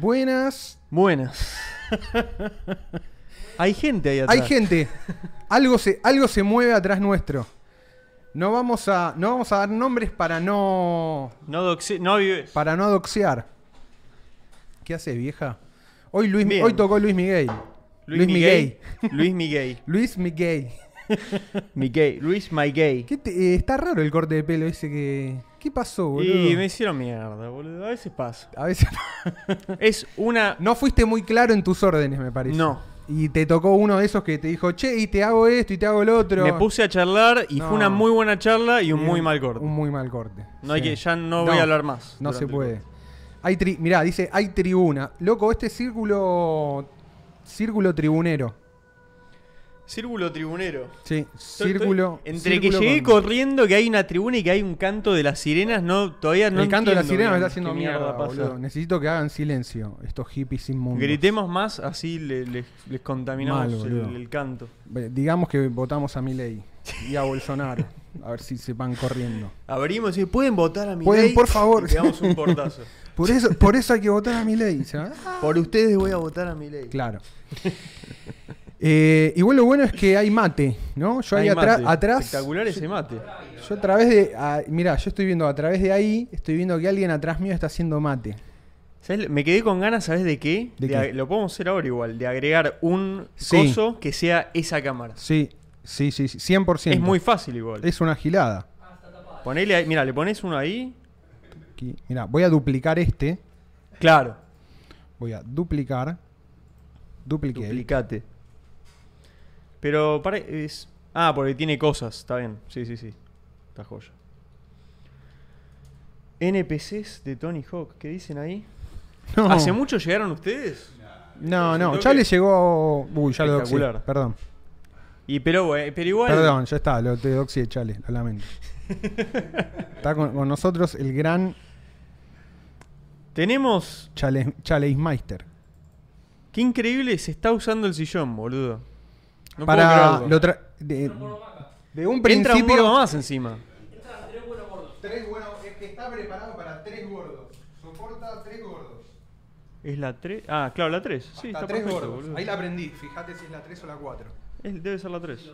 Buenas. Buenas. Hay gente ahí atrás. Hay gente. Algo se, algo se mueve atrás nuestro. No vamos a, no vamos a dar nombres para no, No, doxi- no vives. para no doxear. ¿Qué haces, vieja? Hoy, Luis, Bien. hoy tocó Luis Miguel. Miguel. Luis Miguel. Luis Miguel. Miguel. Luis Miguel. ¿Qué te- eh, está raro el corte de pelo ese que... ¿Qué pasó, boludo? Y me hicieron mierda, boludo. A veces pasa. A veces... Es una. no fuiste muy claro en tus órdenes, me parece. No. Y te tocó uno de esos que te dijo, che, y te hago esto y te hago el otro. Me puse a charlar y No. fue una muy buena charla y un Y muy un- mal corte. Un muy mal corte. No hay Sí. que, ya no, voy a hablar más. No se durante el puede. corte. Hay tri- mirá, dice, hay tribuna. Loco, este círculo... Círculo tribunero. Círculo tribunero. Sí, Estoy- círculo... estoy- entre círculo que llegué con- corriendo, que hay una tribuna y que hay un canto de las sirenas, no, todavía no el canto de la entiendo sirena me bien está haciendo qué mierda, boludo. Necesito que hagan silencio estos hippies inmundos. Gritemos más, así le- le- les contaminamos Mal, boludo. el, el canto. Ve- Digamos que votamos a Milei y a Bolsonaro. A ver si se van corriendo. Abrimos y pueden votar a mi Pueden, por favor. Y le damos un portazo. Por eso, por eso hay que votar a Milei, ¿sabes? por ustedes voy a votar a mi ley. Claro. Eh, igual lo bueno es que hay mate, ¿no? Yo ahí atra- atrás. Espectacular ese mate. Yo a través de. ah, mirá, yo estoy viendo a través de ahí, estoy viendo que alguien atrás mío está haciendo mate. ¿Sabés? Me quedé con ganas, ¿sabes de qué? ¿De a- qué? Lo podemos hacer ahora igual, de agregar un Sí. coso que sea esa cámara. Sí, sí, sí, sí, 100%. Es muy fácil igual. Es una gilada. Ponele ahí, mira, le pones uno ahí. Aquí, mirá, voy a duplicar este. Claro. Voy a duplicar. Dupliqué. Duplicate. Pero para, es. Ah, porque tiene cosas, está bien. Sí, sí, sí. Está joya. NPCs de Tony Hawk, ¿qué dicen ahí? No. ¿Hace mucho llegaron ustedes? No, no, Siento ya que- le llegó. Uy, ya lo doxié. Espectacular. Perdón. Y pero, bueno, pero igual. Perdón, ya está, lo te doxié, chale, lo lamento. está con, con nosotros el gran Tenemos. chale, Chaleismeister. Qué increíble se está usando el sillón, boludo. No puedo Para creerlo. lo tra- de, de un Entra un principio. gordo más encima. tres gordos. Es que está preparado para tres gordos. Soporta tres gordos. Es la 3. Ah, claro, la 3. Sí, está perfecto, boludo. Ahí la aprendí. Fíjate si es la 3 o la 4. Es- debe ser la 3.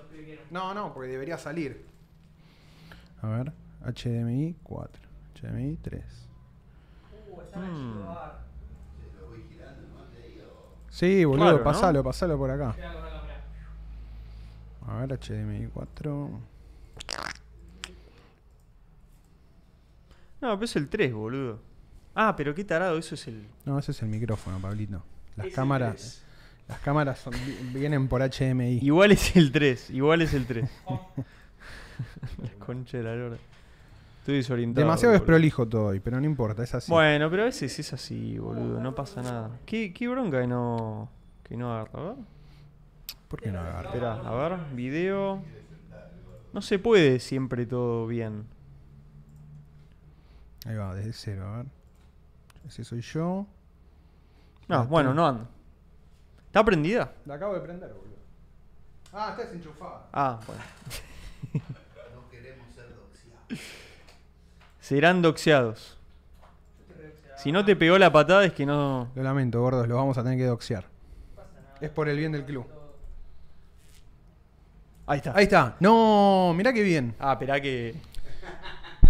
No, no, porque debería salir. A ver, HDMI 4, HDMI 3. Mm. Sí, boludo, Raro, ¿no? pasalo, pasalo por acá. A ver, HDMI 4. No, pero es el 3, boludo. Ah, pero qué tarado, eso es el. No, ese es el micrófono, Pablito. Las cámaras las cámaras son- vi- vienen por HDMI. Igual es el 3, igual es el 3. la concha de la lora. Estoy desorientado. Demasiado boludo. desprolijo todo hoy, pero no importa, es así. Bueno, pero a veces es así, boludo, no pasa nada. ¿Qué, qué bronca que no, que no agarra? A ver, ¿Por qué no agarra? espera, a ver, video. No se puede siempre todo bien. Ahí va, desde cero, a ver. Ese soy yo. No, Ah, bueno, está. no anda. ¿Está prendida? La acabo de prender, boludo. Ah, está desenchufada. Ah, bueno. Serán doxeados. Si no te pegó la patada es que no... Lo lamento, gordos, lo vamos a tener que doxear. Es por el bien del club. Ahí está. Ahí está. No, mirá qué bien. Ah, esperá que...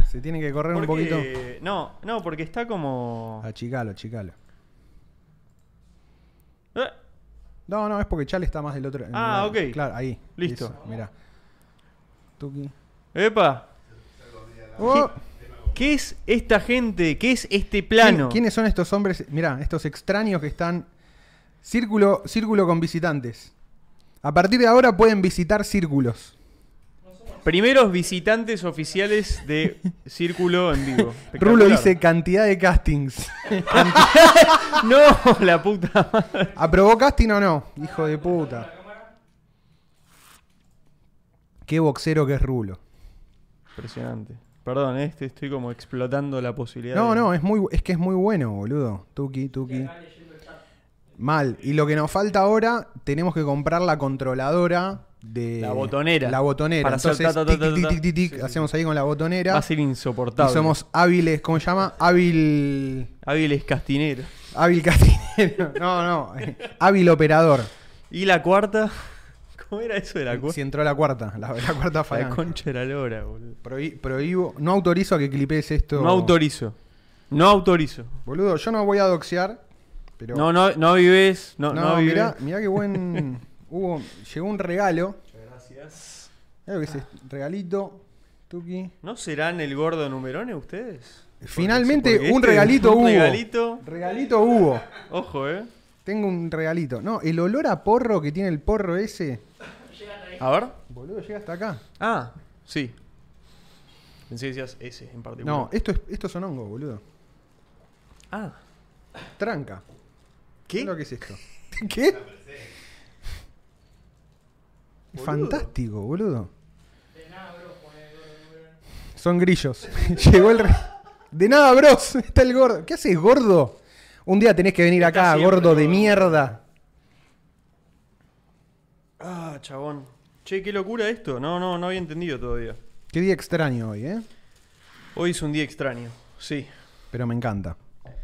Se tiene que correr un ¿Por poquito. qué? No, no, porque está como... Achicalo, achicalo. Eh, No, no, es porque Chale está más del otro en Ah, la- ok. Claro, ahí. Listo. Eso, mirá. Tuki. ¡Epa! Oh, ¿Qué es esta gente? ¿Qué es este ¿quién- plano? ¿Quiénes son estos hombres? Mirá, estos extraños que están. Círculo, círculo con visitantes. A partir de ahora pueden visitar círculos. Primeros visitantes oficiales de Círculo en vivo. Espectacular. Rulo dice cantidad de castings. ¡No! La puta madre. ¿Aprobó casting o no? Hijo de puta. Qué boxero que es Rulo. Impresionante. Perdón, eh, este estoy como explotando la posibilidad. No, de- no, es, muy, es que es muy bueno, boludo. Tuki, tuki. Mal. Y lo que nos falta ahora, tenemos que comprar la controladora de... La botonera. La botonera. Para hacer Entonces, ta, ta, tic, ta, tic, ta, ta. tic, tic, tic, Sí, sí, hacemos ahí con la botonera. Va a ser Y insoportable. somos hábiles, ¿cómo se llama? Hábil... hábiles castineros. Hábil castinero. No, no. eh, Hábil operador. Y la cuarta. ¿Cómo era eso de la Si cuarta? entró la cuarta, la, la cuarta La falange. concha de la lora, boludo. Prohí- prohíbo, no autorizo a que clipees esto. No autorizo. No autorizo. Boludo, yo no voy a doxear, pero. No, no, no vives. No, no, No, vives. mirá, mirá qué buen. Hubo, llegó un regalo. Gracias. Mirá lo que es este regalito. Tuki. ¿No serán el gordo numerone ustedes? Eh, Finalmente, Porque un este- regalito un hubo. regalito. Regalito hubo. Ojo, eh. Tengo un regalito. No, el olor a porro que tiene el porro ese. A ver. Boludo, llega hasta acá. Ah, sí. Pensé que decías ese en particular. No, esto es, esto son hongos, boludo. Ah. Tranca. ¿Qué? Mirá lo que es esto? ¿Qué? Fantástico, boludo. Son grillos. Llegó el re- De nada, bros. Está el gordo. ¿Qué haces, gordo? Un día tenés que venir Está acá, siempre gordo de gordo. mierda. Ah, chabón. Che, qué locura esto. No, no, no había entendido todavía. Qué día extraño hoy, ¿eh? Hoy es un día extraño. Sí. Pero me encanta.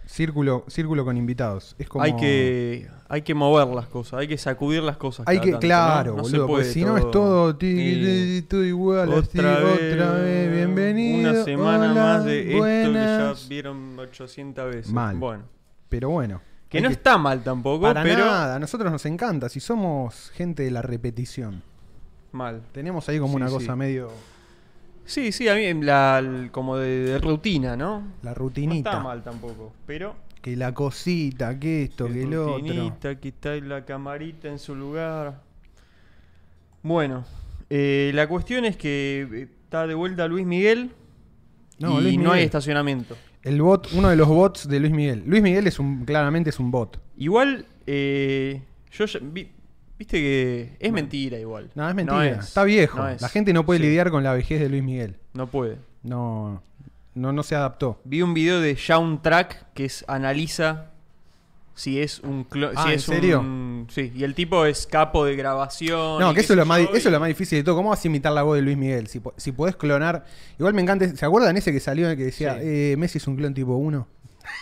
Círculo, círculo con invitados. Es como... Hay que hay que mover las cosas, hay que sacudir las cosas. Hay cada que, tanto, claro, ¿no? No se boludo, porque puede si no es todo, ti, Y- ti, todo igual, así, otra vez, otra vez, bienvenido. Una semana hola, más de esto que buenas. ya vieron 800 veces. Mal. Bueno, Pero bueno. que hay no está mal tampoco, Para pero nada, a nosotros nos encanta, si somos gente de la repetición. mal. Tenemos ahí como Sí, una sí. cosa medio Sí, sí, a mí la, el- como de, de rutina, ¿no? la No rutinita, está mal tampoco, pero que la cosita, que esto, que el lo otro. rutinita, que está la camarita en su lugar. Bueno, eh, la cuestión es que eh, está de vuelta Luis Miguel No, y Luis no hay Miguel. estacionamiento. El bot, uno de los bots de Luis Miguel. Luis Miguel es un claramente es un bot. Igual, eh, yo ya vi- viste que es mentira igual. No, es mentira, está viejo. no es. La gente no puede Sí, lidiar con la vejez de Luis Miguel. No puede. No, no, no se adaptó. Vi un video de Shaun Track que es analiza si es un clon. Ah, si ¿en es serio? un- sí, y el tipo es capo de grabación. No, y que qué eso es, sé lo más, yo, di- eso es y- lo más difícil de todo. ¿Cómo vas a imitar la voz de Luis Miguel? Si, po- si podés clonar. Igual me encanta. ¿Se acuerdan ese que salió en el que decía Sí. eh, Messi es un clon tipo 1?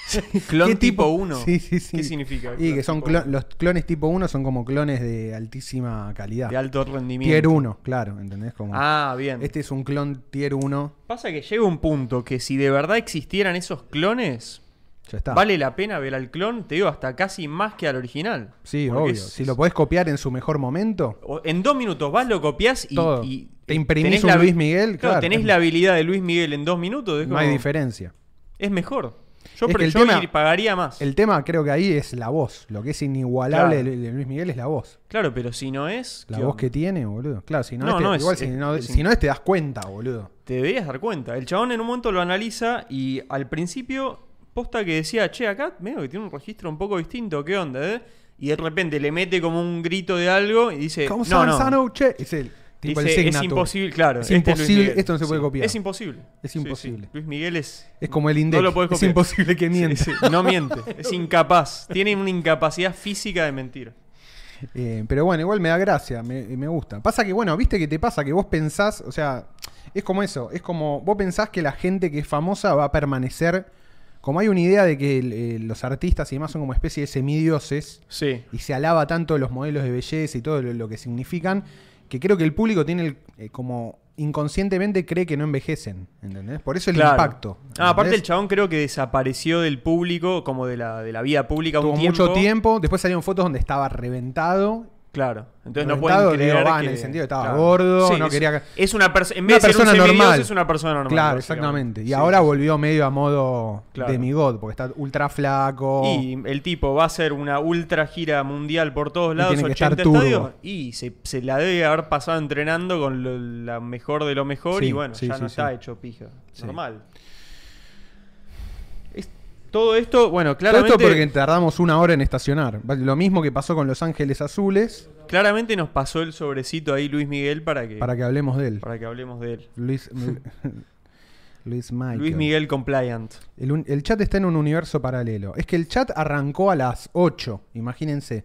Clon ¿Qué tipo 1. Sí, sí, sí. ¿Qué significa? Y que clon son tipo clon- uno? los clones tipo 1 son como clones de altísima calidad. De alto rendimiento. tier 1, claro, ¿entendés? Como, Ah, bien. Este es un clon tier 1. Pasa que llega un punto que si de verdad existieran esos clones, Ya está. vale la pena ver al clon, te digo, hasta casi más que al original. Sí, Porque obvio. es- si lo podés copiar en su mejor momento. o- En dos minutos vas, lo copias y, Todo. y- eh, Te imprimís tenés un la- Luis Miguel, claro. Tenés la habilidad de Luis Miguel en dos minutos. Es, No hay como- diferencia. es mejor. Yo, Es pre- que el yo tema- ir- pagaría más. El tema creo que ahí es la voz. Lo que es inigualable Claro. de de Luis Miguel es la voz. Claro, pero si no es. La ¿qué voz onda? que tiene, boludo. Claro, si no, No, este- no, es- eh, igual si, es- no, es si no es te das cuenta, boludo. Te deberías dar cuenta. El chabón en un momento lo analiza y al principio posta que decía, che, acá medio que tiene un registro un poco distinto, ¿qué onda? eh?". Y de repente le mete como un grito de algo y dice, ¿Cómo Eh, no, no. Sanzano, che? Es el tipo el Dice, es signature. imposible, claro. Es este Luis imposible, Miguel". esto no se puede copiar. Es imposible. Es Sí, sí. imposible. Luis Miguel es... Es como el index. No lo podés es copiar. imposible que mienta. Sí, sí, no miente, es incapaz. Tiene una incapacidad física de mentir. Eh, pero bueno, igual me da gracia, me, me gusta. Pasa que, bueno, viste que te pasa que vos pensás, o sea, es como eso, es como vos pensás que la gente que es famosa va a permanecer. Como hay una idea de que el- eh, los artistas y demás son como especie de semidioses Sí. y se alaba tanto los modelos de belleza y todo lo, lo que significan, que creo que el público tiene el- eh, como inconscientemente cree que no envejecen, ¿entendés? Por eso el Claro. impacto. Ah, aparte el ¿entendés? chabón creo que desapareció del público, como de la, de la vida pública tuvo un mucho tiempo, después salieron fotos donde estaba reventado Claro, entonces no Reventado, pueden creer digo, va, que... en el sentido de estaba claro. gordo, no es- quería- Es una persona... En Una vez de ser un persona semidios, normal. es una persona normal. Claro, básicamente. exactamente. Y Sí, ahora sí, sí. volvió medio a modo Claro. demigod, porque está ultra flaco. Y el tipo va a hacer una ultra gira mundial por Y todos lados, tiene que estar 80 turbo. estadios, y se, se la debe haber pasado entrenando con lo- la mejor de lo mejor, Sí, y bueno, sí, ya sí, no sí. está hecho pija. Sí. Normal. Es- todo esto, bueno, Todo claramente, esto porque tardamos una hora en estacionar. Va- Lo mismo que pasó con Los Ángeles Azules, claramente nos pasó el sobrecito ahí Luis Miguel para que, para que hablemos de él. para que hablemos de él. Luis, Luis Michael. Luis Miguel Compliant. El, un- el chat está en un universo paralelo. Es que el chat arrancó a las 8, imagínense.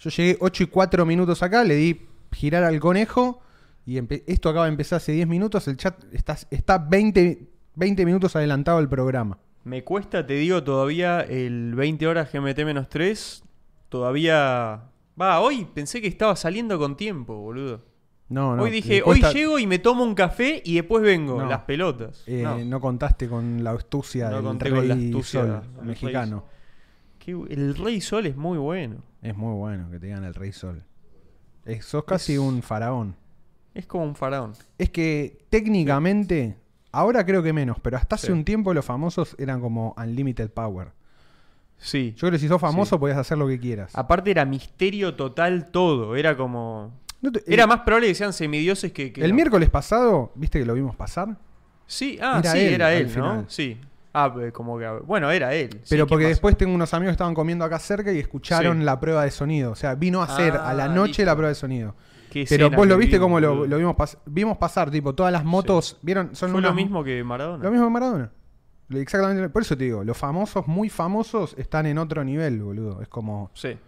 Yo llegué 8 y 4 minutos acá, le di girar al conejo y empe- esto acaba de empezar hace 10 minutos. El chat está, está 20, 20 minutos adelantado al programa. Me cuesta, te digo, todavía el 20 horas GMT-3. Todavía. Va, hoy pensé que estaba saliendo con tiempo, boludo. No, no. hoy dije, le cuesta- hoy llego y me tomo un café y después vengo. No. Las pelotas. eh, No. no. contaste con la astucia No del conté rey con la astucia Sol del rey mexicano. Qué bu- el Rey Sol es muy bueno. Es muy bueno que te digan el rey Sol. Es- sos casi Es- un faraón. Es como un faraón. Es que técnicamente, ahora creo que menos, pero hasta hace Sí. un tiempo los famosos eran como unlimited power. Sí. Ah, Yo creo que si sos famoso podías hacer lo que quieras. Aparte era misterio total todo. Era como. No te- Era el, más probable que sean semidioses que. que el no. miércoles pasado, ¿viste que lo vimos pasar? Sí, ah, Era sí, él, era al él, ¿no? final. Sí. Ah, eh, como que. Bueno, era él. Sí, Pero ¿qué porque pasa? después tengo unos amigos que estaban comiendo acá cerca y escucharon Sí. la prueba de sonido. O sea, vino a hacer a la Ah, noche listo. la prueba de sonido. Qué Pero escena vos lo que viste vimos, como lo, boludo. lo vimos, pas- vimos pasar, tipo, todas las motos, ¿vieron? Son Fue unas- lo mismo que Maradona. Lo mismo que Maradona. Lo- Exactamente. Por eso te digo, los famosos, muy famosos, están en otro nivel, boludo. Es como... Sí.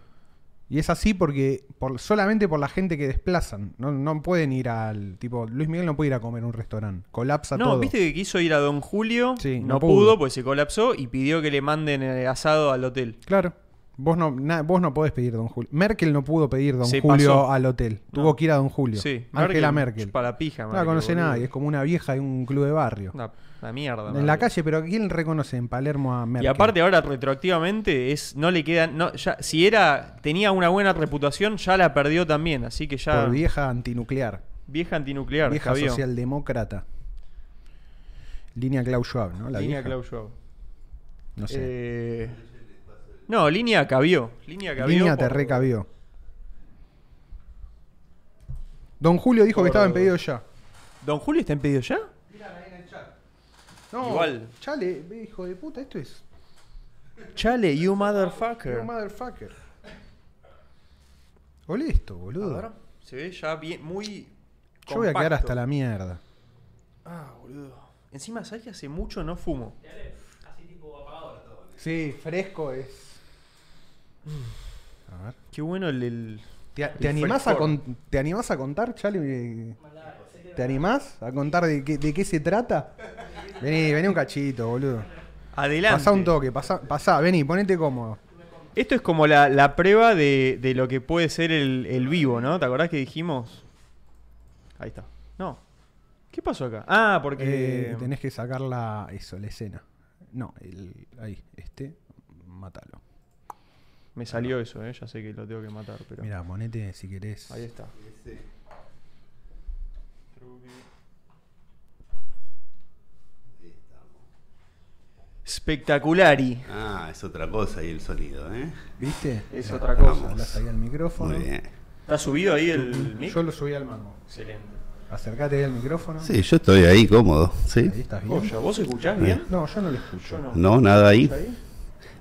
Y es así porque por, solamente por la gente que desplazan. No, no pueden ir al... Tipo, Luis Miguel no puede ir a comer a un restaurante. Colapsa No, todo. viste que quiso ir a Don Julio, Sí, no, no pudo, pudo. pues se colapsó y pidió que le manden eh, asado al hotel. Claro. Vos no, na- vos no podés pedir Don Julio. Merkel no pudo pedir Don Se Julio pasó. al hotel. No. Tuvo que ir a Don Julio. Sí, Angela Merkel. Para pija, No la Merkel, conoce boludo. nadie. Es como una vieja de un club de barrio. Una, una mierda. en Merkel. la calle, pero ¿a quién reconoce en Palermo a Merkel? Y aparte ahora retroactivamente es no le quedan no ya si era tenía una buena reputación ya la perdió también, así que ya Por vieja antinuclear. vieja antinuclear, vieja Javier. socialdemócrata. Línea Klaus Schwab, ¿no? La línea vieja. Klaus Schwab. No sé. Eh, no, línea cabió. Línea cabió. Línea te por- recabió. Don Julio dijo por- que estaba en pedido ya. ¿Don Julio está en pedido ya? No, Igual. Chale, hijo de puta, esto es. Chale, you motherfucker. No, motherfucker. Olé esto, boludo. A ver, Se ve ya bien, muy. Yo voy a quedar compacto. hasta la mierda. Ah, boludo. Encima, ¿sabes que hace mucho no fumo? Sí, fresco es. A ver. Qué bueno el. el- ¿Te, te El animás a frescor. con- ¿Te animás a contar, Chale? ¿Te animás a contar de qué, de qué se trata? Vení, vení un cachito, boludo. Adelante. Pasá un toque, pasá, pasá, vení, ponete cómodo. Esto es como la, la prueba de, de lo que puede ser el, el vivo, ¿no? ¿Te acordás que dijimos? Ahí está. No. ¿Qué pasó acá? Ah, porque. Eh, tenés que sacar la, eso, la escena. No, el, ahí, este, matalo. Me salió eso, ¿eh? Ya sé que lo tengo que matar, pero. Mirá, ponete si querés. Ahí está. Espectaculari. Ah, es otra cosa y el sonido, ¿eh? ¿Viste? Es Mirá, otra cosa. hablás ahí al micrófono. Muy bien. ¿Está subido ahí el mic? Yo lo subí al mango. Excelente. Acercate ahí al micrófono. Sí, yo estoy ahí cómodo, ¿sí? Ahí estás bien. Goya, ¿vos escuchás bien? No, Eh, yo no lo escucho. No, nada ahí.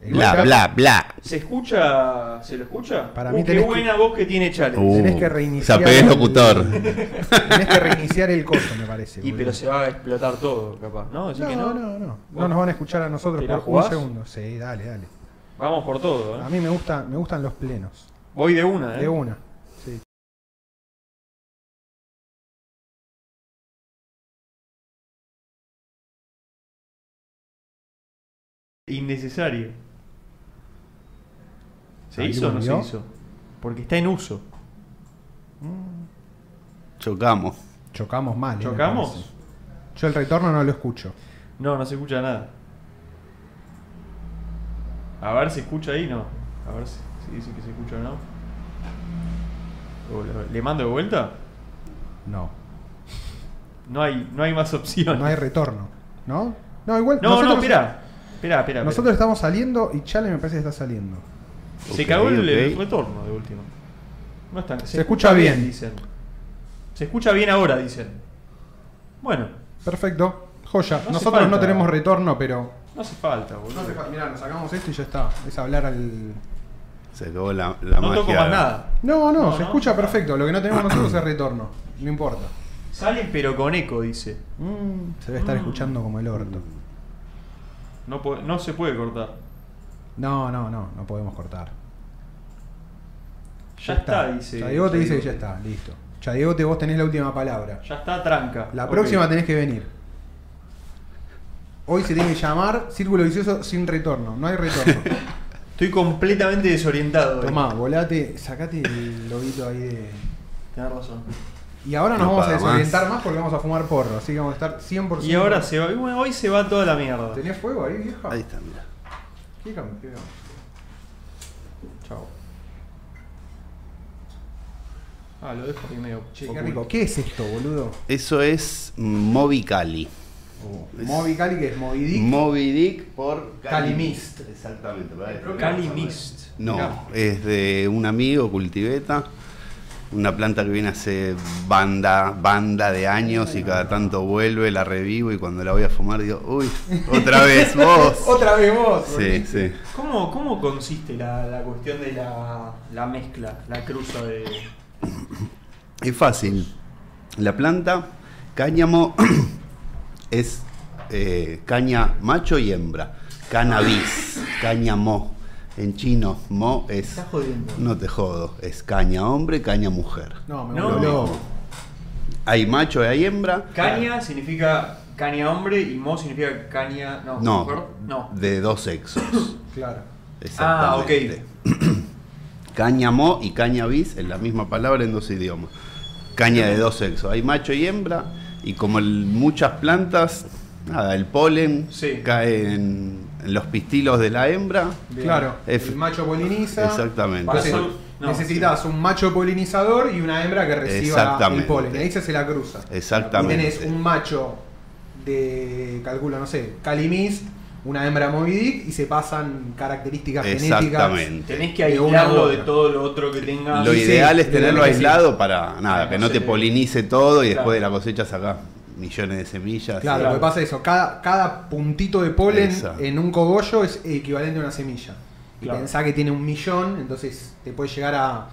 Bla, bla, bla. ¿Se escucha? ¿Se lo escucha? Para Uh, mí qué tenés que- buena voz que tiene Chale. Uh, Tenés que reiniciar. zapeé el locutor. Tenés que reiniciar el coso, me parece. y boludo. pero se va a explotar todo, capaz. ¿No? Decís no, que no, no. no, no. No nos van a escuchar a nosotros ¿Te la por jugás? un segundo. Sí, dale, dale. Vamos por todo, A ¿eh? mí me, gusta, me gustan los plenos. Voy de una, ¿eh? De una. Sí. Innecesario. ¿Se Ahí hizo o no se volvió. hizo? Porque está en uso. Chocamos. Chocamos mal. eh, me ¿Chocamos? parece. Yo el retorno no lo escucho. No, no se escucha nada. A ver si escucha ahí, no. A ver si, si dice que se escucha o no. O lo- ¿Le mando de vuelta? No. No hay, no hay más opción. No hay retorno. ¿No? No, igual. no, nosotros- no, espera. Espera, espera. Nosotros estamos saliendo y Chale me parece que está saliendo. Se Ok, cagó el, el ok. retorno de último. No es tan- se, escucha bien. dicen. Se escucha bien ahora, dicen. Bueno, Perfecto. Joya. No hace nosotros no falta. tenemos retorno, pero. no hace falta, boludo. No hace fa- Mirá, nos sacamos esto y ya está. Es hablar al. Se acabó la, la No magia. toco más nada. No, no, No, se no. escucha perfecto. Lo que no tenemos nosotros es retorno. No importa. Salen pero con eco, dice. Mm. se debe estar escuchando como el orto. No, po- no se puede cortar. No, no, no, no podemos cortar. Ya, está, dice. Ya Diego te dice que ya Diego. está, listo. Ya Diego, te vos tenés la última palabra. Ya está, tranca. La Ok. próxima tenés que venir. Hoy se tiene que llamar Círculo Vicioso sin retorno. No hay retorno. Estoy completamente desorientado. eh. hoy. Tomá, volate, sacate el lobito ahí de. Tenés razón. Y ahora nos No vamos a paga más. desorientar más porque vamos a fumar porro. Así que vamos a estar 100%. Y ahora se va. y bueno, hoy se va toda la mierda. ¿Tenés fuego ahí, vieja? Ahí está, mira. Fíjame, fíjame. Chao. Ah, lo dejo ahí medio. Che, qué oculto. rico. ¿Qué es esto, boludo? Eso es Moby Cali. Es- Moby Cali, que es Moby Dick. Moby Dick por Cali Mist. Exactamente. ¿verdad? Cali Mist. No, Mirá. es de un amigo, Cultiveta. Una planta que viene hace banda, banda de años y cada tanto vuelve, la revivo y cuando la voy a fumar digo, uy, otra vez vos. Otra vez vos. Sí, sí. ¿Cómo, cómo consiste la, la cuestión de la, la mezcla, la cruza de. Es fácil. La planta, cáñamo, es eh, caña macho y hembra. Cannabis, cáñamo. En chino, mo es. Estás jodiendo. No te jodo, es caña hombre, caña mujer. No, me No. vuelvo loco. Hay macho y hay hembra. Caña significa caña hombre y mo significa caña. No, No, ¿verdad? no. de dos sexos. Claro. Ah, ok. Exactamente. Caña mo y caña bis es la misma palabra en dos idiomas. Caña de dos sexos. Hay macho y hembra. Y como el- muchas plantas, nada, el polen Sí. cae en, en los pistilos de la hembra. Bien. Claro. F. El macho poliniza. Exactamente. Para Entonces, ser- no, necesitas un macho polinizador y una hembra que reciba Exactamente. el polen. Y ahí se hace la cruza. Exactamente. Y tenés un macho de, calculo, no sé, Calimist, una hembra Moby Dick y se pasan características genéticas. Exactamente. Tenés que De una u aislarlo otra. de todo lo otro que tenga. Lo Sí, ideal es sí, tenerlo la verdad que sí. aislado para nada, Para que que no no te se- polinice todo y después de la Claro. cosecha sacás millones de Claro, semillas. Claro. lo que pasa es eso, cada, cada puntito de polen Exacto. en un cogollo es equivalente a una semilla. Y Claro. pensá que tiene un millón, entonces te puede llegar a...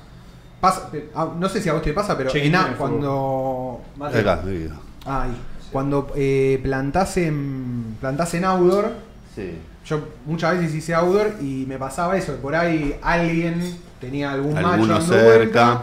pasa- a- no sé si a vos te pasa, pero Chiquitín en A- el cuando... Acá, acá, digo. Ahí. Cuando eh, plantás, en, plantás en outdoor, yo muchas veces hice outdoor y me pasaba eso, que por ahí alguien tenía algún macho Alguno dando cerca. vuelta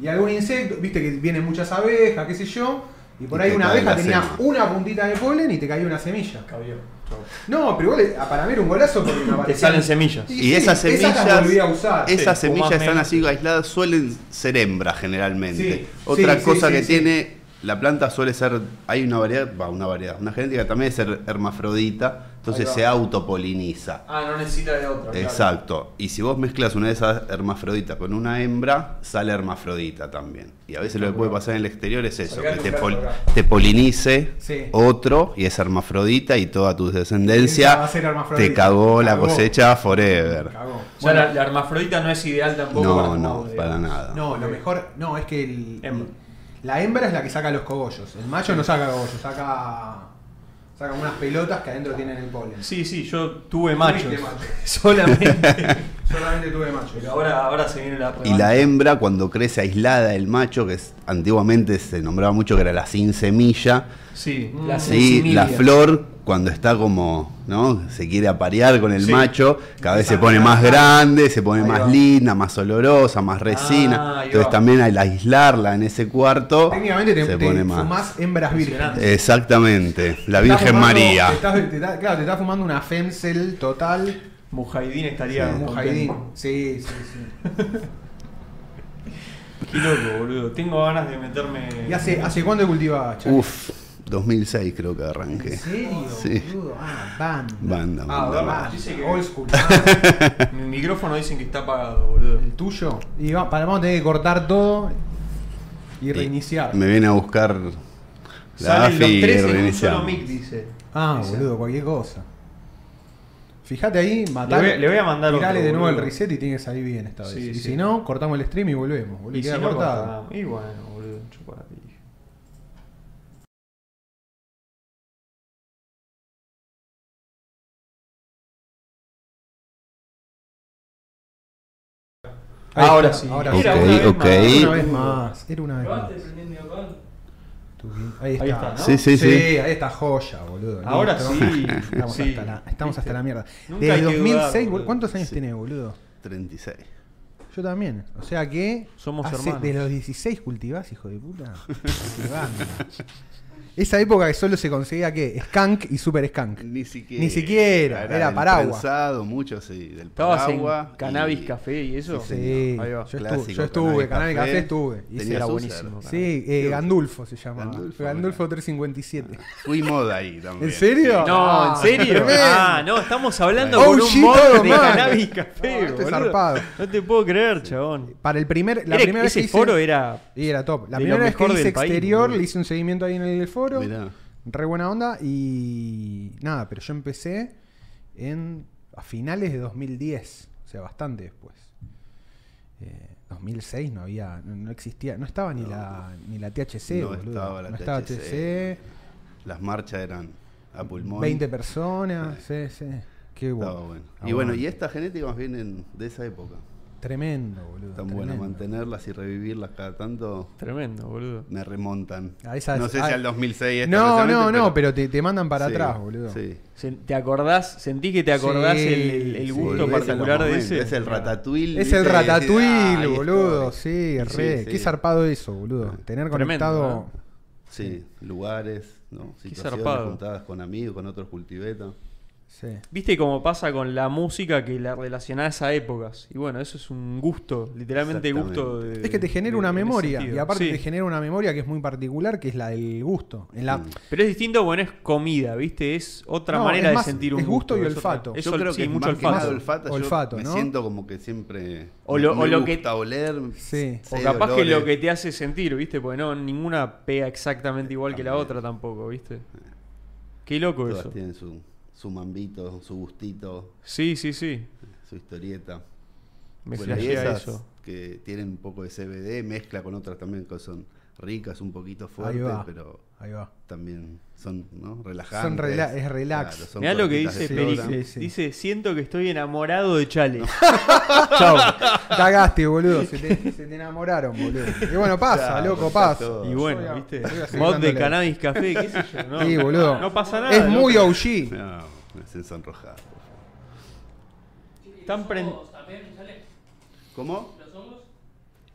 y algún insecto, viste que vienen muchas abejas, qué sé yo, y por Y ahí te una cae abeja la tenía sema. una puntita de polen y te caía una semilla. Cabió. Chau. No, pero igual eh, para mí era un golazo porque me Te aparecían- salen semillas. Sí, Y esas esas las semillas, volví a usar. esas Sí, o semillas más están menos. así aisladas, suelen ser hembras generalmente. Sí, Otra sí, sí, cosa sí, que sí. tiene la planta suele ser, hay una variedad, va, una variedad, una genética también es ser hermafrodita, entonces Ahí va. se autopoliniza. Ah, no necesita de otra. claro. Exacto. Y si vos mezclas una de esas hermafroditas con una hembra, sale hermafrodita también. Y a veces lo que puede pasar en el exterior es eso, que Sacate te, un pol- gato acá. te polinice Sí. otro y es hermafrodita y toda tu descendencia Va a ser hermafrodita. te cagó la Cagó. cosecha forever. Cagó. O sea, la, la hermafrodita no es ideal tampoco. No, para Em, no, todo, para digamos. nada. No, lo mejor, no, es que el, Hembra. la hembra es la que saca los cogollos. El macho no saca cogollos, saca, saca unas pelotas que adentro tienen el polen. Sí, sí, yo tuve Tuviste machos. macho. Solamente. Solamente tuve macho. Pero ahora, ahora se viene la Y la hembra cuando crece aislada del macho, que es- antiguamente se nombraba mucho que era la sin semilla, Sí, Mm. la Sí, la sensimilia. flor cuando está como, ¿no? Se quiere aparear con el Sí. macho, cada vez se Esa- pone más grande, se pone Ahí más va. linda, más olorosa, más resina. ahí Entonces va. también al aislarla en ese cuarto Técnicamente te, se te pone más. fumás hembras vírgenes. Impresionante. Exactamente, la Te estás Virgen fumando- María. te estás- te está- claro, te estás fumando una femcel total. Mujahideen estaría. Sí. Mujahideen. contento. Sí, sí, sí. Qué loco, boludo. Tengo ganas de meterme. ¿Y hace, hace cuánto cultivas, Chaco? Uf, 2006 creo que arranqué. ¿En serio? Sí. boludo? Ah, banda. Banda, Ah, banda, banda. banda. Dice que- Old school. banda. Mi micrófono dicen que está apagado, boludo. el tuyo. Y va- para, vamos a tener que cortar todo y reiniciar. Me viene a buscar la Salen AFI los y tres en un reiniciamos. solo mic, dice. Ah, Dice. boludo, cualquier cosa. Fíjate ahí, Le matar. voy, le voy a mandar otro. Tirale de nuevo el boludo. reset y tiene que salir bien esta vez. Sí, y sí. si no, cortamos el stream y volvemos. boludo, Y queda si no, cortado. cortamos. Y bueno, boludo. chupa la pija. Ahí Ahora está, sí. ahora Ok, sí. Era una vez ok. más. Una vez más, era una vez más. Ahí está. Ahí está, ¿no? Sí, sí, sí. ahí está joya, boludo. Ahora listo. sí. Estamos, sí. hasta, la, estamos hasta la mierda. Nunca Desde hay que dudar, 2006, bol- boludo. ¿cuántos años Sí. tenés, boludo? 36. Yo también. O sea que. Somos hace- hermanos. De los 16 cultivás, hijo de puta. Qué banda. Esa época que solo se conseguía que skunk y super skunk. Ni siquiera. Ni siquiera, era del paraguas. prensado, mucho, sí, del Estabas en paraguas. y- cannabis, café y eso. Sí, señor. Ahí yo va. estuve, Clásico, yo estuve, cannabis, Canal de café. Café estuve. Tenías Ese era user. buenísimo. Sí, eh, Tenías Gandulfo se llamaba. Gandulfo, Gandulfo, mirá. 357. Ah. Fui moda ahí también. ¿En serio? No, ¿en Ah, serio? tremendo. Ah, no, estamos hablando Oh, con un shit, mod todo de mal. cannabis café, No, esto es Ah, boludo. este zarpado. No te puedo creer, chabón. Para el primer, la Era- primera vez ese que hice- foro era. Y era top. La de lo primera vez que mejor hice del país, exterior, boludo. le hice un seguimiento ahí en el foro. Mirá. Re buena onda. Y nada, pero yo empecé en a finales de 2010. O sea, bastante después. Eh, 2006 no había, no, no existía, no estaba ni la ni la THC, No boludo. estaba la no estaba THC. THC. Las marchas eran a pulmón. 20 personas, sí, sí. Qué bueno. Estaba bueno. Y Aguante. bueno, y estas genéticas más vienen de esa época. Tremendo, boludo. Tan bueno tremendo. mantenerlas y revivirlas cada tanto. Tremendo, boludo. Me remontan. A esas- no sé a- si al 2006. esta ah. No, no, precisamente, no, pero te, te mandan para Sí, atrás, boludo. Sí. Se- ¿Te acordás? ¿Sentís que te acordás Sí, el, el- el sí, gusto volvés a los particular de ese? Es el ratatouille. Es el ¿viste? Y decís, "Ah, ratatouille, ahí boludo. estoy". Sí, re. sí, Qué sí. zarpado eso, boludo. Tener Tremendo, conectado. ¿eh? Sí, lugares, ¿no? Qué situaciones zarpado. juntadas con amigos, con otros cultivetas. Sí. Viste cómo pasa con la música que la relacionás a épocas. Y bueno, eso es un gusto, literalmente Exactamente. gusto. de- Es que te genera de- una en ese memoria. sentido. Y aparte Sí. te genera una memoria que es muy particular, que es la del gusto. En la, Mm. Pero es distinto, bueno, es comida, ¿viste? Es otra No, manera es más- de sentir un es gusto y es otra- olfato. es yo ol- creo sí, que mucho más que nada olfato. olfato, yo Olfato, me ¿no? siento como que siempre O lo- me o lo que- gusta oler. Sí. O sé capaz que olores. lo que te hace sentir, ¿viste? Porque no, ninguna pega exactamente igual que la otra tampoco, ¿viste? Qué loco Todas eso. tienen su, su mambito, su gustito, Sí, sí, sí. su historieta. Me Bueno, y flashea esas eso. que tienen un poco de CBD, mezcla con otras también que son ricas, un poquito ahí fuertes, va. pero Ahí va. también son ¿no? relajantes. rela- es relax. son Mirá lo que cortitas de dice eh. sí, flora. Pericles. sí, sí. Dice, siento que estoy enamorado de Chale. Chau. Cagaste, boludo. Se te, se te enamoraron, boludo. Y bueno, pasa, Ya, loco, pasa pasa. todo. Y Yo bueno, voy a- ¿viste? voy a seguir Mod de dándole. cannabis café, qué sé yo. No, Sí, boludo. no pasa nada. Es muy loco. OG. No, me hacen sonrojar. por favor. Están pren- ¿Cómo?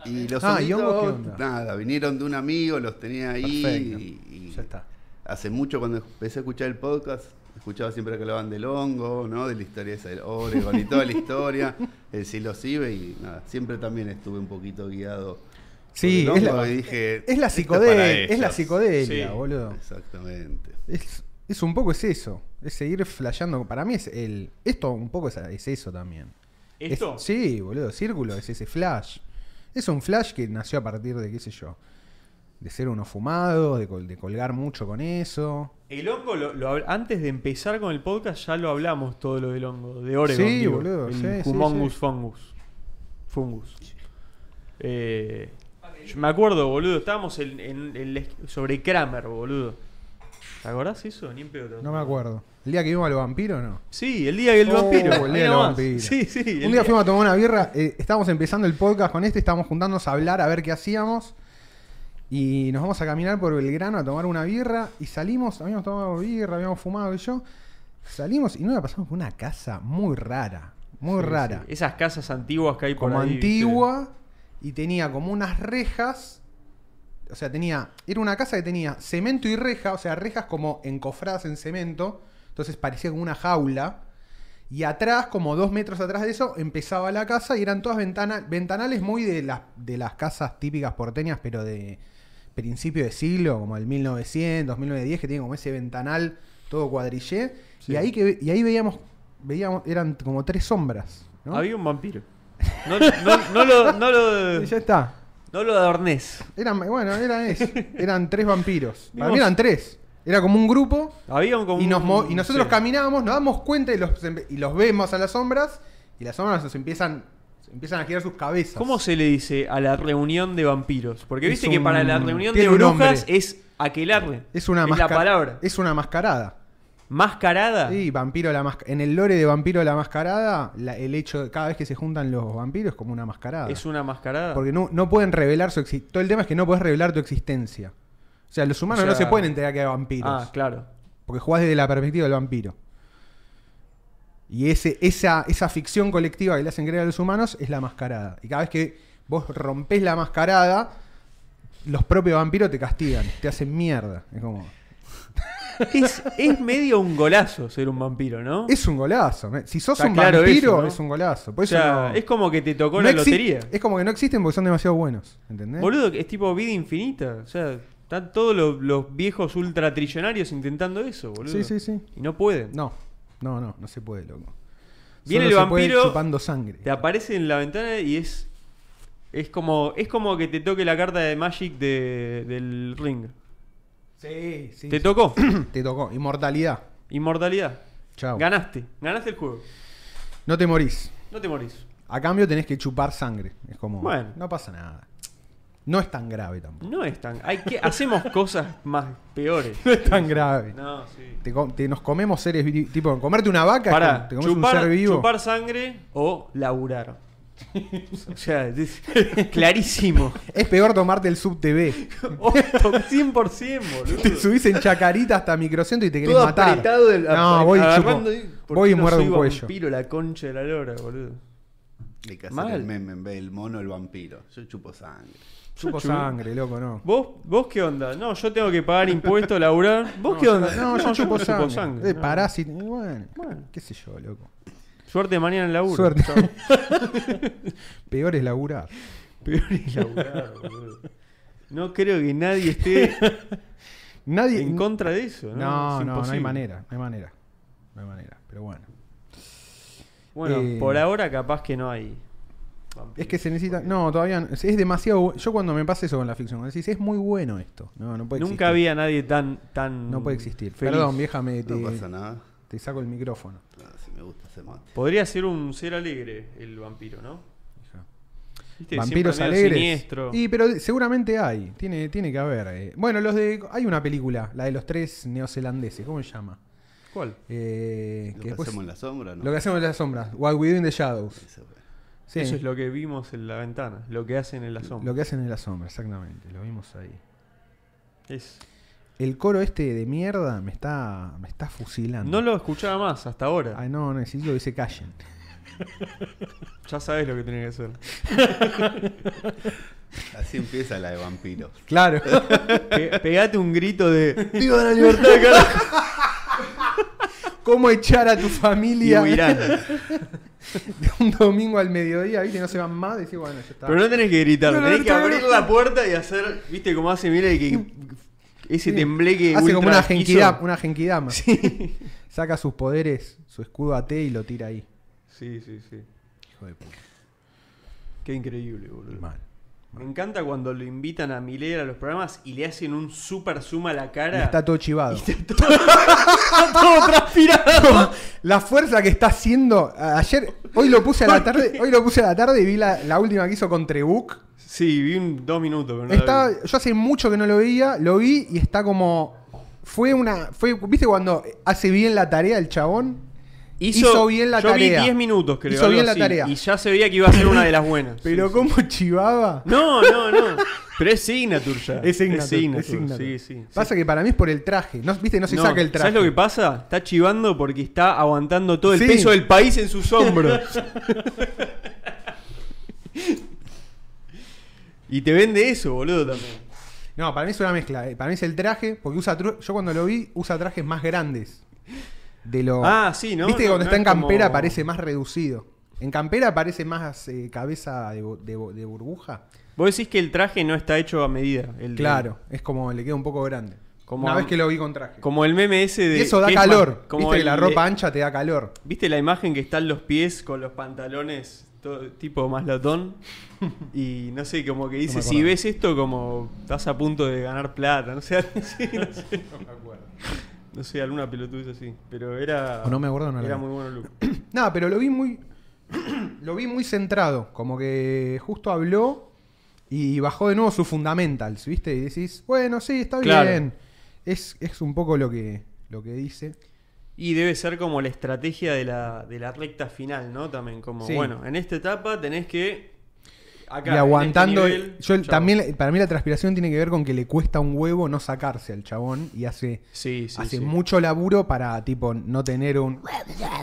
Y los Ah, ¿y hongos qué honguitos, onda? nada, vinieron de un amigo, los tenía ahí Perfecto. y, y Ya está. hace mucho cuando empecé a escuchar el podcast, escuchaba siempre que hablaban del hongo, ¿no? De la historia esa del Oregon y toda la historia, el psilocibe y nada, siempre también estuve un poquito guiado. por Sí, el es hongo la, y dije, es la "Esto para psicodelia. Es la ellos". psicodelia, Sí. boludo. Exactamente. Es, es un poco es eso. Es seguir flasheando. Para mí es el. Esto un poco es, es eso también. Es- ¿Esto? sí, boludo. Círculo es ese flash. Es un flash que nació a partir de, qué sé yo, de ser uno fumado, de, col- de colgar mucho con eso. El hongo, lo, lo habl- antes de empezar con el podcast, ya lo hablamos todo lo del hongo, de Oregon. Sí, digo, boludo, El sí, sí, Humongus sí. fungus. Fungus. Eh, yo me acuerdo, boludo, estábamos en, en- en la esqu- sobre Kramer, boludo. ¿Te acordás eso? Ni en pedo. te No me acordás. acuerdo. ¿El día que vimos al vampiro no? Sí, el día del Oh, vampiro. el ahí día del nomás. vampiro. Sí, sí. el Un día fuimos a tomar una birra, eh, estábamos empezando el podcast con este, estábamos juntándonos a hablar, a ver qué hacíamos. Y nos vamos a caminar por Belgrano a tomar una birra. Y salimos, habíamos tomado birra, habíamos fumado y yo. Salimos y nos la pasamos por una casa muy rara, muy Sí, rara. sí. Esas casas antiguas que hay por como ahí, ¿viste? antigua y tenía como unas rejas. O sea, tenía. Era una casa que tenía cemento y reja, o sea, rejas como encofradas en cemento. Entonces parecía como una jaula. Y atrás, como dos metros atrás de eso, empezaba la casa y eran todas ventanas, ventanales muy de las, de las casas típicas porteñas, pero de principio de siglo, como el 1900, 1910, que tiene como ese ventanal todo cuadrillé. Sí. Y ahí que ve- y ahí veíamos, veíamos, eran como tres sombras. ¿no? Había un vampiro. No, no- no lo, no, lo, Y ya está. no lo adornés. Eran, bueno, eran eso. Eran tres vampiros. Para mí Vimos- eran tres. Era como un grupo. Había un- como Y, nos un- mo- y nosotros sí. caminábamos, nos damos cuenta y los, em- y los vemos a las sombras. Y las sombras nos empiezan, empiezan a girar sus cabezas. ¿Cómo se le dice a la reunión de vampiros? Porque Es viste que para la un- reunión de tiene un brujas nombre. es aquelarre. Es una la masca- palabra. Ah. Es una mascarada. Mascarada. Sí, vampiro la masca- En el lore de vampiro la mascarada, la- el hecho de cada vez que se juntan los vampiros es como una mascarada. Es una mascarada. Porque no, no pueden revelar su existencia. Todo el tema es que no puedes revelar tu existencia. O sea, los humanos O sea- no se pueden enterar que hay vampiros. ah, claro. Porque jugás desde la perspectiva del vampiro. Y ese, esa, esa ficción colectiva que le hacen creer a los humanos es la mascarada. Y cada vez que vos rompés la mascarada, los propios vampiros te castigan, te hacen mierda. Es como. Es, es medio un golazo ser un vampiro, ¿no? Es un golazo. me- Si sos Está un claro vampiro, eso, ¿no? es un golazo. Por o eso sea, no- es como que te tocó no la exi- lotería. Es ¿eh? como que no existen porque son demasiado buenos. ¿Entendés? Boludo, es tipo vida infinita. O sea, están todos los, los viejos ultratrillonarios intentando eso, boludo. Sí, sí, sí. Y no pueden. No, no, no, no se puede, loco. Viene Solo el se puede vampiro, chupando sangre. Te aparece en la ventana y es. Es como, es como que te toque la carta de Magic de- del ring. Sí, sí. te sí. tocó. Te tocó. Inmortalidad. Inmortalidad. Chao. Ganaste. Ganaste el juego. No te morís. No te morís. A cambio tenés que chupar sangre. Es como. Bueno. No pasa nada. No es tan grave tampoco. No es tan. Hay que, hacemos cosas más peores. No es tan grave. No, sí. Te com- te- nos comemos seres vi- Tipo, comerte una vaca. es como- Para te comes un ser chupar, vivo. chupar sangre o laburar. O sea, es clarísimo. Es peor tomarte el sub TV. Oh, 100%, boludo. Te subís en chacarita hasta microcentro y te querés Todo matar. apretado del- no, voy y chupo. Agarrando y- ¿por Voy qué y no muerdo soy un cuello. vampiro la concha de la lora, boludo. Hay que hacer Mal. el meme en vez del mono el vampiro. Yo chupo sangre. Chupo Yo chupo. sangre, loco, no. ¿Vos, ¿Vos qué onda? No, yo tengo que pagar impuestos, laburar. ¿Vos No, qué yo- onda? No, yo chupo no sangre. Eh, no. Parásito. y Bueno, Bueno. qué sé yo, loco. Suerte mañana en el laburo. Suerte. Chao. Peor es laburar. Peor es laburar, boludo. No creo que nadie esté Nadie. en contra de eso. No, No, Es no, no hay imposible. manera. No hay manera. No hay manera. Pero bueno. Bueno, Eh, por ahora capaz que no hay. Es que se necesita. No, todavía. no. Es demasiado. bu- Yo cuando me pasa eso con la ficción, cuando decís, es muy bueno esto. No, no puede Nunca existir. había nadie tan. tan No puede existir. feliz. Perdón, vieja, me, te, No pasa nada. te saco el micrófono. No, si me gusta ese mate. Podría ser un ser alegre el vampiro, ¿no? Hija. ¿Viste? Vampiros Este Siempre medio alegres. Siniestro. Y pero seguramente hay. Tiene, tiene que haber. eh. Bueno, los de. Hay una película, la de los tres neozelandeses. ¿Cómo se llama? ¿Cuál? Eh, Lo que que después- hacemos en la sombra, ¿no? Lo que hacemos en las sombras. What we do in the shadows. Eso, güey. Sí, Eso es lo que vimos en la ventana, lo que hacen en la sombra. lo que hacen en las sombras, exactamente. Lo vimos ahí. Es- El coro este de mierda me está, me está fusilando. No lo escuchaba más hasta ahora. Ay, no, necesito que se callen. Ya sabes lo que tenés que hacer. Así empieza la de vampiros. Claro. Pe- pegate un grito de. ¡Viva la libertad, carajo! ¿Cómo echar a tu Y familia huirán. un domingo al mediodía? ¿Viste? No se van más. Decís, bueno, ya está. Pero no tenés que gritar, No, no, tenés no, que no, no, abrir no. la puerta y hacer. ¿Viste cómo hace Mira que. Sí. Ese tembleque. Hace como ultra una esquizo? genkidama, una genkidama. Sí. Saca sus poderes, su escudo a T y lo tira ahí. Sí, sí, sí. Hijo de puta. Qué increíble, boludo. Mal. Me encanta cuando lo invitan a Milei a los programas y le hacen un super zoom a la cara. Y está todo chivado. todo transpirado. La fuerza que está haciendo a- ayer, hoy lo puse a la tarde, hoy lo puse a la tarde y vi la, la última que hizo con Trebuch. Sí, vi un dos minutos. Pero no la Estaba- vi. yo hace mucho que no lo veía, lo vi y está como fue una fue viste cuando hace bien la tarea el chabón, Hizo, hizo bien la yo tarea. vi 10 minutos, creo. Hizo algo bien la así, tarea. Y ya se veía que iba a ser una de las buenas. pero Sí, sí. cómo chivaba. No, no, no. Pero es signature ya. Es signature, es Sí, signature. sí. Pasa que para mí es por el traje, no viste no se No, saca el traje. ¿Sabes lo que pasa? Está chivando porque está aguantando todo el Sí. peso del país en sus hombros. y te vende eso, boludo, también. No, para mí es una mezcla, eh. para mí es el traje porque usa tru- yo cuando lo vi usa trajes más grandes. De lo Ah, sí, ¿no? Viste que No, cuando no está en es como- campera parece más reducido. En campera parece más eh, cabeza de, bu- de bu- de burbuja. Vos decís que el traje no está hecho a medida. el de- Claro, es como le queda un poco grande. Como Una a- vez que lo vi con traje. como el meme ese de. y eso da que es más- calor. como Viste que el- la ropa ancha te da calor. ¿Viste la imagen que están los pies con los pantalones todo- tipo más latón? Y no sé, como que dice, me si acuerdo. ves esto, como estás a punto de ganar plata. No sé, sí, no sé, no sé, alguna pelotudez así. Pero era, O no me acuerdo, no la era vi. muy bueno el look. Nada, pero lo vi muy. lo vi muy centrado. Como que justo habló y bajó de nuevo sus fundamentals, ¿viste? Y decís, bueno, sí, está Claro. bien. Es, es un poco lo que, lo que dice. Y debe ser como la estrategia de la, de la recta final, ¿no? También como, Sí. bueno, en esta etapa tenés que acá, y en aguantando. este nivel, yo chao. también, para mí la transpiración tiene que ver con que le cuesta un huevo no sacarse al chabón y hace, Sí, sí, hace sí. mucho laburo para tipo no tener un.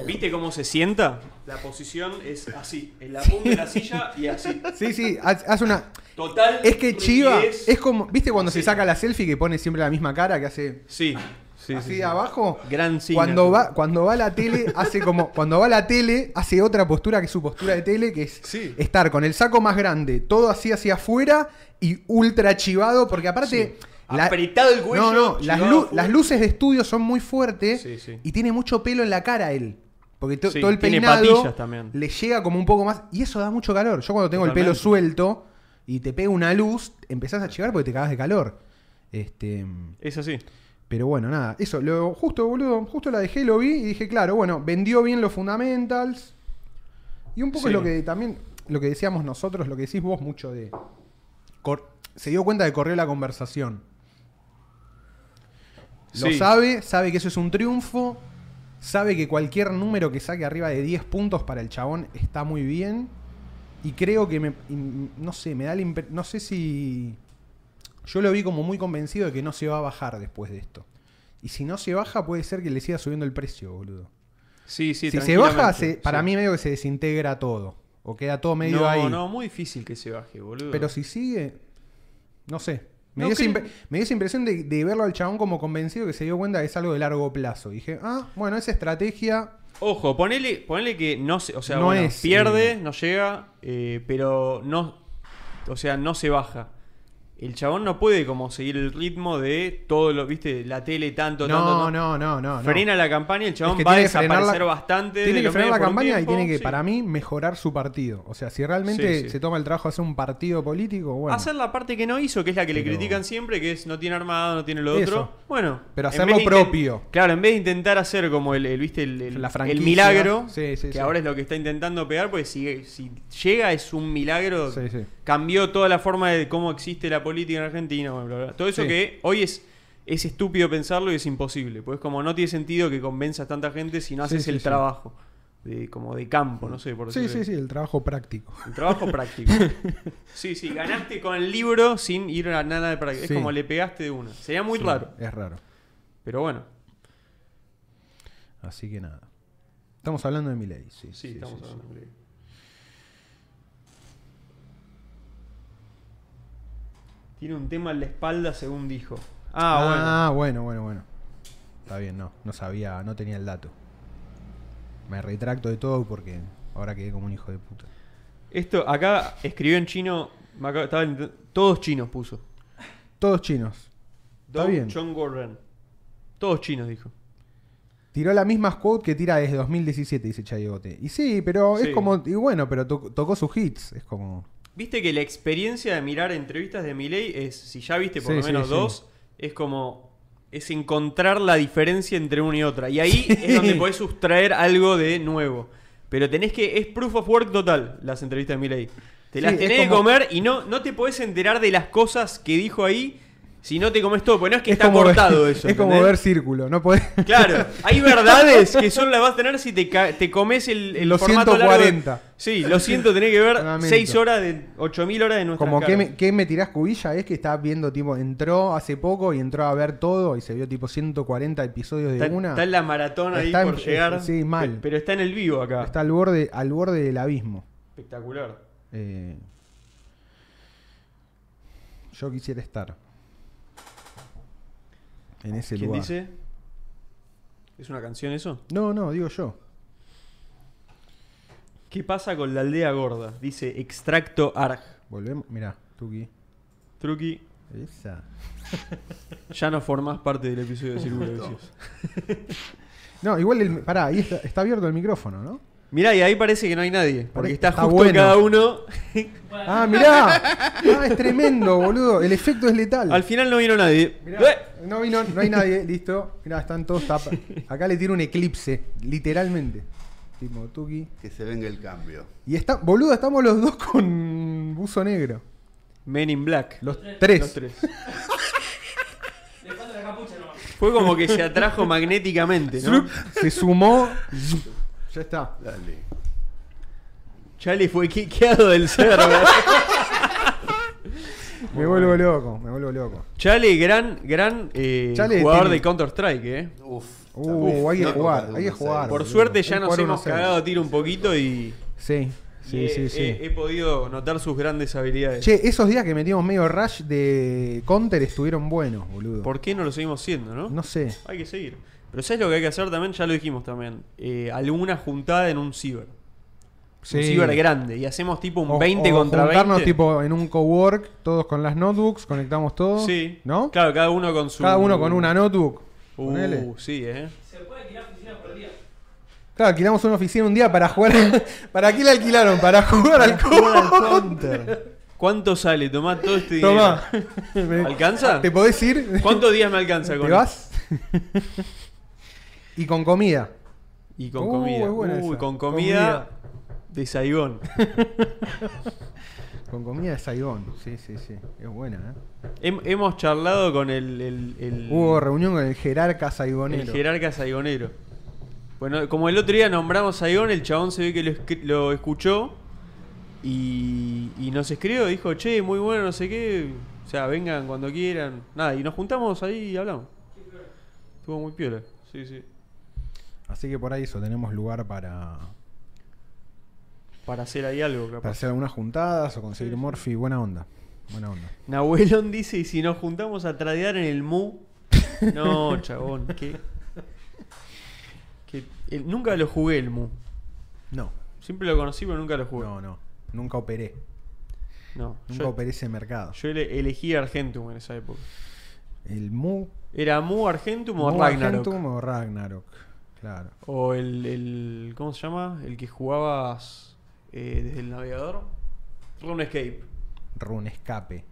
¿Viste cómo se sienta? La posición es así, en la punta de la silla y así. Sí, sí, haz- haz una. Total. Es que Chiva rigidez. es como. ¿Viste cuando se Sí. saca la selfie que pone siempre la misma cara que hace Sí, sí, así sí, sí. abajo? Gran signo. Cuando va, cuando va a la tele, hace como. Cuando va a la tele, hace otra postura que su postura de tele, que es Sí. estar con el saco más grande, todo así hacia afuera y ultra chivado, porque aparte. la- Apretado el no, cuello. no, las, chivado lu- full. las luces de estudio son muy fuertes Sí, sí. y tiene mucho pelo en la cara él. Porque to- Sí, todo el tiene peinado patillas también. le llega como un poco más. Y eso da mucho calor. Yo cuando tengo el pelo Totalmente. suelto y te pega una luz, empezás a chivar porque te cagas de calor. Este. Es así. Pero bueno, nada. Eso, lo, justo, boludo, justo la dejé, lo vi y dije, claro, bueno, vendió bien los fundamentals. Y un poco Sí. es lo que también, lo que decíamos nosotros, lo que decís vos mucho de. cor- se dio cuenta de correr la conversación. Lo Sí. sabe, sabe que eso es un triunfo. Sabe que cualquier número que saque arriba de 10 puntos para el chabón está muy bien. Y creo que me. y No sé, me da la impre- No sé si. Yo lo vi como muy convencido de que no se va a bajar después de esto. Y si no se baja, puede ser que le siga subiendo el precio, boludo. Sí, sí, si se baja, tranquilamente. se- para Sí. mí medio que se desintegra todo. O queda todo medio no, ahí. no, muy difícil que se baje, boludo. Pero si sigue, no sé. Me, No dio, esa creo- impre- me dio esa impresión de, de verlo al chabón como convencido que se dio cuenta que es algo de largo plazo. Dije, ah, bueno, esa estrategia. Ojo, ponele, ponele que no se. O sea, No bueno, es, pierde, eh, no llega, eh, pero no. O sea, no se baja. El chabón no puede como seguir el ritmo de todo lo, viste, la tele tanto, No, tanto. no, tanto. no, no. no. Frena la campaña, el Es chabón que va a tiene que frenar desaparecer la- bastante. Tiene de que los frenar la medios por un campaña tiempo, y tiene que, sí. para mí, mejorar su partido. O sea, si realmente Sí, sí. se toma el trabajo de hacer un partido político, bueno. Hacer la parte que no hizo, que es la que le Pero- critican siempre, que es no tiene armado, no tiene lo Eso. otro. Bueno. Pero en hacer vez lo de inten- propio. Claro, en vez de intentar hacer como el, el, ¿viste? el, el- La el franquicia. milagro, Sí, sí, que sí. ahora es lo que está intentando pegar, porque si, si llega es un milagro. Sí, sí. Cambió toda la forma de cómo existe la política en Argentina. bueno, bla, bla, bla. Todo eso Sí. que hoy es... Es estúpido pensarlo y es imposible. Pues como no tiene sentido que convenzas tanta gente si no Sí, haces sí, el sí. trabajo. De, como de campo, no sé, por Sí, decirlo. sí, sí, el trabajo práctico. El trabajo práctico. Sí, sí, ganaste con el libro sin ir a nada de práctica. Sí. Es como le pegaste de una. Sería muy Sí, raro, Es raro. pero bueno. Así que nada. Estamos hablando de Milei. Sí, Sí, sí, estamos sí, sí. hablando. de- Tiene un tema en la espalda, según dijo. Ah, Ah, bueno, bueno, bueno. Está bien, no. No sabía, no tenía el dato. Me retracto de todo porque ahora quedé como un hijo de puta. bueno. Esto acá escribió en chino. me acaba- estaba en- todos chinos puso. Todos chinos. Está Dong bien. Chongguoren. Todos chinos, dijo. Tiró la misma quote que tira desde 2017, dice Chayote. Y sí, pero Sí. es como. Y bueno, pero to- tocó sus hits. Es como. Viste que la experiencia de mirar entrevistas de Milei es, si ya viste por Sí, lo sí, menos sí. dos, es como. Es encontrar la diferencia entre una y otra. Y ahí es donde podés sustraer algo de nuevo. Pero tenés que. Es proof of work total las entrevistas de Milei. Te Sí, las es tenés que como- comer y no, no te podés enterar de las cosas que dijo ahí si no te comes todo. Porque no es que es está como ver- cortado eso. Es como ¿entendés? ver círculo. No podés. Claro, hay verdades que solo las vas a tener si te, ca- te comes el, el Los formato largo de- 140. Sí, lo siento, tenés que ver Lamento. 6 horas de 8000 horas de nuestra Como que me, que me tirás cubilla es que está viendo, tipo, entró hace poco y entró a ver todo y se vio tipo 140 episodios de está, una. está en la maratón ahí Está en- por llegar. sí, mal. pe- Pero está en el vivo acá. Está al borde, al borde del abismo. espectacular. Eh, yo quisiera estar en ese ¿Quién lugar. dice? ¿Es una canción eso? No, no, digo yo. ¿Qué pasa con la aldea gorda? Dice extracto arg. Volvemos. Mirá, Tuki. Truqui, Esa. ya no formás parte del episodio de Círculo Vicioso. No, igual, el, pará, ahí está, está abierto el micrófono, ¿no? Mirá, y ahí parece que no hay nadie. Porque está, Está justo bueno. cada uno. Ah, mirá. Ah, es tremendo, boludo. El efecto es letal. Al final no vino nadie. Mirá, ¡Eh! no vino, no hay nadie, listo. Mirá, están todos tapados. Acá le tiro un eclipse, literalmente. Tipo, Tuki. Que se venga el cambio. Y está, boludo, estamos los dos con buzo negro. Men in Black. Los tres. Los tres. Le falta la capucha nomás. Fue como que se atrajo magnéticamente, ¿no? Se sumó. ya está. Dale. Chale fue quiqueado del cerdo. Me vuelvo loco, me vuelvo loco. Chale, gran, gran eh, Chale jugador tiene- de Counter-Strike, ¿eh? Uf, Uh, hay que no jugar, toca de hay que uno, jugar. cero. Por boludo. suerte Hoy ya nos jugaron hemos 1-0. cagado a tiro un poquito y, Sí, sí, y sí, he, sí. he- he podido notar sus grandes habilidades. Che, esos días que metimos medio rush de counter estuvieron buenos, boludo. ¿Por qué no lo seguimos siendo, no? No sé. Hay que seguir. Pero ¿sabes lo que hay que hacer también? Ya lo dijimos también. Eh, alguna juntada en un ciber. Un ciber grande. Y hacemos tipo un O- 20 o contra juntarnos 20. tipo en un cowork, todos con las notebooks, conectamos todos. Sí. ¿No? Claro, cada uno con su... Cada uno con una notebook. Uh, ponele. sí, ¿eh? Se puede alquilar oficinas por día. Claro, alquilamos una oficina un día para jugar. ¿Para qué la alquilaron? Para jugar al counter. ¿Cuánto sale? Tomá todo este dinero. Tomá. Me- ¿Alcanza? ¿Te podés ir? ¿Cuántos días me alcanza con ¿Te vas? y con comida. Y con Uh, comida. es buena Uy, esa. con comida, de Saigón. Con comida de Saigón. Sí, sí, sí. Es buena, ¿eh? Hem- hemos charlado con el, el, el- Hubo reunión con el jerarca el saigonero. jerarca saigonero. Bueno, como el otro día nombramos Saigón, el chabón se ve que lo, escri- lo escuchó y, y nos escribió, dijo, che, muy bueno, no sé qué. O sea, vengan cuando quieran. Nada, y nos juntamos ahí y hablamos. Estuvo muy piola. Sí, sí. Así que por ahí eso, tenemos lugar para, Para hacer ahí algo, para capaz. hacer algunas juntadas o conseguir Morphy. Buena onda. Buena onda. Nahuelón dice, y si nos juntamos a tradear en el Mu. No, chabón, que... que el- nunca lo jugué el Mu. No, Siempre lo conocí, pero nunca lo jugué. no, no. Nunca operé. No, Nunca yo, operé ese mercado. yo ele- elegí Argentum en esa época. El Mu. ¿Era Mu Argentum o Mu Ragnarok? Argentum o Ragnarok. Claro. O el, el- ¿Cómo se llama? El que jugabas eh, desde el navegador. RuneScape. Runescape.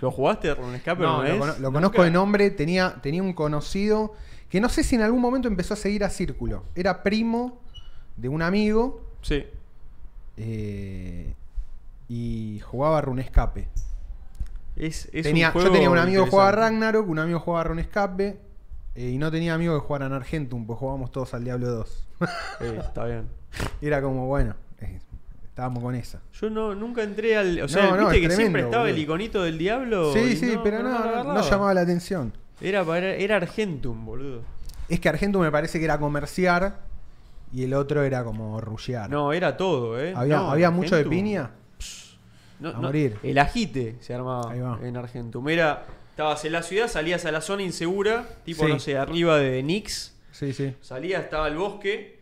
¿Lo jugaste RuneScape No, alguna lo, vez? cono- lo conozco de nombre, tenía, tenía un conocido que no sé si en algún momento empezó a seguir a Círculo. Era primo de un amigo Sí. eh, y jugaba Runescape. Es, es Tenía, un yo juego tenía un amigo que jugaba interesante. Ragnarok, un amigo que jugaba Runescape eh, y no tenía amigos que jugaran Argentum, pues jugábamos todos al Diablo 2. Eh, está bien. Era como, bueno, eh, estábamos con esa. Yo no, nunca entré al. O sea, No, no, viste es que siempre tremendo, estaba el boludo. iconito del diablo. sí, Oh, y sí, pero lo no, no, no agarraba. llamaba la atención. Era, para- era Argentum, boludo. Es que Argentum me parece que era comerciar y el otro era como rushear. No, era todo, ¿eh? Había, No, había mucho de Argentum. piña. No, a no, morir. El ajite se Ahí va. armaba en Argentum. Era. Estabas en la ciudad, salías a la zona insegura, tipo, Sí. no sé, arriba de Nix. Sí, sí. Salías, estaba el bosque.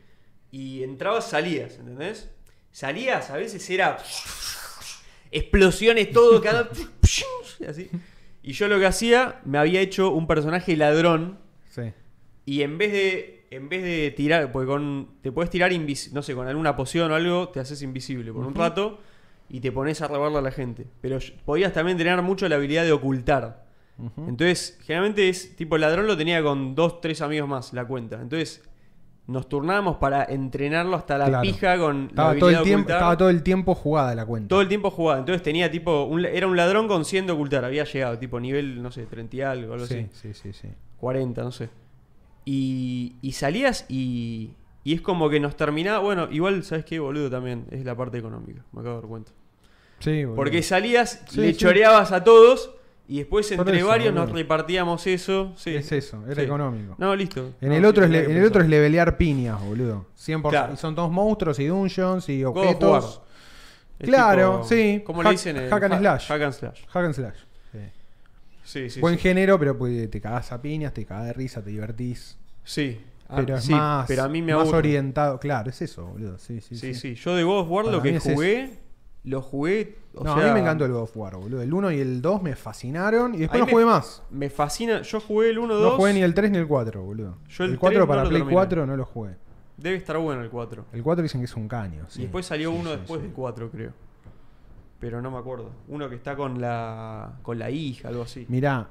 Y entrabas, salías, ¿entendés? Salías, a veces era. Explosiones, todo, cada. Así. Y yo lo que hacía, me había hecho un personaje ladrón. Sí. Y en vez de. En vez de tirar. Porque con. Te puedes tirar invisible. No sé, con alguna poción o algo, te haces invisible por un rato. Y te pones a robarle a la gente. Pero yo- podías también tener mucho la habilidad de ocultar. Entonces, generalmente es. Tipo, el ladrón lo tenía con dos, tres amigos más la cuenta. Entonces. Nos turnábamos para entrenarlo hasta la Claro. pija con la Estaba habilidad todo, el de tiempo, ocultar. estaba todo el tiempo jugada la cuenta. Todo el tiempo jugaba. Entonces tenía tipo. un- era un ladrón con 100 de ocultar. Había llegado, tipo nivel, no sé, 30 y algo, algo así. sí, sí, sí, sí. 40, no sé. Y, y salías y, y es como que nos terminaba. Bueno, igual, ¿sabes qué, boludo? También es la parte económica, me acabo de dar cuenta. Sí, boludo. Porque salías, Sí, le sí. choreabas a todos y después Por entre eso, varios boludo. nos repartíamos eso. Sí. Es eso, era económico. No, listo. En No, el sí, otro, es tenía le- que en el otro es pensar. levear piñas, boludo. 100%. Claro. Y son todos monstruos y dungeons y God of objetos. War. Es Claro, tipo- sí. ¿Cómo Hack- le dicen? El Hack and ha- slash. Hack and slash. Hack and slash. Sí. Sí, sí. Buen sí. género, pero pues, te cagás a piñas, te cagás de risa, te divertís. Sí. Ah, Pero es sí, más, pero a mí me más aburre. orientado. Claro, es eso, boludo. Sí, sí, Sí, sí. sí. Yo de God of War Para lo mí que es eso. jugué, lo jugué. o no, a sea, mí me encantó el God of War, boludo. El 1 y el 2 me fascinaron y después Ahí no me- jugué más. Me fascina. Yo jugué el 1, 2. No jugué ni el 3 ni el 4, boludo. Yo el, el 4 3 no para lo Play terminé. 4 no lo jugué. Debe estar bueno el 4. El 4 dicen que es un caño. sí. y después salió Sí, uno sí, después sí. del 4, creo. Pero no me acuerdo. Uno que está con la con la hija, algo así. Mirá,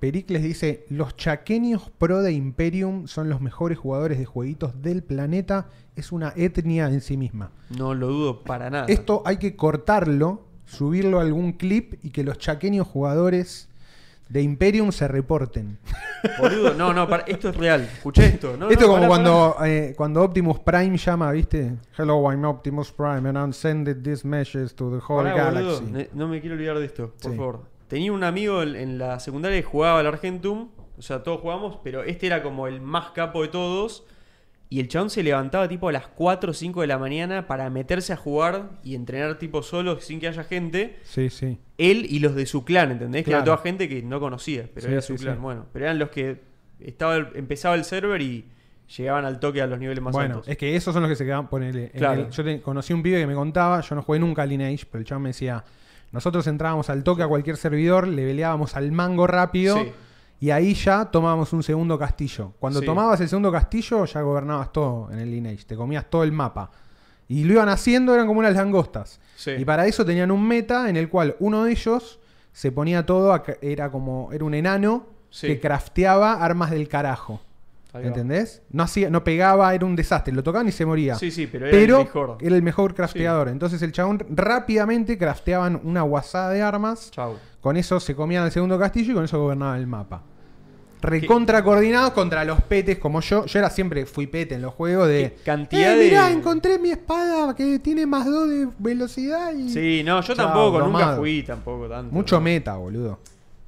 Pericles dice: Los chaqueños pro de Imperium son los mejores jugadores de jueguitos del planeta. Es una etnia en sí misma. No lo dudo para nada. Esto hay que cortarlo, subirlo a algún clip y que los chaqueños jugadores de Imperium se reporten. Boludo, no, no, para- esto es real. Escuché esto. No, Esto no, como pará, cuando, eh, cuando Optimus Prime llama, ¿viste? Hello, I'm Optimus Prime and I'm sending this message to the whole pará. Pará, boludo, galaxy. ne- No me quiero olvidar de esto, por Sí. favor. Tenía un amigo en, en la secundaria que jugaba al Argentum. O sea, todos jugamos, pero este era como el más capo de todos. Y el chabón se levantaba tipo a las 4 o 5 de la mañana para meterse a jugar y entrenar tipo solo sin que haya gente. Sí, sí. él y los de su clan, ¿entendés? Que era Claro. toda gente que no conocía, pero Sí, era su sí, clan. sí. Bueno, pero eran los que estaba el- empezaba el server y llegaban al toque a los niveles más bueno, altos. es que esos son los que se quedan, ponele. en Claro. el- yo te- conocí un pibe que me contaba, yo no jugué nunca a Lineage, pero el chaval me decía, nosotros entrábamos al toque a cualquier servidor, le peleábamos al mango rápido Sí. y ahí ya tomábamos un segundo castillo. Cuando Sí. tomabas el segundo castillo ya gobernabas todo en el Lineage, te comías todo el mapa. Y lo iban haciendo, eran como unas langostas. Sí. Y para eso tenían un meta en el cual uno de ellos se ponía todo, a ca- era como, era un enano Sí. que crafteaba armas del carajo. Ahí va. ¿Entendés? No, hacía, no pegaba, era un desastre. Lo tocaban y se moría. Sí, sí, pero era Pero el mejor. era el mejor crafteador. Entonces el chabón rápidamente crafteaban una guasada de armas. Chau. Con eso se comían al segundo castillo y con eso gobernaban el mapa. Recontra coordinados contra los petes como yo. Yo era siempre fui pete en los juegos de. Qué cantidad "Eh, mirá, de- encontré mi espada que tiene más 2 de velocidad y. Sí, no, yo Chau, tampoco, nunca Mm. domado. fui tampoco tanto. Mucho ¿no? meta, boludo.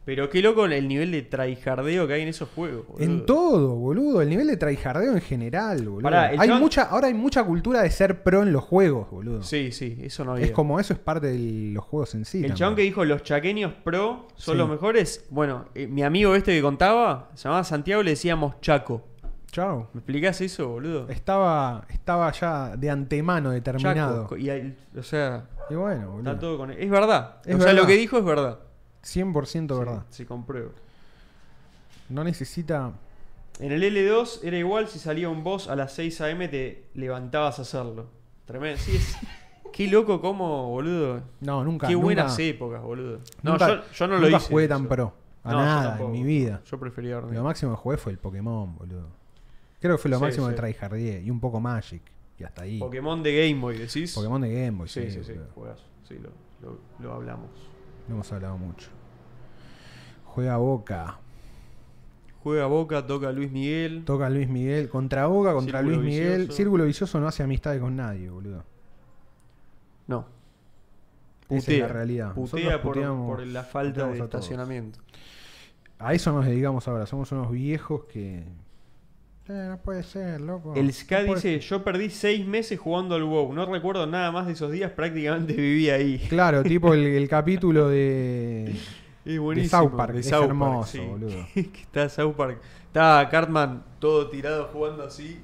Pero qué loco el nivel de traijardeo que hay en esos juegos. boludo. En todo, boludo. El nivel de traijardeo en general, boludo. Pará, el hay chabón- mucha, ahora hay mucha cultura de ser pro en los juegos, boludo. Sí, sí, eso no había. es como eso es parte de los juegos en sí. El también. chabón que dijo los chaqueños pro son Sí. los mejores. Bueno, eh, mi amigo este que contaba, se llamaba Santiago, le decíamos Chaco. Chao. ¿Me explicás eso, boludo? Estaba, estaba ya de antemano determinado. Chaco, y ahí- o sea, Y bueno, está boludo. todo con Es verdad. Es o sea, verdad. lo que dijo es verdad. 100% verdad. Sí, sí, compruebo. No necesita. En el L2 era igual si salía un boss a las 6 AM te levantabas a hacerlo. Tremendo. Sí, es. Qué loco como, boludo. No, nunca. Qué nunca- buenas épocas, boludo. No, nunca- yo, yo no lo nunca hice. jugué tan eso. pro. A No, yo nada, en tampoco. mi vida. Yo prefería dormir. Lo máximo que jugué fue el Pokémon, boludo. Creo que fue lo Sí, máximo sí. de tryhardeé. Y un poco Magic. Y hasta ahí. Pokémon de Game Boy, ¿decís? Pokémon de Game Boy. Sí, sí, sí. boludo. juegazo. Sí, lo, lo- lo hablamos. No hemos hablado mucho. Juega Boca. Juega Boca, toca Luis Miguel. Toca Luis Miguel. Contra Boca, contra Círculo Luis Miguel. vicioso. Círculo vicioso no hace amistades con nadie, boludo. No. Esa Putea, es la realidad. Nosotros Putea por, puteamos- por la falta puteamos de a todos. estacionamiento. A eso nos dedicamos ahora. Somos unos viejos que. Eh, no puede ser, loco. El Ska No puede dice, yo perdí seis meses jugando al WoW. No recuerdo nada más de esos días, prácticamente viví ahí. Claro, tipo el, el capítulo de. Es de buenísimo. South Park. de es South Park, hermoso, sí. boludo. que está South Park. Está Cartman todo tirado jugando así.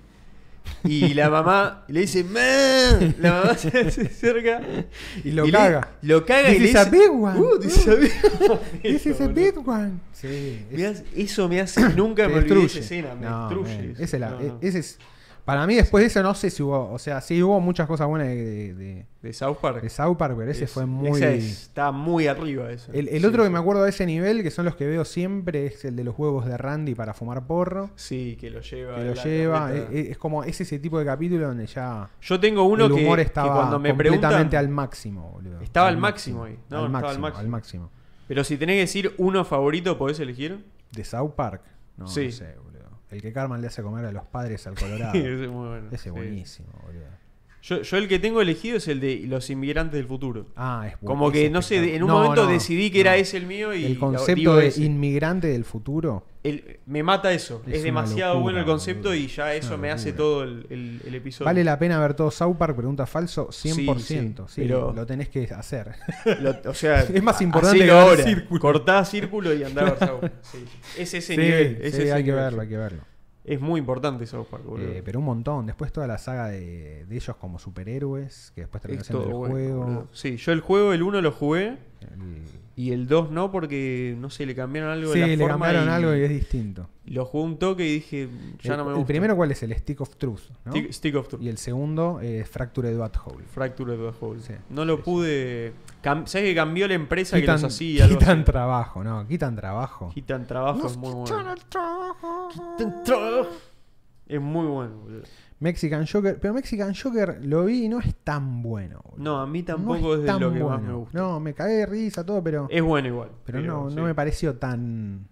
Y la mamá le dice, ¡Man! La mamá se acerca. Y lo le- caga. lo caga y This le is dice. a big one. "Uh, this is a big one". This is a Boludo. big one. Sí, es- Me hace- Eso me hace. Nunca te me olvidé de esa destruye. escena. Me No, destruye. man, eso. ese la- No, e- no. ese es- Para mí, después de eso, no sé si hubo. O sea, sí hubo muchas cosas buenas de, de- de- De South Park. de South Park, pero ese Es- fue muy. esa es- está muy arriba eso. El, el Sí, otro que sí. me acuerdo de ese nivel, que son los que veo siempre, es el de los huevos de Randy para fumar porro. Sí, que lo lleva. Que lo la lleva. e, carpeta. Es, es como es ese tipo de capítulo donde ya Yo tengo uno el que, humor que estaba cuando me preguntan. completamente al máximo, boludo. Estaba al máximo ahí. No, al, no estaba máximo al al máximo. máximo. Pero si tenés que decir uno favorito, ¿podés elegir? De South Park. No, Sí. no sé, boludo. El que Carmen le hace comer a los padres al Colorado. Ese Ah, Ese es muy bueno. es sí. buenísimo, boludo. Yo, yo el que tengo elegido es el de Los inmigrantes del futuro. Ah, es bu- Como es que, no sé, espectacular. en un No, momento no, decidí que no. era ese el mío y... El digo concepto de ese. inmigrante del futuro. El- me mata eso. Es Es, una demasiado locura, bueno el concepto boludo. y ya Es eso una me hace locura. todo el, el- el episodio. Vale la pena ver todo South Park, pregunta falso, 100%. sí, sí, pero- lo tenés que hacer. Lo- o sea, Es más importante hacelo que ver ahora. círculo. Cortá círculo y andá a ver South Park. Sí. Es ese nivel. es sí, ese hay que nivel. verlo, hay que verlo. Es muy importante South Park, boludo. Eh, pero un montón. Después toda la saga de, de ellos como superhéroes, que después terminó es siendo todo el bueno, juego. boludo. Sí, yo el juego, el 1 lo jugué. el- Y el 2 no, porque no sé, le cambiaron algo. Sí, de la le forma cambiaron y algo y es distinto. Lo jugué un toque y dije, ya el, no me el gusta. primero, ¿cuál es? El Stick of Truth, ¿no? Stick, Stick of Truth. Y el segundo, eh, Fracture de Butthole. Fracture of the Hole. Sí, no lo sí, sí. pude. cam- ¿Sabes que cambió la empresa que los hacía? algo quitan así? trabajo, no, quitan trabajo. Quitan trabajo, es muy bueno. trabajo. Quitan trabajo. Es muy bueno, boludo. Mexican Joker. Pero Mexican Joker lo vi y no es tan bueno. boludo. No, a mí No tampoco es, de tan lo que más bueno. me gusta. No, me cagué de risa, todo, pero. Es bueno igual. pero no, sí. no me pareció tan.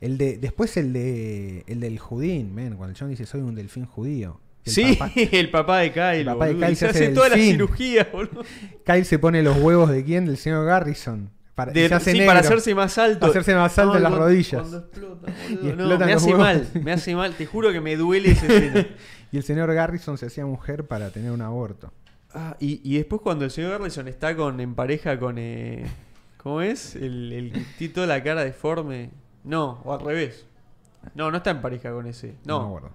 El de, después el de el del judín, men, cuando el John dice soy un delfín judío. El Sí, papá- el papá de Kyle. El papá de boludo, Kyle y se se hace hace toda la delfín. cirugía, boludo. Kyle se pone los huevos de quién? Del señor Garrison. Para, y De- se hace sí, negro. para hacerse más alto. Para hacerse más alto en las cuando- rodillas. cuando explota, Y boludo. No, explotan me los hace huevos. mal, me hace mal. Te juro que me duele esa escena. Y el señor Garrison se hacía mujer para tener un aborto. Ah, y, y después cuando el señor Garrison está con en pareja con... eh, ¿Cómo es? El, el que tiene toda la cara deforme. No, o al revés. No, no está en pareja con ese. me No, acuerdo.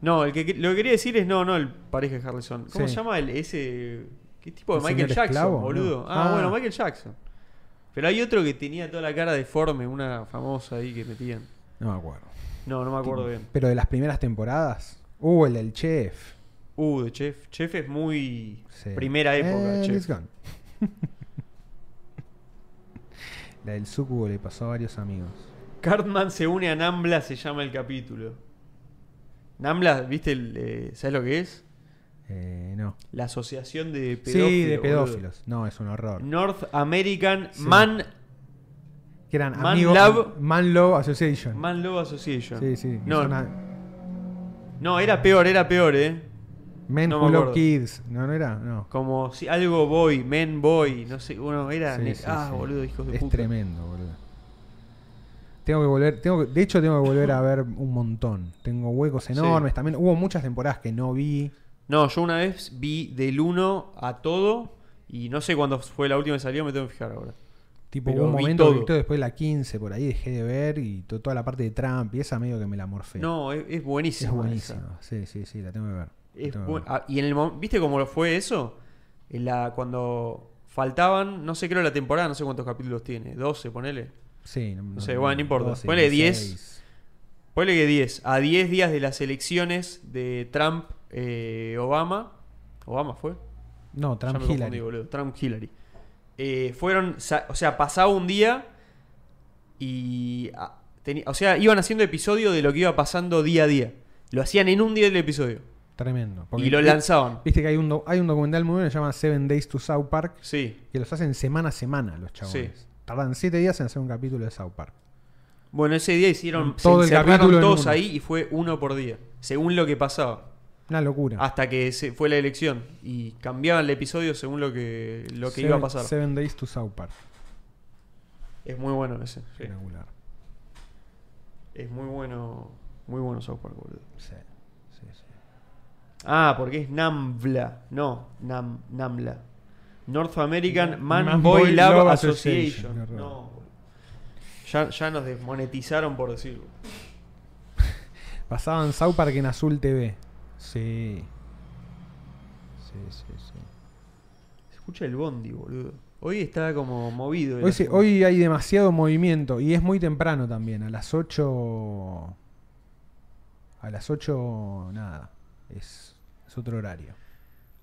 no, el que lo que quería decir es no, no, el pareja de Harrison. ¿Cómo Sí. se llama el, ese... ¿Qué tipo de ¿El Michael señor Jackson, esclavo? boludo? No. Ah, Ah. bueno, Michael Jackson. Pero hay otro que tenía toda la cara deforme, una famosa ahí que metían. No me acuerdo. No, no me acuerdo bien. Pero de las primeras temporadas. Uh, el del chef. Uh, de Chef. Chef es muy... Sí. Eh, Primera época, And Chef. it's gone. La del sucubo le pasó a varios amigos. Cartman se une a Nambla, se llama el capítulo. Nambla, ¿viste? el, eh, ¿Sabes lo que es? Eh, no. La asociación de pedófilos. Sí, de boludo. pedófilos. No, es un horror. North American Sí. Man, Que eran Man amigos. Love- Man Love Association. Man Love Association. sí, sí. No, Es una- no, era peor, era peor, ¿eh? Men no Who me Love acuerdo. Kids. No, no era. No. Como si algo boy, men boy, no sé, bueno, era. Sí, ne- sí, ah, sí. boludo, hijos de Es puta. tremendo, boludo. Tengo que volver, tengo que- de hecho tengo que volver a ver un montón. Tengo huecos Sí. enormes también. Hubo muchas temporadas que no vi. No, yo una vez vi del 1 a todo y no sé cuándo fue la última que salió, me tengo que fijar ahora. Tipo, Pero hubo un vi momento que todo. todo después de la 15 por ahí dejé de ver y to- toda la parte de Trump y esa medio que me la morfé. No, es, es es buenísima. esa. buenísima. Sí, sí, sí, la tengo que ver. La Es tengo que bu- ver. ah, y en el mom- ¿Viste cómo lo fue eso? En la, cuando faltaban, no sé, creo la temporada, no sé cuántos capítulos tiene, 12, ponele. Sí, no, sé, bueno, no importa. doce, Ponele 10. 16. Ponele que 10, a 10 días de las elecciones de Trump, eh, Obama, Obama fue, No, Ya Trump me confundí, Hillary. boludo. Trump Hillary. Eh, fueron, sa- o sea, pasaba un día y... ah, teni- o sea, iban haciendo episodio de lo que iba pasando día a día. Lo hacían en un día del episodio. Tremendo. y lo vi- lanzaban. Viste que hay un, do- hay un documental muy bueno que se llama Seven Days to South Park Sí. que los hacen semana a semana los chabones. Tardan 7 días en hacer un capítulo de South Park. Bueno, ese día hicieron, Todo el se encerraron capítulo en todos uno. ahí y fue uno por día, según lo que pasaba, Una locura. hasta que se fue la elección y cambiaban el episodio según lo que lo que iba a Seven- pasar. Seven Days to South Park. Es muy bueno ese. sí. Espectacular. Es muy bueno, muy bueno South Park, boludo. Sí, sí, sí. Ah, porque es Nambla, no, Nam, Namla. North American Man, Man Boy Boy, Love, Love Association. Association, qué raro. No, boludo. ya, ya nos desmonetizaron por decirlo. Pasaban South Park en Azul TV. Sí. Sí, sí, sí. Se escucha el bondi, boludo. Hoy está como movido. el Hoy, sí- asunto. hoy hay demasiado movimiento y es muy temprano también. A las 8. A las 8, nada. Es, es otro horario.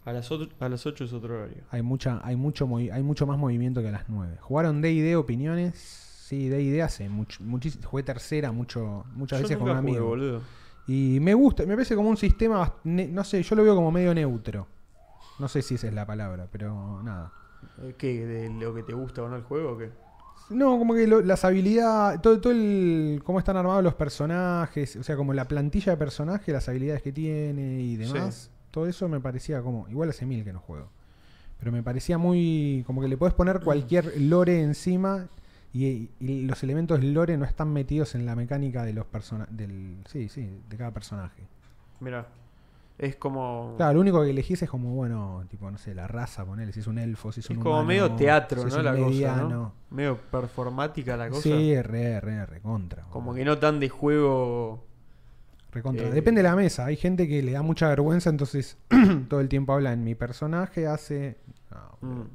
A las, otro- a las 8 es otro horario. Hay, mucha, hay, mucho, movi- hay mucho más movimiento que a las 9. ¿Jugaron DD opiniones? Sí, DD hace. Mucho, muchis- jugué tercera mucho, muchas Yo veces con nunca un jugué, amigo. boludo. Y me gusta, me parece como un sistema, bast- ne- no sé, yo lo veo como medio neutro. No sé si esa es la palabra, pero nada. Eh, ¿Qué? ¿De lo que te gusta o no el juego o qué? No, como que lo- las habilidades, todo, todo el, cómo están armados los personajes, o sea, como la plantilla de personaje, las habilidades que tiene y demás. Todo eso me parecía como, igual hace mil que no juego. Pero me parecía muy, como que le podés poner cualquier lore encima y, y los elementos lore no están metidos en la mecánica de los personajes, del, sí, sí, de cada personaje. Mirá. Es como. Claro, lo único que elegís es como, bueno, tipo, no sé, la raza, ponele, si es un elfo, si es es un como humano, medio teatro, si es ¿no? un La cosa. mediano. ¿no? Medio performática la cosa. Sí, re, re, re, contra. Como boludo. que no tan de juego. Re contra. eh, Depende de la mesa. Hay gente que le da mucha vergüenza, entonces todo el tiempo habla en mi personaje, hace... No, boludo. Mm,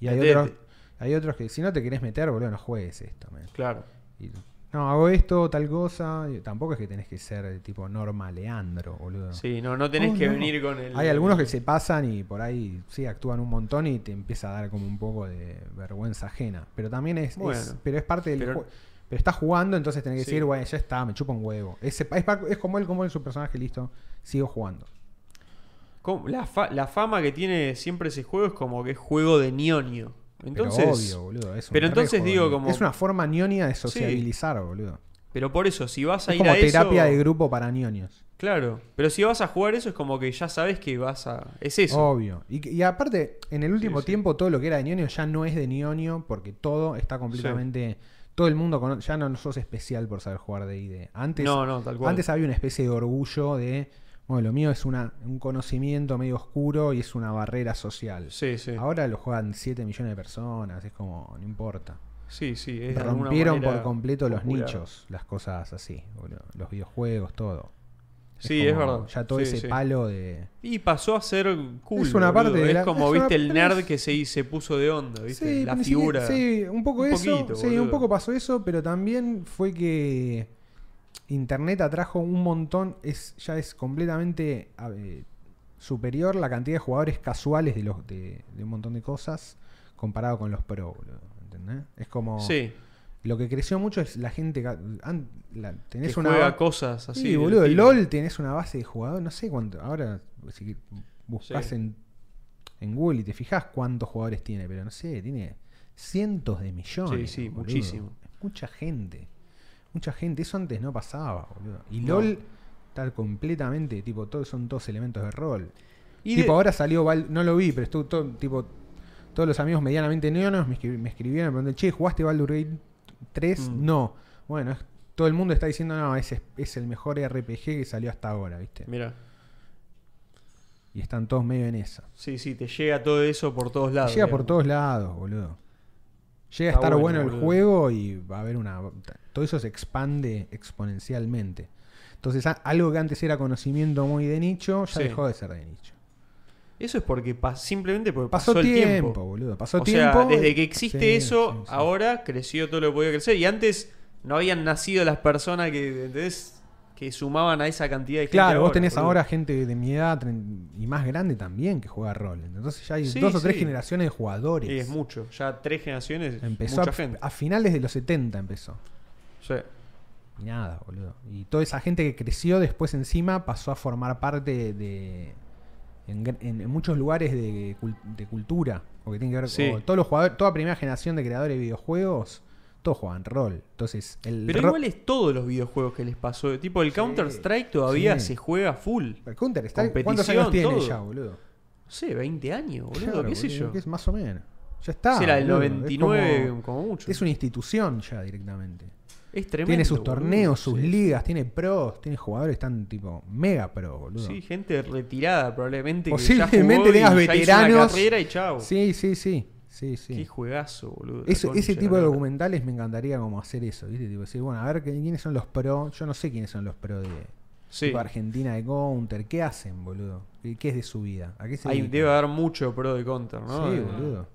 Y hay Metete. otros, hay otros que si no te querés meter, boludo, no juegues esto. man. claro. Y- no, hago esto, tal cosa. y tampoco es que tenés que ser eh, tipo Norma Leandro, boludo. Sí, no, no tenés Oh, que no. venir con el. Hay algunos que se pasan y por ahí sí actúan un montón y te empieza a dar como un poco de vergüenza ajena. Pero también es, es- Bueno. pero es parte del Pero- juego. Pero está jugando, entonces tenés que Sí. decir, bueno, ya está, me chupa un huevo. Ese- Es, pa- es como él, como él, su personaje, listo, sigo jugando. ¿Cómo? La, fa- la fama que tiene siempre ese juego es como que es juego de ñoño. Entonces, pero obvio, boludo. es un pero entonces rejuego, digo boludo. como- Es una forma ñoña de sociabilizar, boludo. pero por eso, si vas a Es ir como a eso. terapia de grupo para ñoños. Claro, pero si vas a jugar eso es como que ya sabes que vas a... Es eso. Obvio. Y, que- y aparte, en el último tiempo todo lo que era de ñoño ya no es de ñoño porque todo está completamente... Todo el mundo conoce, ya no, no sos especial por saber jugar de ID. Antes, No, no, tal cual. antes había una especie de orgullo de, bueno, lo mío es una, un conocimiento medio oscuro y es una barrera social. Sí, sí. Ahora lo juegan 7 millones de personas, es como, no importa. Sí, sí. es de alguna Rompieron manera por completo los popular. nichos, las cosas así, boludo. los videojuegos, todo. Sí, es, como verdad. Ya todo Sí, ese sí. palo de... Y pasó a ser cool. Es una boludo. parte de Es la- como, es una- viste, el pero nerd es- que se, se puso de onda, viste. la pero ni figura. siquiera- sí, un poco Un eso. poquito, sí, boludo. un poco pasó eso, pero también fue que Internet atrajo un montón. Es, ya es completamente a- eh, superior la cantidad de jugadores casuales de, los, de, de un montón de cosas comparado con los pro, boludo. ¿Entendés? Es como. Sí, Lo que creció mucho es la gente. ca- an- la- tenés que una. juega cosas así. Sí, del boludo, estilo. LOL tenés una base de jugadores, no sé cuánto. Ahora, si buscas Sí. en, en Google y te fijas cuántos jugadores tiene, pero no sé, tiene cientos de millones. Sí, sí, boludo. muchísimo. Mucha gente. Mucha gente, eso antes no pasaba, boludo. Y No. LOL está completamente, tipo, todos son todos elementos de rol. Y tipo, de- ahora salió, Val- no lo vi, pero estuvo todo, tipo, todos los amigos medianamente neonos me, escri- me escribieron, me preguntaron, che, ¿jugaste Baldur's Gate 3? Mm. No. Bueno, es- todo el mundo está diciendo, no, ese es, es el mejor RPG que salió hasta ahora, ¿viste? Mira, Y están todos medio en esa. sí, sí, te llega todo eso por todos lados. Llega digamos. por todos lados, boludo. Llega a Está estar bueno, bueno, el boludo. juego y va a haber una... Todo eso se expande exponencialmente. Entonces, a- algo que antes era conocimiento muy de nicho, ya Sí. dejó de ser de nicho. Eso es porque pa- simplemente porque pasó, Pasó, el tiempo, tiempo. boludo. Pasó o tiempo. sea, desde que existe Sí, eso, sí, sí. ahora creció todo lo que podía crecer. Y antes no habían nacido las personas que, ¿entendés? que sumaban a esa cantidad de gente. Claro, vos tenés boludo. ahora gente de mi edad tren- y más grande también que juega rol. Entonces ya hay Sí, dos o tres sí. generaciones de jugadores. Y es mucho. Ya tres generaciones, empezó mucha a, gente. a finales de los 70 empezó. Sí. Y nada, boludo. Y toda esa gente que creció después encima pasó a formar parte de... En, gr- en- en muchos lugares de, cul- de cultura. O que tiene que ver Sí. con... Todos los jugadores, toda primera generación de creadores de videojuegos, todos juegan rol. Entonces, el Pero ro- igual es todos los videojuegos que les pasó. Tipo, el Counter-Strike todavía sí. se juega full. el Counter está... ¿Cuántos competición, años tiene todo. ya, boludo? No sé, 20 años, boludo, Claro, qué sé boludo, yo. que es más o menos. Ya está. Será el boludo, es 99 como- como, mucho. Es una institución ya directamente. Es tremendo. tiene sus boludo, torneos, sus sí. ligas, tiene pros, tiene jugadores tan tipo mega pro, boludo. Sí, gente retirada probablemente. Posiblemente que ya jugó tengas y ya hizo una veteranos. carrera y chao. sí, sí, sí. sí, sí. Qué juegazo, boludo. la Eso- concha ese la tipo de lora. documentales me encantaría como hacer eso, ¿viste? Tipo, decir, bueno, a ver qué- quiénes son los pro. Yo no sé quiénes son los pro de Sí. tipo, Argentina de Counter. ¿Qué hacen, boludo? ¿Qué qué es de su vida? ¿A qué se Ahí dedican? debe haber mucho pro de counter, ¿no? Sí, Eh, boludo.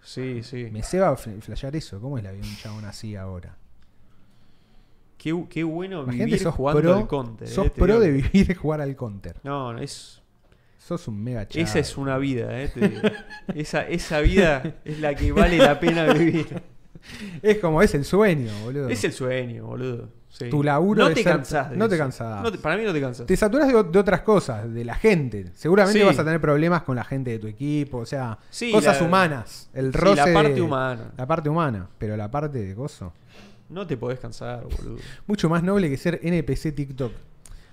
Sí, sí. Me ceba fl- flashear eso. ¿Cómo es la vida de un chabón así ahora? Qué, bu- qué bueno Imagínate, vivir sos jugando pro, al counter. eh, sos te pro digo. de vivir y jugar al counter. No, no, es. Sos un mega chavo. Esa es una vida, eh. te digo. esa, esa vida es la que vale la pena vivir. Es como, es el sueño, boludo. Es el sueño, boludo. Sí. Tu laburo No de te ser- cansás. de no te eso. cansás. No te- para mí no te cansás. Te saturás de, o- de otras cosas, de la gente. Seguramente Sí. vas a tener problemas con la gente de tu equipo, o sea, Sí, cosas la- humanas. El sí, roce. la parte de- humana. La parte humana, pero la parte de gozo. No te podés cansar, boludo. Mucho más noble que ser NPC TikTok.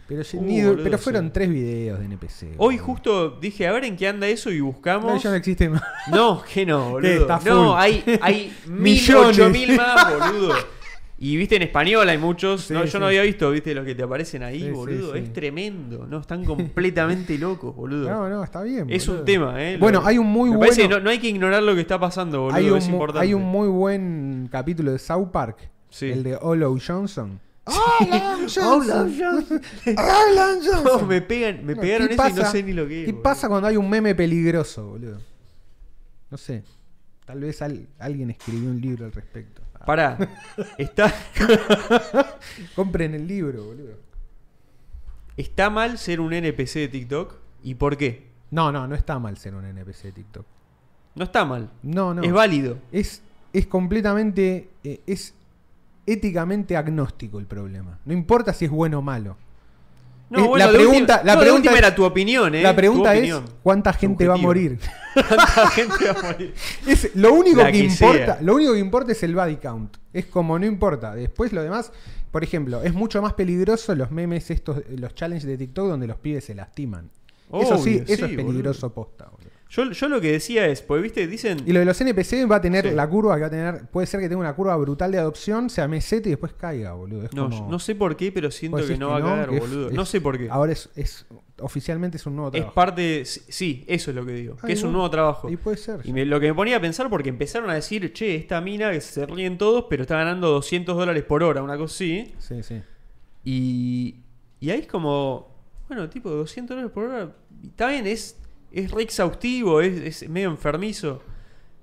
Pero, ye- Uh, ni du- boludo, pero fueron sí. tres videos de NPC. Hoy boludo. justo dije, a ver en qué anda eso y No, buscamos. ya no existe más. No, que no, Que boludo. está no, full. hay, hay mil, Millones. ocho mil más, boludo. Y viste, en español hay muchos. Sí, no, yo sí. no había visto, viste, los que te aparecen ahí, Sí, sí, boludo. sí. Es tremendo. No, están completamente locos, boludo. No, no, está bien. es boludo. un tema, eh. Bueno, Lo- hay un muy me bueno. parece que no, no hay que ignorar lo que está pasando, boludo. hay, un es mu- importante. hay un muy buen capítulo de South Park, Sí. el de Olo Johnson. Hola, Johnson. No, me pegan, me pegaron ¿Qué eso y no pasa- sé ni lo que es. ¿Qué boludo. pasa cuando hay un meme peligroso, boludo? No sé. Tal vez al- alguien escribió un libro al respecto. Ah, Pará. Está, Compren el libro, boludo. está mal ser un NPC de TikTok. ¿Y por qué? No, no, no está mal ser un NPC de TikTok. No está mal. No, no. Es válido. Es, es completamente. eh, es éticamente agnóstico el problema. No importa si es bueno o malo. No, Eh, bueno, la de pregunta- última- la no, de pregunta última es- era tu opinión, ¿eh? La Tu pregunta es opinión. cuánta gente va a Subjetiva. morir. ¿Cuánta gente va a morir? Es lo único La que, que importa, sea. lo único que importa es el body count. Es como no importa. Después lo demás, por ejemplo, es mucho más peligroso los memes estos, los challenges de TikTok donde los pibes se lastiman. eso sí, Obvio, eso sí, es peligroso posta, boludo. Yo, yo lo que decía es, pues viste, dicen. Y lo de los NPC va a tener Sí. la curva que va a tener, puede ser que tenga una curva brutal de adopción, sea mesete y después caiga, boludo. Es No, como- yo no sé por qué, pero siento vos que decís no va a caer, que boludo. Pues es- no es- sé por qué. Ahora es, es- oficialmente es un nuevo es trabajo. parte. sí, Sí, eso es lo que digo. Ay, que es un bueno. nuevo trabajo. Y puede ser. Y me- lo que me ponía a pensar porque empezaron a decir, che, esta mina que se ríen todos, pero está ganando 200 dólares por hora, una cosa así. Sí, sí. Y, y ahí es como, bueno, tipo, 200 dólares por hora. y Está bien, es, es re exhaustivo, es, es medio enfermizo.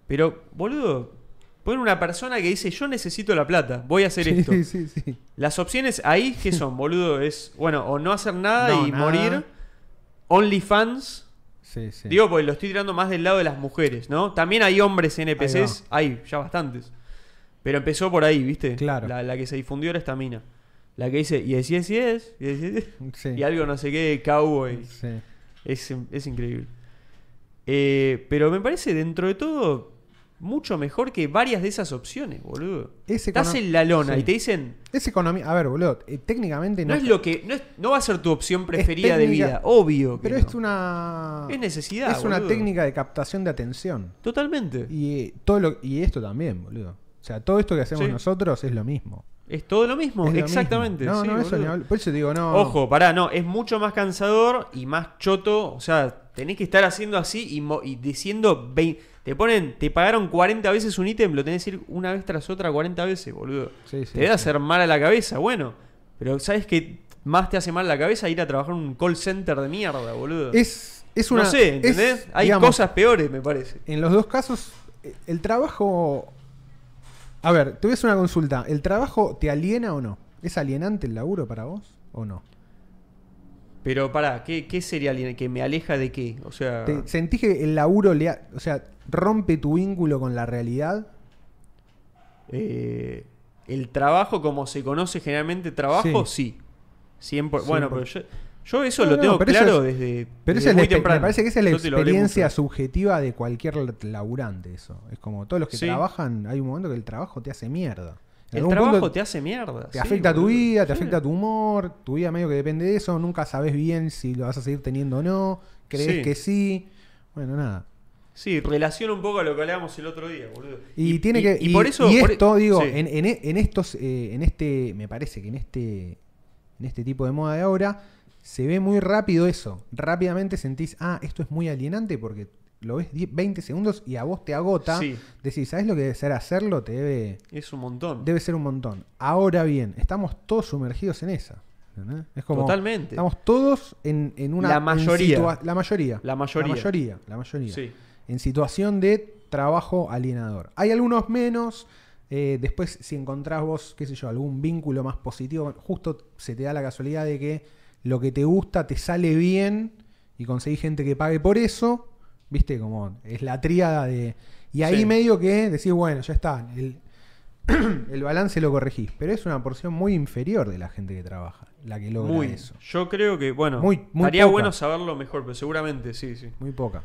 Pero, boludo, poner una persona que dice, yo necesito la plata, voy a hacer Sí, esto. sí, sí, sí. Las opciones ahí, ¿qué son, boludo? Es, bueno, o no hacer nada No, y nada. morir. OnlyFans. Sí, sí. Digo, porque lo estoy tirando más del lado de las mujeres, ¿no? También hay hombres NPCs, Ahí hay, ya bastantes. Pero empezó por ahí, ¿viste? Claro. La, la que se difundió era esta mina. La que dice, y es, y es, y es, y es, y es", Sí. y algo no sé qué, cowboy. Sí. Es, es increíble. Eh, pero me parece, dentro de todo, mucho mejor que varias de esas opciones, boludo. Es Estás econo- en la lona sí. y te dicen, Es economía. A ver, boludo, eh, técnicamente no no. es lo que, no, es- no va a ser tu opción es preferida de técnica, vida, obvio. que Pero no. es una. Es necesidad, Es una boludo. técnica de captación de atención. Totalmente. Y, eh, todo lo, y esto también, boludo. O sea, todo esto que hacemos Sí. nosotros es lo mismo. Es todo lo mismo, Es lo exactamente. mismo. No, sí, no, eso boludo. ni hablo. Por eso digo, no. Ojo, pará, no, es mucho más cansador y más choto. O sea, tenés que estar haciendo así y, mo- y diciendo. vein- te ponen, te pagaron 40 veces un ítem, lo tenés que ir una vez tras otra 40 veces, boludo. Sí, sí, te debe sí. hacer mal a la cabeza, bueno. Pero ¿sabes qué más te hace mal la cabeza ir a trabajar en un call center de mierda, boludo? Es, es una. no sé, es, ¿entendés? Hay digamos, cosas peores, me parece. En los dos casos, eh, el trabajo. A ver, te voy a hacer una consulta. ¿El trabajo te aliena o no? ¿Es alienante el laburo para vos o no? Pero pará, ¿qué, qué sería alguien que me aleja de qué? O sea. ¿Te- ¿Sentís que el laburo le ha- o sea, rompe tu vínculo con la realidad? Eh, el trabajo, como se conoce generalmente trabajo, sí. Siempre, bueno, pero yo, yo eso No, lo no, tengo pero eso claro es- desde, Pero desde esa es la muy expe- temprano. me parece que esa es la Yo te lo hablé experiencia mucho. subjetiva de cualquier laburante eso. Es como todos los que Sí. trabajan, hay un momento que el trabajo te hace mierda. En El algún trabajo punto te hace mierda. te sí, afecta tu boludo. vida, te Sí. afecta tu humor, tu vida medio que depende de eso, nunca sabes bien si lo vas a seguir teniendo o no, crees Sí. que sí. Bueno, nada. Sí, relaciona un poco a lo que hablábamos el otro día, boludo. Y, tiene que. y por eso. y por- esto, digo, sí. en, en e- en estos. eh, en este. Me parece que en este. En este tipo de moda de ahora. Se ve muy rápido eso. Rápidamente sentís, ah, esto es muy alienante porque lo ves 10, 20 segundos y a vos te agota. Sí. Decís, ¿sabes lo que debe ser hacerlo? Te debe. Es un montón. Debe ser un montón. Ahora bien, estamos todos sumergidos en esa. ¿entendés? Es como, Totalmente. Estamos todos en, en una. La en mayoría. situa- la mayoría. La mayoría. La mayoría. La mayoría Sí. en situación de trabajo alienador. Hay algunos menos. eh, después, si encontrás vos, qué sé yo, algún vínculo más positivo, justo se te da la casualidad de que lo que te gusta te sale bien y conseguís gente que pague por eso. Viste, como es la tríada de. Y ahí Sí. medio que decís, bueno, ya está. El, el balance lo corregís. Pero es una porción muy inferior de la gente que trabaja, la que logra Muy. eso. Yo creo que, bueno, Muy- muy estaría poca. bueno saberlo mejor, pero seguramente sí, sí. Muy poca.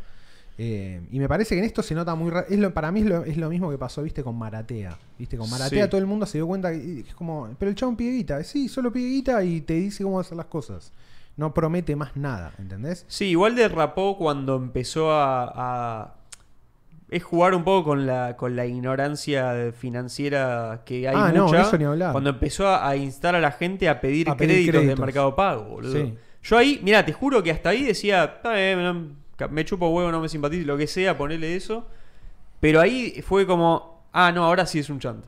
Eh, y me parece que en esto se nota muy ra- es lo Para mí es lo, es lo mismo que pasó, viste, con Maratea. Viste, con Maratea Sí. todo el mundo se dio cuenta que es como. Pero el chabón pide guita. Sí, solo pide guita y te dice cómo hacer las cosas. No promete más nada, ¿entendés? Sí, igual derrapó cuando empezó a, a- Es jugar un poco con la, con la ignorancia financiera que hay Ah, no, mucha. eso ni hablar. Cuando empezó a, a instar a la gente a pedir A pedir créditos, créditos. de mercado pago, boludo. Sí. Yo ahí, mira, te juro que hasta ahí decía, "Está bien, no- me chupo huevo, no me simpatizo, lo que sea, ponele eso. Pero ahí fue como, ah, no, ahora sí es un chanta.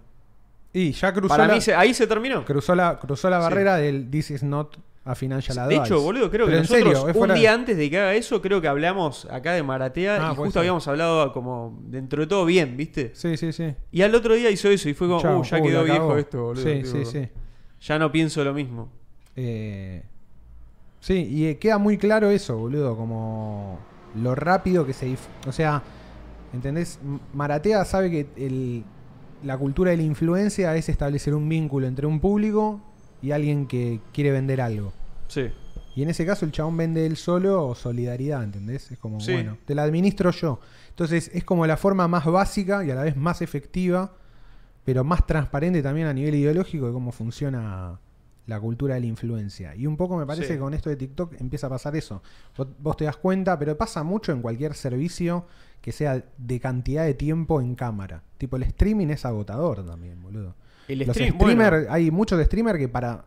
Y ya cruzó Para la, mí se- ahí se terminó. cruzó la, cruzó la Sí. barrera del This is not a financial De advice. hecho, boludo, creo Pero que en serio, nosotros es un fuera de- día antes de que haga eso, creo que hablamos acá de Maratea Ah, y puede justo ser. habíamos hablado como dentro de todo bien, ¿viste? Sí, sí, sí. Y al otro día hizo eso y fue como, Chao, "Uh, ya uh, quedó la viejo cagó". esto, boludo. Sí, tipo, sí, sí. Ya no pienso lo mismo. Eh, sí, y eh, queda muy claro eso, boludo, como lo rápido que se... dif- O sea, ¿entendés? M- Maratea sabe que el, la cultura de la influencia es establecer un vínculo entre un público y alguien que quiere vender algo. Sí. Y en ese caso el chabón vende él solo o solidaridad, ¿entendés? Es como, Sí. bueno, te la administro yo. Entonces es como la forma más básica y a la vez más efectiva, pero más transparente también a nivel ideológico de cómo funciona la cultura de la influencia. Y un poco me parece Sí. que con esto de TikTok empieza a pasar eso. Vos, vos te das cuenta, pero pasa mucho en cualquier servicio que sea de cantidad de tiempo en cámara. Tipo, el streaming es agotador también, boludo. El Los stream- streamer, bueno, hay muchos streamers que para...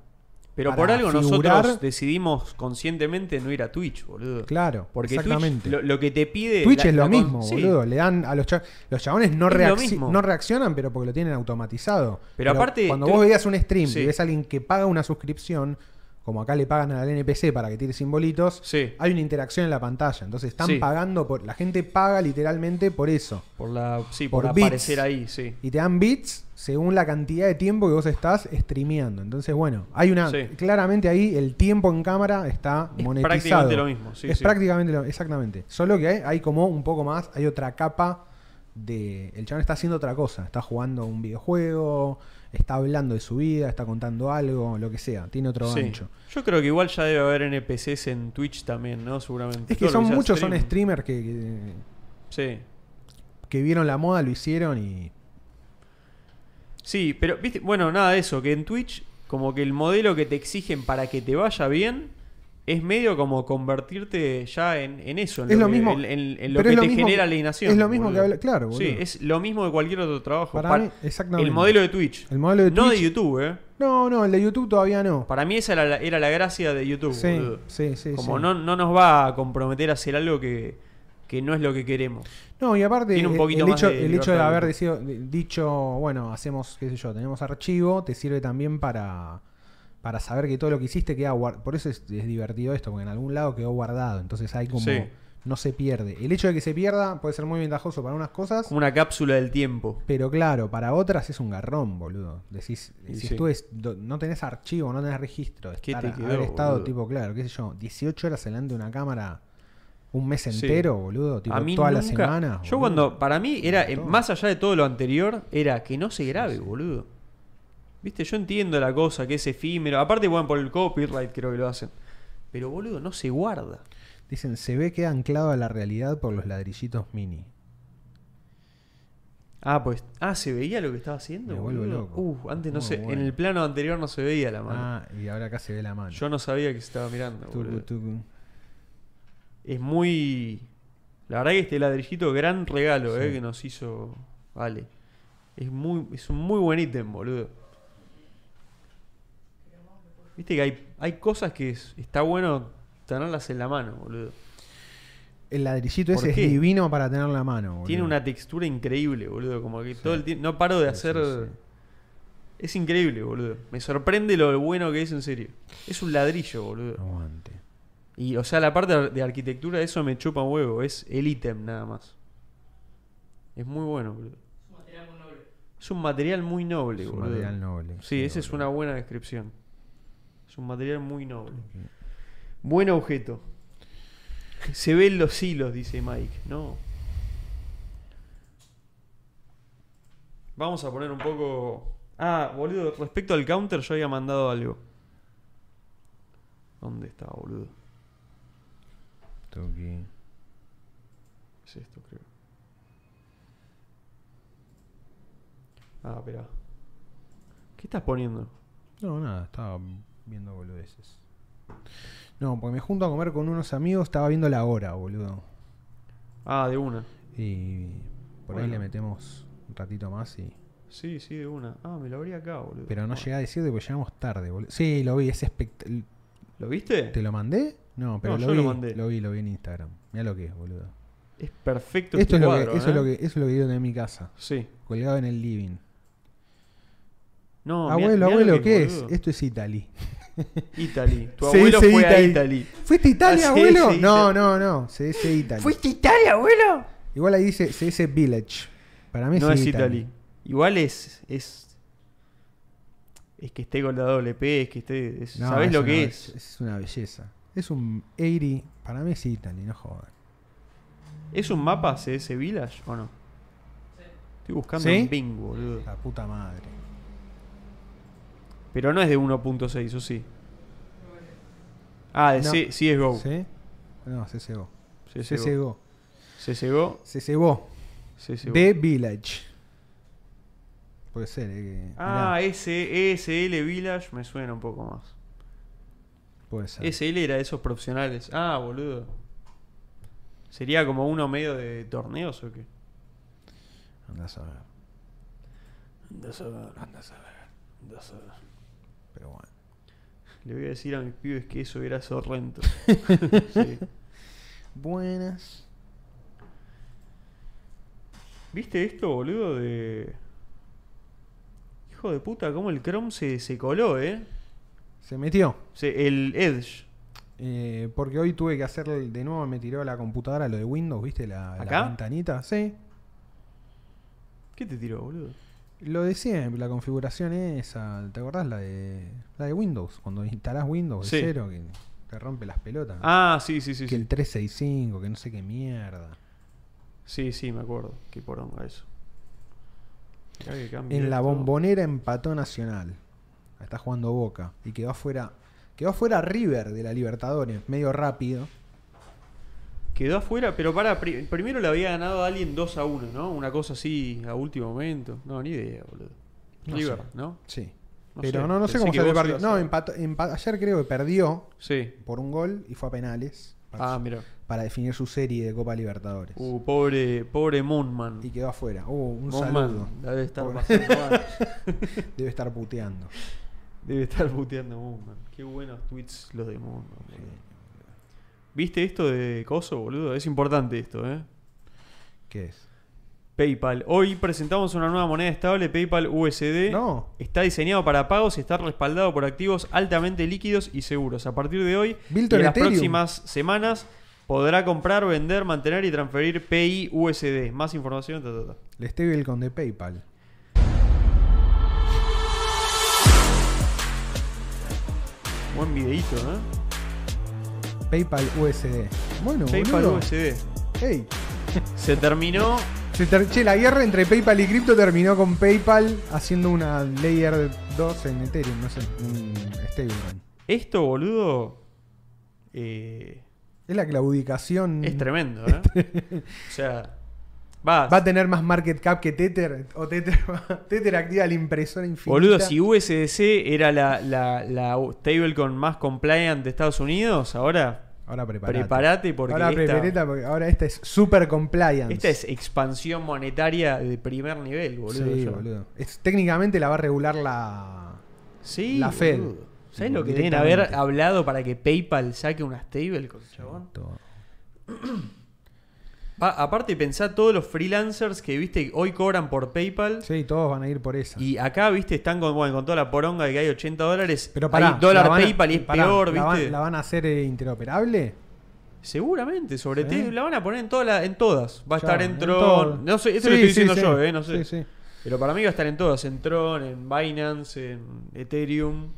pero para por algo figurar- nosotros decidimos conscientemente no ir a Twitch, boludo. Claro, Porque Twitch, exactamente. lo, lo que te pide. Twitch la- es lo la con- mismo, sí, boludo. Le dan a los, cha- los chabones no, Es lo reacci- mismo. no reaccionan, pero porque lo tienen automatizado. Pero aparte, Cuando tú- vos veías un stream Sí. y ves a alguien que paga una suscripción, como acá le pagan al NPC para que tire simbolitos, Sí. hay una interacción en la pantalla. Entonces están Sí. pagando por. La gente paga literalmente por eso. Por la, sí, por, Por bits. aparecer ahí, sí. Y te dan bits según la cantidad de tiempo que vos estás streameando. Entonces, bueno, hay una. Sí. Claramente ahí el tiempo en cámara está Es monetizado. prácticamente lo mismo, sí, es sí. prácticamente lo exactamente. Solo que hay, hay como un poco más, hay otra capa de. El chabón está haciendo otra cosa. Está jugando un videojuego, está hablando de su vida, está contando algo, lo que sea. Tiene otro Sí. gancho. Yo creo que igual ya debe haber NPCs en Twitch también, ¿no? Seguramente. Es que Todo lo son sea muchos, stream. son streamers que, que, Sí. que vieron la moda, lo hicieron y. Sí, pero, viste, bueno, nada de eso, que en Twitch, como que el modelo que te exigen para que te vaya bien, es medio como convertirte ya en, en eso, en Es lo, lo que, mismo. en, en- en lo Pero que es lo te mismo genera que- alienación. es lo mismo boludo. que habla- claro, boludo. Sí, es lo mismo que cualquier otro trabajo. Para Pa- mí, exactamente. El modelo de Twitch. El modelo de No de Twitch- YouTube, ¿eh? No, no, el de YouTube todavía no. Para mí esa era la, era la gracia de YouTube, Sí, boludo. sí, sí, Como sí. No, no nos va a comprometer a hacer algo que, que no es lo que queremos. No, y aparte, Tiene un eh, poquito el, más hecho, de el hecho de libertad. haber decido- de- dicho, bueno, hacemos, qué sé yo, tenemos archivo, te sirve también para, para saber que todo lo que hiciste queda guardado. Por eso es, es divertido esto, porque en algún lado quedó guardado. Entonces hay como. Sí. No se pierde. El hecho de que se pierda puede ser muy ventajoso para unas cosas, Como una cápsula del tiempo. pero claro, para otras es un garrón, boludo. Decís, Y si sí. tú es- do- no tenés archivo, no tenés registro, ¿Qué estar, te quedó, haber estado, boludo? tipo, claro, qué sé yo, 18 horas delante de una cámara un mes Sí. entero, boludo, tipo, toda la semana. Yo boludo. cuando, para mí, era eh, montón. más allá de todo lo anterior, era que no se grabe, boludo. Viste, yo entiendo la cosa, que es efímero. Aparte, bueno, por el copyright creo que lo hacen. Pero, boludo, no se guarda. Dicen, se ve que anclado a la realidad por los ladrillitos mini. Ah, pues, ah, se veía lo que estaba haciendo. Me vuelvo boludo? loco. Uh, antes no Muy sé, bueno. en el plano anterior no se veía la mano. Ah, y ahora acá se ve la mano. Yo no sabía que se estaba mirando. Tucu, boludo. tucu. Es muy. La verdad que este ladrillito, gran regalo Sí. eh, que nos hizo Ale. Es, muy, es un muy buen ítem, boludo. Viste que hay, hay cosas que es- está bueno tenerlas en la mano, boludo. El ladrillito ¿Por ese qué? es divino para tener en la mano, boludo. Tiene una textura increíble, boludo. Como que todo el tiempo. No paro de Sí, hacer. sí, sí. Es increíble, boludo. Me sorprende lo bueno que es, en serio. Es un ladrillo, boludo. Aguante. Y, o sea, la parte de arquitectura, eso me chupa un huevo. Es el ítem nada más. Es muy bueno, boludo. Es un material muy noble. Es un material muy noble, Es un boludo. material noble, Sí, sí, esa es boludo. una buena descripción. Es un material muy noble. Buen objeto. Se ven los hilos, dice Mike. No. Vamos a poner un poco. Ah, boludo, respecto al counter, yo había mandado algo. ¿Dónde está, boludo? Tuqui. Es esto, creo. Ah, espera. ¿Qué estás poniendo? No, nada, estaba viendo boludeces. No, porque me junto a comer con unos amigos, estaba viendo la hora, boludo. Ah, de una. Y por ahí Bueno. le metemos un ratito más y... Sí, sí, de una. Ah, me lo abrí acá, boludo. Pero no Ah. llegué a decirte porque llegamos tarde, boludo. Sí, lo vi, es espectacular. ¿Lo viste? ¿Te lo mandé? No, pero No, lo, yo vi, lo lo, mandé. vi, lo vi en Instagram. Mira lo que es, boludo. Es perfecto Esto este es lo cuadro, que, eso, ¿eh? es lo que, eso es lo que yo tenía en mi casa, Sí. colgado en el living. No, mirá- abuelo, mirá lo abuelo, que ¿qué es, es? boludo. Esto es Italy. Italy. Tu Se abuelo dice fue a Italy. Italy. ¿Fuiste a Italia, Ah, sí, abuelo? sí, no, sí. no, no, se dice Italy. a Italia, abuelo? Igual ahí dice, se dice Village. Para mí No es Italy. Italy. Igual es. es... Es que esté con la doble P, es que esté. es- No, ¿Sabés lo una que be- es? Es una belleza. Es un 80. Para mí es Italy, no jodas. ¿Es un mapa CS Village o no? Sí. Estoy buscando ¿Sí? en Bing, boludo. La puta madre. Pero no es de 1.6, ¿o sí? Ah, de No. C- CSGO. ¿Sí? No, se cegó. Se CSGO. cegó. CSGO. Se cebó. CSGO. The Village. Puede ser, eh. que- Ah, mirá, ese ESL Village me suena un poco más. puede ser. SL era de esos profesionales. Ah, boludo. ¿Sería como uno medio de torneos o qué? Andás a ver. Andás a ver, andás a ver, andás a ver. Pero bueno. Le voy a decir a mis pibes que eso era Sorrento. Sí. Buenas. ¿Viste esto, boludo? De. Hijo de puta, cómo el Chrome se, se coló, eh. Se metió. Se- el Edge. Eh, porque hoy tuve que hacer de nuevo, me tiró la computadora lo de Windows, ¿viste? La, la ¿Acá? ventanita. Sí. ¿Qué te tiró, boludo? Lo de siempre, la configuración esa. ¿Te acordás la de, la de Windows? Cuando instalás Windows de Sí. cero, que te rompe las pelotas. Ah, sí, sí, sí. que Sí, el 365, que no sé qué mierda. sí, sí, me acuerdo. Qué poronga eso. Mirá que cambia En la esto. bombonera empató Nacional. Está jugando Boca. Y quedó afuera. Quedó afuera River de la Libertadores, medio rápido. Quedó afuera, pero para primero le había ganado a alguien 2 a 1, ¿no? Una cosa así a último momento. No, ni idea, boludo. No River, sé. ¿no? Sí. No Pero sé, no, no sé pensé cómo que salió el vos partido. ibas No, a- empató- empa- ayer creo que perdió Sí. por un gol y fue a penales. Para, Ah, mira. para definir su serie de Copa Libertadores. Uh, pobre, pobre Moonman. Y quedó afuera. Uh, un Moonman saludo. la debe estar Pobre. pasando mal. Debe estar puteando. Debe estar puteando Moonman. Qué buenos tweets los de Moonman. boludo. ¿Viste esto de Coso, boludo? Es importante esto, ¿eh? ¿Qué es? PayPal. Hoy presentamos una nueva moneda estable, PayPal USD. No. Está diseñado para pagos y está respaldado por activos altamente líquidos y seguros. A partir de hoy Milton y en las Ethereum. próximas semanas podrá comprar, vender, mantener y transferir PI USD. Más información. ta, ta, ta. El stablecoin de PayPal. Buen videito, ¿eh? PayPal USD. Bueno, PayPal boludo. USD. Ey. Se terminó. Se ter- che, la guerra entre PayPal y cripto terminó con PayPal haciendo una layer 2 en Ethereum, no sé, un stablecoin. Esto, boludo. eh, Es la claudicación. es tremendo, ¿eh? o sea. Va. Va a tener más market cap que Tether. O Tether, va- Tether activa la impresora infinita. Boludo, si USDC era la, la, la stablecoin más compliant de Estados Unidos, ahora Ahora preparate. Preparate porque ahora esta- preparate porque ahora esta es super compliance. esta es expansión monetaria de primer nivel, boludo. Sí, ya. boludo. Es- técnicamente la va a regular la. Sí, La Fed. boludo. ¿Sabés lo que deben Directamente. haber hablado para que PayPal saque una stablecoin, chabón? Todo. Pa- aparte, pensá todos los freelancers que viste hoy cobran por PayPal. Sí, todos van a ir por esa. Y acá, viste, están con, bueno, con toda la poronga de que hay 80 dólares. Pero pará, hay dólar la van a- PayPal y es pará, peor, ¿la viste. van, ¿La van a hacer eh, interoperable? Seguramente, sobre Sí. ti. La van a poner en, toda la- en todas. Va a estar en Tron. todo. No sé, Sí, esto lo estoy sí, diciendo sí. yo, eh, no sé. Sí, sí. Pero para mí va a estar en todas. En Tron, en Binance, en Ethereum.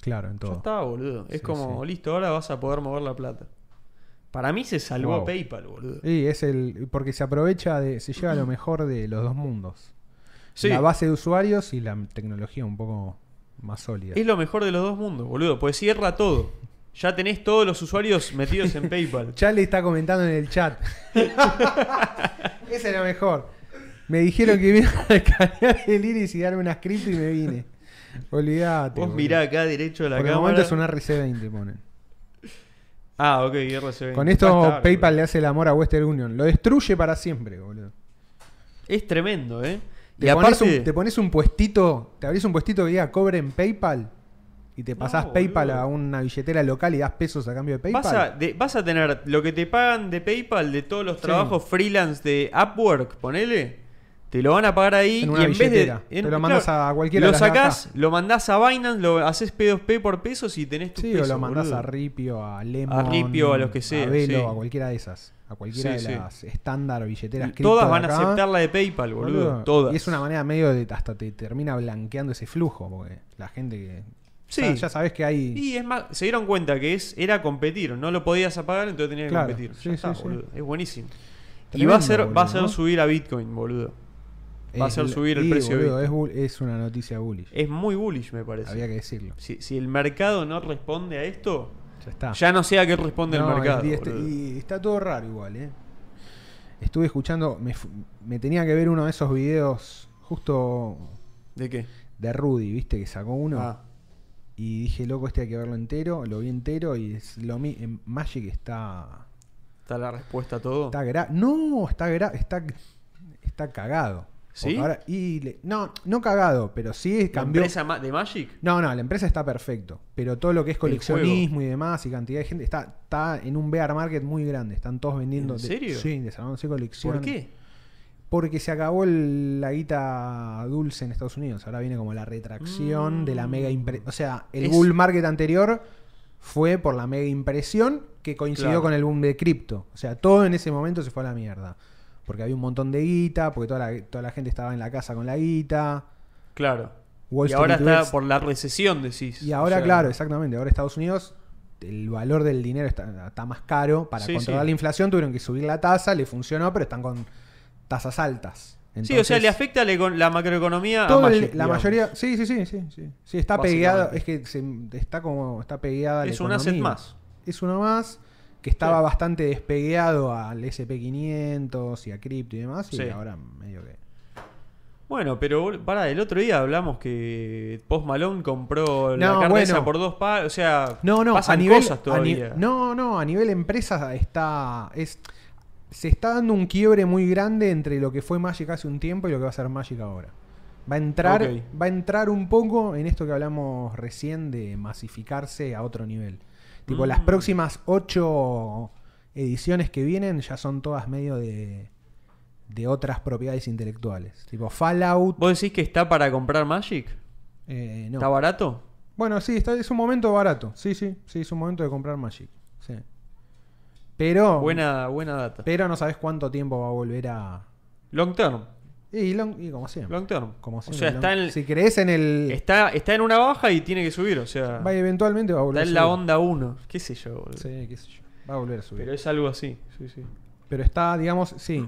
Claro, en todo. Ya está, boludo. Sí, Es como, sí. listo, ahora vas a poder mover la plata. Para mí se salvó Wow. PayPal, boludo. Y es el. Porque se aprovecha de. Se lleva lo mejor de los dos mundos. Sí, La base de usuarios y la tecnología un poco más sólida. es lo mejor de los dos mundos, boludo. Pues cierra todo. Ya tenés todos los usuarios metidos en PayPal. Charlie está comentando en el chat. Esa era mejor. Me dijeron que vino a escanear el iris y darme unas cripto y me vine. Olvídate. Vos boludo. mirá acá derecho a la Porque de cámara. momento es un RC20, ponen. Ah, ok, RC20. Con Va esto a estar, PayPal boludo. le hace el amor a Western Union. Lo destruye para siempre, boludo. Es tremendo, ¿eh? Te, y pones, aparte... un, te pones un puestito, te abrís un puestito que diga cobre en PayPal y te pasás No, PayPal boludo. a una billetera local y das pesos a cambio de PayPal. Vas a, de- vas a tener lo que te pagan de PayPal, de todos los Sí. trabajos freelance de Upwork, ponele. Te lo van a pagar ahí En y una en vez de. billetera. en- Te lo mandas a cualquiera de Lo las de sacás, acá. lo mandás a Binance, lo haces P2P por pesos y tenés tu Sí, o lo mandás a Ripio, a Lemon, Ripio, a los que sea, a Velo, sí. a cualquiera de esas. A cualquiera Sí, de sí. las estándar billeteras cripto Todas de van a acá, aceptar la de PayPal, boludo. boludo. Todas. Y es una manera medio de. Hasta te termina blanqueando ese flujo, porque la gente que. Sí. Ya, ya sabes que hay. Y es más, se dieron cuenta que es, era competir, no lo podías apagar, entonces tenías Claro, que competir. Ya sí, está, sí, sí. boludo. Es buenísimo. y Tremendo, va a ser, va a boludo, ser ¿no? subir a Bitcoin, boludo. va a hacer Es- subir el y, precio. Eh, de boludo, vista. es, bull- es una noticia bullish. es muy bullish, me parece. Había que decirlo. Si, si el mercado no responde a esto, Ya está. ya no sé a qué responde Ah. No, el mercado. y este- boludo. y está todo raro igual, ¿eh? Estuve escuchando, me, fu- me tenía que ver uno de esos videos justo ¿De qué? de Rudy, ¿viste? Que sacó uno. Ah, Y dije, loco, este hay que verlo entero. Lo vi entero y es lo mi en Magic está. está la respuesta a todo. Está gra No, está gra está, está cagado. ¿Sí? Porque ahora- y le- no, no cagado, pero sí ¿La cambió. empresa ma- de Magic? No, no, la empresa está perfecto. Pero todo lo que es juego. coleccionismo y demás y cantidad de gente está, está en un bear market muy grande. Están todos vendiendo. ¿En de- serio? sí, desarmándose colección. ¿Por qué? Porque se acabó el- la guita dulce en Estados Unidos. Ahora viene como la retracción Mm. de la mega impresión. O sea, el Es- bull market anterior fue por la mega impresión que coincidió Claro. con el boom de cripto. O sea, todo en ese momento se fue a la mierda. Porque había un montón de guita, porque toda la, toda la gente estaba en la casa con la guita. Claro. Wall y ahora Street está Bets. por la recesión, decís. Y ahora, O sea, claro, exactamente. Ahora Estados Unidos, el valor del dinero está, está más caro. Para Sí, controlar sí. la inflación tuvieron que subir la tasa, le funcionó, pero están con tasas altas. sí, o sea, Entonces, le afecta la, econ- la macroeconomía a todo el- Magic, la eh, digamos. mayoría, sí, sí, sí, sí, sí. Sí, está pegada, es Básicamente. que se- está como está pegada a la Es un economía. asset más. Es uno más que estaba Sí. bastante despegueado al SP500 y a cripto y demás y Sí. ahora medio que Bueno, pero para el otro día hablamos que Post Malone compró la No, carta bueno. esa por dos palos. O sea, No, no, pasan a nivel, cosas a ni- todavía. no, no, a nivel empresa está. Es, se está dando un quiebre muy grande entre lo que fue Magic hace un tiempo y lo que va a ser Magic ahora. Va a entrar, Ok. va a entrar un poco en esto que hablamos recién de masificarse a otro nivel. Tipo, las Mm. próximas ocho ediciones que vienen ya son todas medio de, de otras propiedades intelectuales. Tipo Fallout. ¿Vos decís que está para comprar Magic? eh, no. ¿Está barato? Bueno, sí, está, es un momento barato. Sí, sí, sí, es un momento de comprar Magic. Sí. Pero, Buena, buena data. pero no sabes cuánto tiempo va a volver a. Long term. Y, long- y como siempre. Long term. Como o siempre, sea, long- está en, el- si crees en el. está, está en una baja y tiene que subir. O sea, va- eventualmente va a volver está en a la subir. onda 1. ¿Qué sé yo, boludo. Sí, qué sé yo. Va a volver a subir. Pero Pero, es algo así. Sí, sí. está, digamos, sí.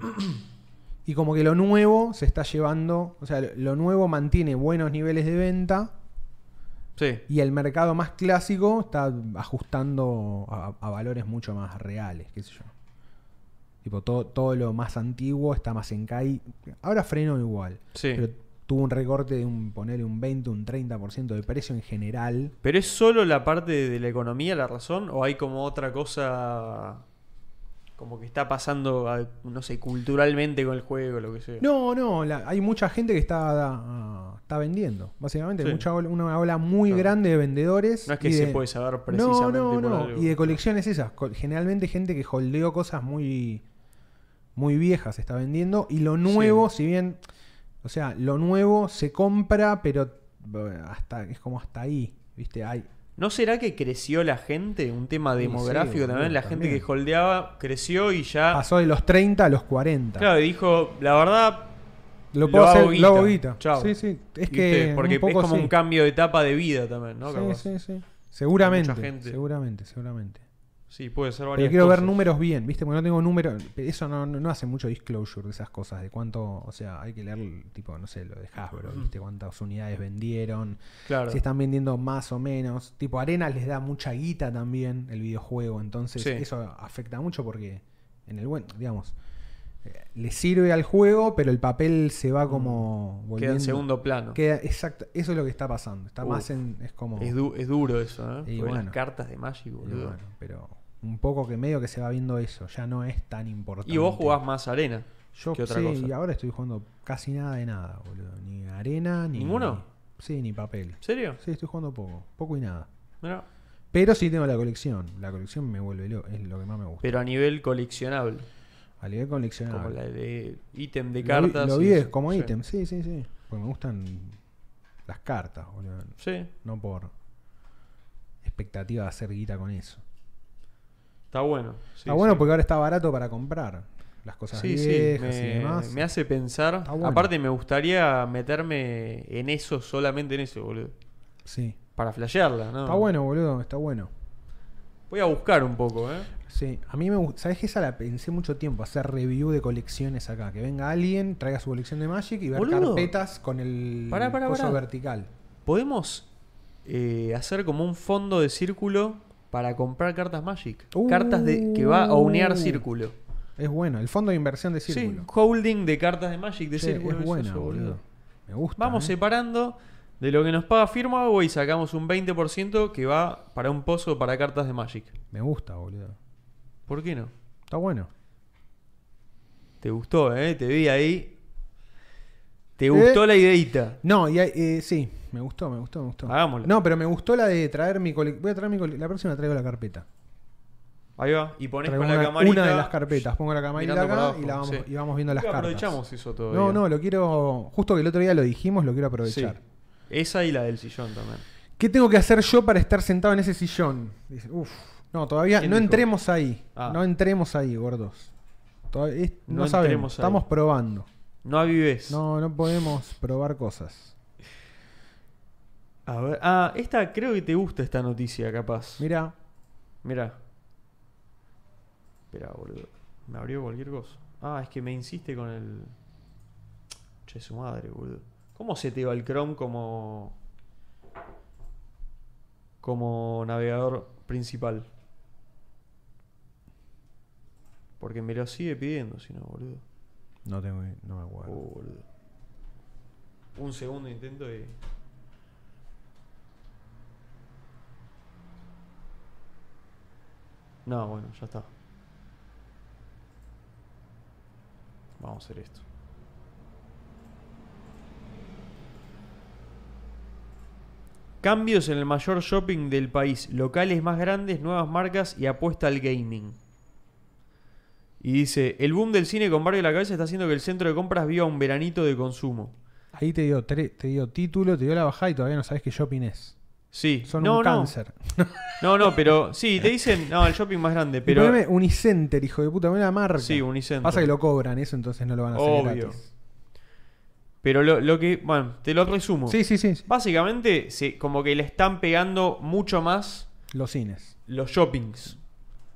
Y como que lo nuevo se está llevando. O sea, lo- lo nuevo mantiene buenos niveles de venta. Sí. Y el mercado más clásico está ajustando a, a valores mucho más reales, qué sé yo. Tipo, todo, todo lo más antiguo está más en caída. Ahora frenó igual. Sí. Pero tuvo un recorte de un, ponerle un 20, un 30% de precio en general. ¿Pero es solo la parte de la economía la razón? ¿O hay como otra cosa como que está pasando, a- no sé, culturalmente con el juego, lo que sea? No, no, la- hay mucha gente que está, ah, está vendiendo. Básicamente, hay Sí. mucha ola- una ola muy Claro. grande de vendedores. No es que y se de- puede saber precisamente No, no, por no. algo. Y de colecciones esas. Col- Generalmente gente que holdeó cosas muy, muy viejas está vendiendo. Y lo nuevo, si bien. O sea, lo nuevo se compra, pero eh, hasta es como hasta ahí. ¿Viste? Hay, ¿No será que creció la gente? Un tema Sí, demográfico sí, también. boludo, La gente también. que holdeaba creció y ya... pasó de los 30 a los 40. Ah. Claro, y dijo, la verdad... Lo puedo lo hago hacer, lo hago guita. guita. Chao. Sí, sí. Es ¿viste? que. Porque un poco es como sí. un cambio de etapa de vida también, ¿no? Sí, Capaz. sí, sí. Seguramente. Mucha gente. Seguramente, seguramente. Sí, puede ser Pero varias quiero ver cosas. números bien, ¿viste? Porque no tengo números. Eso no, no- no hace mucho disclosure de esas cosas, de cuánto, o sea, hay que leer, tipo, no sé, lo de Hasbro, ¿viste? Cuántas unidades vendieron, Claro. si están vendiendo más o menos. Tipo, Arenas les da mucha guita también el videojuego, entonces Sí. eso afecta mucho porque, en el buen, digamos, eh, le sirve al juego, pero el papel se va como Queda en volviendo- segundo plano. Queda, exacto, eso es lo que está pasando. Está Uh, más en, es como... Es, du- es duro eso, ¿eh? Y Porque bueno. Las cartas de Magic, Y boludo. bueno, pero un poco que medio que se va viendo eso, ya no es tan importante. Y vos jugás más arena Yo que otra sí, cosa. y ahora estoy jugando casi nada de nada, boludo. Ni arena, ni. ¿Ninguno? Sí, ni papel. ¿En serio? Sí, estoy jugando poco, poco y nada. Mirá. Pero sí tengo la colección. La colección me vuelve loco, es lo que más me gusta. Pero a nivel coleccionable. Al nivel coleccionable. Como la de ítem de Lo vi- cartas. Lo y vi, es eso. como Sí. ítem, sí, sí, sí. Porque me gustan las cartas, boludo. Sí, No por expectativa de hacer guita con eso. está bueno. Sí, está bueno sí. porque ahora está barato para comprar las cosas Sí, sí, viejas y me, demás. me hace pensar. Está bueno. Aparte, me gustaría meterme en eso, solamente en eso, boludo. Sí. Para flashearla, ¿no? Está bueno, boludo, está bueno. Voy a buscar un poco, ¿eh? Sí, a mí me gusta. ¿Sabes que esa la pensé mucho tiempo? Hacer review de colecciones acá. Que venga alguien, traiga su colección de Magic y ver Boludo. carpetas con el Pará, pará, coso pará. vertical. Podemos eh, hacer como un fondo de círculo para comprar cartas Magic. Uh. Cartas de, que va a unear círculo. Es bueno, el fondo de inversión de Sí, círculo. holding de cartas de Magic de Che, es círculo. eso, buena, eso, boludo. Me gusta. Vamos eh. separando de lo que nos paga Firmware y sacamos un 20% que va para un pozo para cartas de Magic. Me gusta, boludo. ¿Por qué no? Está bueno. Te gustó, ¿eh? Te vi ahí. ¿Eh? Te gustó la ideita. No, y hay- eh, sí, me gustó, me gustó, me gustó. Hagámoslo. No, pero me gustó la de traer mi colección. Voy a traer mi cole- La próxima traigo la carpeta. Ahí va. Y pones Traigo con la una, camarita. una de las carpetas. Pongo la camarita mirando por acá abajo, y, la vamos, sí. y vamos viendo las Creo que cartas. aprovechamos eso todo. No, no, lo quiero. Justo que el otro día lo dijimos, lo quiero aprovechar. Esa y la del sillón también. ¿Qué tengo que hacer yo para estar sentado en ese sillón? Dice, uf, no, todavía ¿Quién no dijo? entremos ahí. Ah. No entremos ahí, gordos. Toda- es- no, No sabemos, entremos ahí. estamos probando. No avives. No, no podemos probar cosas. A ver. Ah, esta creo que te gusta esta noticia, capaz. Mira, Mira. Espera, boludo. Me abrió cualquier cosa. Ah, es que me insiste con el. Che, su madre, boludo. ¿Cómo se te va el Chrome como. como navegador principal? Porque me lo sigue pidiendo, si no, boludo. no tengo, no me acuerdo. Oh, boludo. Un segundo intento y. No, bueno, ya está. Vamos a hacer esto. Cambios en el mayor shopping del país. Locales más grandes, nuevas marcas y apuesta al gaming. Y dice, el boom del cine con Barrio de la Cabeza está haciendo que el centro de compras viva un veranito de consumo. Ahí te dio, tre- te dio título, te dio la bajada y todavía no sabes qué shopping es. Sí, Son no, un no. cáncer. No, no, pero sí, te dicen, no, el shopping más grande, pero... Poneme Unicenter, hijo de puta, me la marca. Sí, Unicenter. Pasa que lo cobran, eso entonces no lo van a hacer Obvio. gratis. Pero lo, lo que, bueno, te lo resumo. Sí, sí, sí, sí. Básicamente, se, como que le están pegando mucho más Los cines. los shoppings.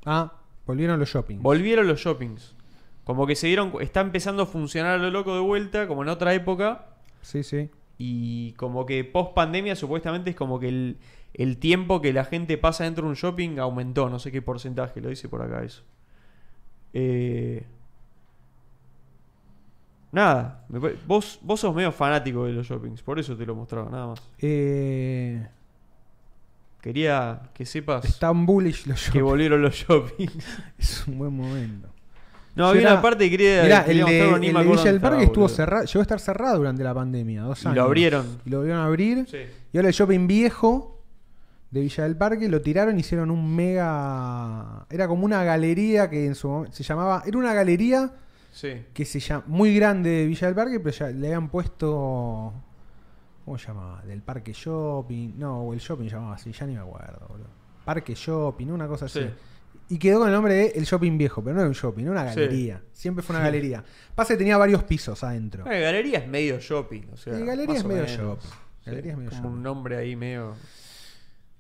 Ah, volvieron los shopping. Volvieron los shoppings. Como que se dieron, cu- está empezando a funcionar a lo loco de vuelta, como en otra época. sí, sí. Y como que post pandemia, supuestamente es como que el, el tiempo que la gente pasa dentro de un shopping aumentó. No sé qué porcentaje, lo dice por acá eso. Eh, nada, me pa- vos, vos sos medio fanático de los shoppings, por eso te lo mostraba, nada más. Eh, Quería que sepas están bullish los que shopping. volvieron los shoppings. Es un buen momento. No, Yo había era- una parte que quería, Mirá, el de, quería mostrar, el ni de me acuerdo Villa del dónde Parque estaba, estuvo boludo. cerrado, llegó a estar cerrado durante la pandemia, dos Y lo años. abrieron. Y lo volvieron a abrir. Sí. Y ahora el shopping viejo de Villa del Parque lo tiraron, hicieron un mega. Era como una galería que en su momento se llamaba. Era una galería Sí. que se llama muy grande de Villa del Parque, pero ya le habían puesto. ¿Cómo se llamaba? Del Parque Shopping. No, o el Shopping llamaba así, ya ni me acuerdo, boludo. Parque Shopping, una cosa así. Sí. Y quedó con el nombre de El Shopping Viejo, pero no era un shopping, era una Sí. galería. Siempre fue una galería. Pasa que tenía varios pisos adentro. Ah, galería es medio shopping, o sea. Y galería más es o medio menos. shopping. Sí, Galería es medio como shopping. un nombre ahí medio.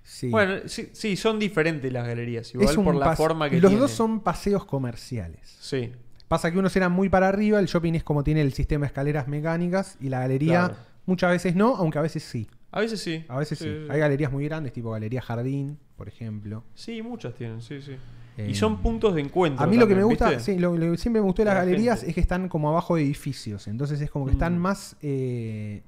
Sí. Bueno, sí, sí, son diferentes las galerías, Es igual un por la pas- forma que Los tienen. dos son paseos comerciales. Sí, Pasa que unos eran muy para arriba, el shopping es como tiene el sistema de escaleras mecánicas y la galería Claro. muchas veces no, aunque a veces sí. a veces sí. A veces sí. Sí, Hay galerías muy grandes, tipo Galería Jardín, por ejemplo. Sí, muchas tienen, sí, sí. Eh, y son puntos de encuentro. A mí lo que me también, gusta, ¿viste? sí, lo, lo que siempre me gustó de las La galerías gente. es que están como abajo de edificios. Entonces es como que están Mm. más. eh,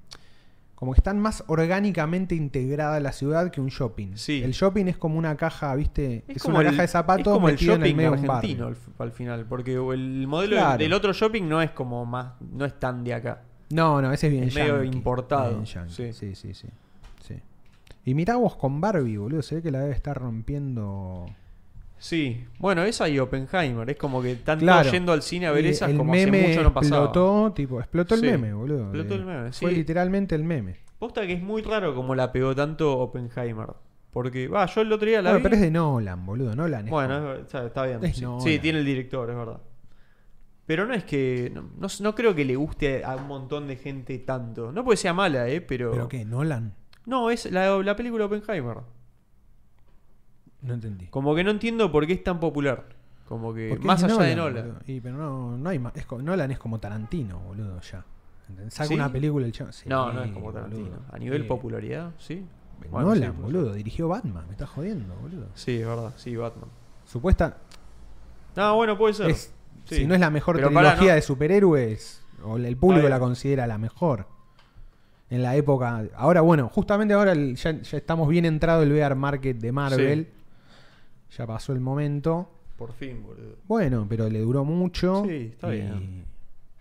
como que están más orgánicamente integrada a la ciudad que un shopping. Sí. El shopping es como una caja, ¿viste? Es, como una el- caja de zapatos es como el metida shopping en el medio de un barrio. argentino al, al final, porque el modelo Claro. del otro shopping no es como más, no es tan de acá. No, no, ese es bien Es medio yankee, importado, bien yankee. Sí. sí. sí, sí, sí. Y mirá vos con Barbie, boludo. Se ve que la debe estar rompiendo. Sí, bueno, esa y Oppenheimer, es como que están todos Claro. yendo al cine a ver Eh, esas el como meme hace mucho no pasaba. explotó, tipo, explotó el Sí, meme, boludo. explotó de- el meme, Fue sí. literalmente el meme. Posta que es muy raro como la pegó tanto Oppenheimer. Porque, va, yo el otro día la Bueno, vi. pero es de Nolan, boludo. Nolan es Bueno, como- es ver- está, está bien. Es sí, Nolan. Sí, tiene el director, es verdad. Pero no es que. No, no s- no creo que le guste a un montón de gente tanto. No puede sea mala, ¿eh? Pero. ¿Pero qué? ¿Nolan? No, es la, la película Oppenheimer. No entendí. Como que no entiendo por qué es tan popular. Como que Porque más es allá de Nolan, Nolan. boludo. Y, pero no, no hay más. Es co- Nolan es como Tarantino, boludo, ya. ¿Entendés? Saca ¿Sí? una película el chavo. Sí, no, no es como boludo. Tarantino. A nivel Sí. popularidad, sí. Bueno, Nolan, sí, pues, boludo, dirigió Batman. Me estás jodiendo, boludo. Sí, es verdad, sí, Batman. Supuesta. No, bueno, puede ser. es- sí. Si no es la mejor Pero trilogía pará, ¿no? de superhéroes, o el público bien. la considera la mejor. En la época. Ahora, bueno, justamente ahora el- ya, ya estamos bien entrado el VR Market de Marvel. Ya pasó el momento. Por fin, boludo. Bueno, pero le duró mucho. Sí, está y, bien.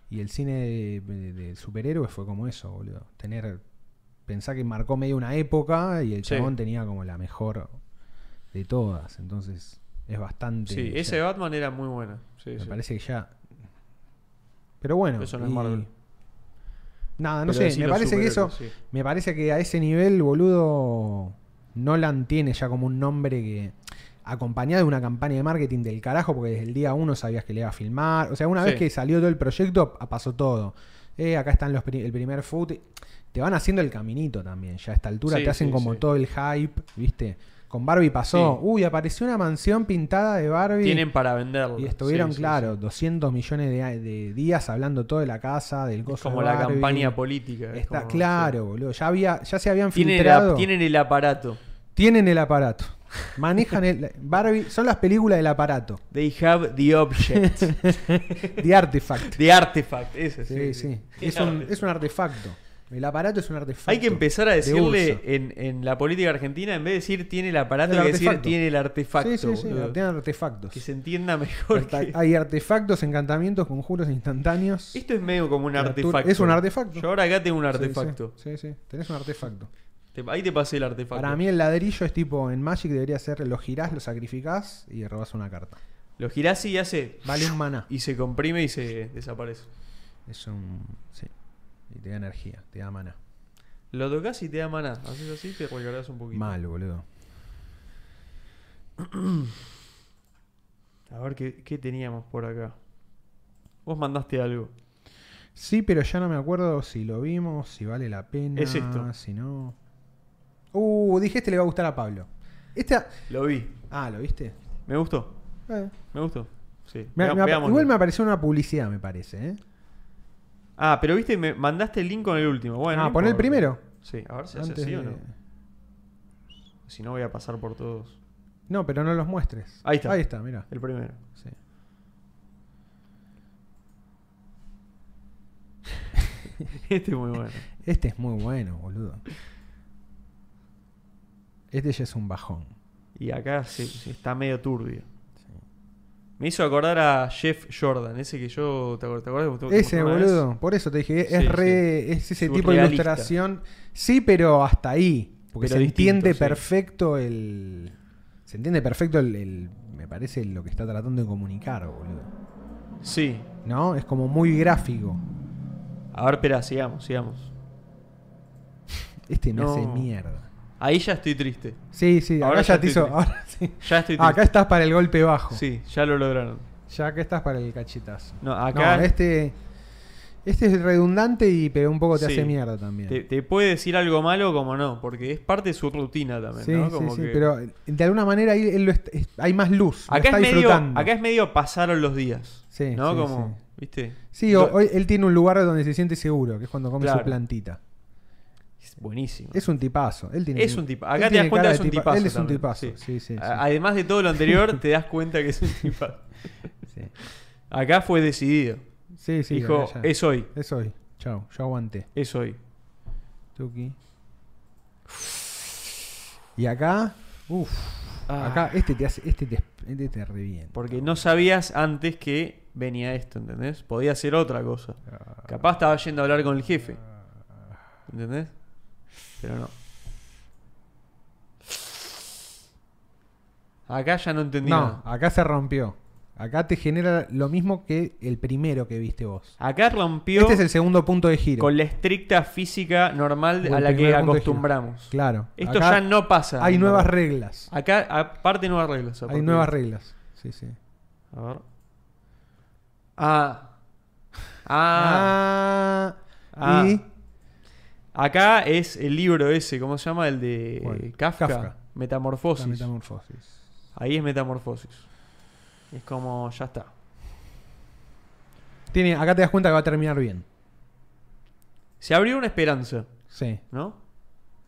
Y el cine de, de- de superhéroes fue como eso, boludo. Tener. Pensá que marcó medio una época y el Sí. chabón tenía como la mejor de todas. Entonces, es bastante. Sí, ese ya- Batman era muy buena. Sí, Me sí. parece que ya. Pero bueno. Eso no es Marvel. Nada, no Pero sé. sí Me los parece que eso. superhéroes, sí. Me parece que a ese nivel, boludo, Nolan tiene ya como un nombre que. Acompañado de una campaña de marketing del carajo, porque desde el día uno sabías que le iba a filmar. O sea, una Sí. vez que salió todo el proyecto, a- pasó todo. Eh, acá están los pri- el primer foot. Te van haciendo el caminito también. Ya a esta altura Sí, te hacen sí, como sí. todo el hype, ¿viste? Con Barbie pasó. Sí. Uy, apareció una mansión pintada de Barbie. Tienen para venderlo. Y estuvieron, Sí, sí, claro, sí. 200 millones de, de días hablando todo de la casa, del Es coso. como de la Barbie. campaña política. es Está como- claro, boludo. Ya, había, ya se habían sí. Tienen el, filtrado. ap- tienen el aparato. Tienen el aparato. Manejan el. Barbie. Son las películas del aparato. They have the object. The Artifact. the artifact. Ese, sí, sí. Es, un, es un artefacto. El aparato es un artefacto. Hay que empezar a de decirle uso. en, en la política argentina, en vez de decir tiene el aparato, El hay que decir artefacto. tiene el artefacto. Sí, sí, sí. boludo. Tienen artefactos. Que se entienda mejor. Arta- que- Hay artefactos, encantamientos, conjuros instantáneos. Esto es medio como un Artur- artefacto. es un artefacto. Yo ahora acá tengo Este un Sí, sí. artefacto. Sí, sí. Tenés un artefacto. Te- ahí te pasé el artefacto. Para mí el ladrillo es tipo, en Magic debería ser, lo girás, lo sacrificás y robás una carta. Lo girás y hace. Vale un maná. Y se comprime y se desaparece. Es un... Sí. Y te da energía, te da maná. Lo tocas y te da maná. Haces así y te recargas un poquito. Mal, boludo. A ver qué, qué teníamos por acá. Vos mandaste algo. Sí, pero ya no me acuerdo si lo vimos, si vale la pena. Es esto. Si no... Uh, dije este le va a gustar a Pablo. Este... Lo vi. Ah, ¿lo viste? Me gustó. Eh. Me gustó. Sí. Me- Vea- me apa- veámoslo. igual me apareció una publicidad, me parece. ¿eh? Ah, pero viste, me mandaste el link con el último. Bueno, ah, no pon el importa. primero. Sí, a ver si hace antes así o de- no. Si no, voy a pasar por todos. No, pero no los muestres. Ahí está. Ahí está, mira. El primero. Sí. Este es muy bueno. Este es muy bueno, boludo. Este ya es un bajón. Y acá se, se está medio turbio. Me hizo acordar a Jeff Jordan, ese que yo. ¿Te acor- te acordás? que te- te Ese, mostré una vez? boludo. Por eso te dije, es Sí, re. Es ese tipo de Surrealista. ilustración. Sí, pero hasta ahí. Porque Pero se distinto, entiende sí. perfecto el. Se entiende perfecto el, el- Me parece lo que está tratando de comunicar, boludo. Sí. ¿No? Es como muy gráfico. A ver, espera, sigamos, sigamos. Este me No. hace mierda. Ahí ya estoy triste. Sí, sí, ahora, Ahora ya ya te hizo. estoy triste. ahora sí. Ya estoy Ah, triste. Acá estás para el golpe bajo. Sí, ya lo lograron. Ya acá estás para el cachetazo. No, acá No, este. Este es redundante y pero un poco te Sí. hace mierda también. te, te puede decir algo malo como no, porque es parte de su rutina también, sí, ¿no? sí, Como sí, que- pero de alguna manera ahí él lo est- es- hay más luz. lo acá, está es medio, disfrutando. acá es medio pasaron los días. Sí, ¿No? sí, como, sí. ¿viste? Sí, o- Lo- hoy él tiene un lugar donde se siente seguro, que es cuando come su Claro. plantita. es buenísimo. Es un tipazo. Él tiene, Es un tipo. él Acá te tiene das cuenta cara que de es un tipa- tipazo. Él es un también, ah, tipazo. Sí, sí, sí. A- Además de todo lo anterior, te das cuenta que es un tipazo. Sí. Acá fue decidido. Sí, sí, Dijo, acá ya. es hoy, Es hoy. Chao, yo aguanté. es hoy. Tuki. Y acá, uff, Ah. acá este te hace, este te, este te revienta. Porque no sabías antes que venía esto, ¿entendés? Podía ser otra cosa. Capaz estaba yendo a hablar con el jefe. ¿Entendés? Pero no. Acá ya no entendí No, nada. acá se rompió. Acá te genera lo mismo que el primero que viste vos. Acá rompió este es el segundo punto de giro. con la estricta física normal O a el la que primer punto de giro. acostumbramos. Claro. Esto Acá ya no Ah, pasa. Hay en nuevas verdad. reglas. Acá, aparte, nuevas reglas. Hay aparte. nuevas reglas. Sí, sí. A ver. Ah. Ah. Ah. Ah. Y Acá es el libro ese, ¿cómo se llama? El de ¿Cuál? Kafka. Kafka. Metamorfosis. la metamorfosis. Ahí es metamorfosis. Es como, ya está. Tiene, acá te das cuenta que va a terminar bien. Se abrió una esperanza, Sí. ¿no?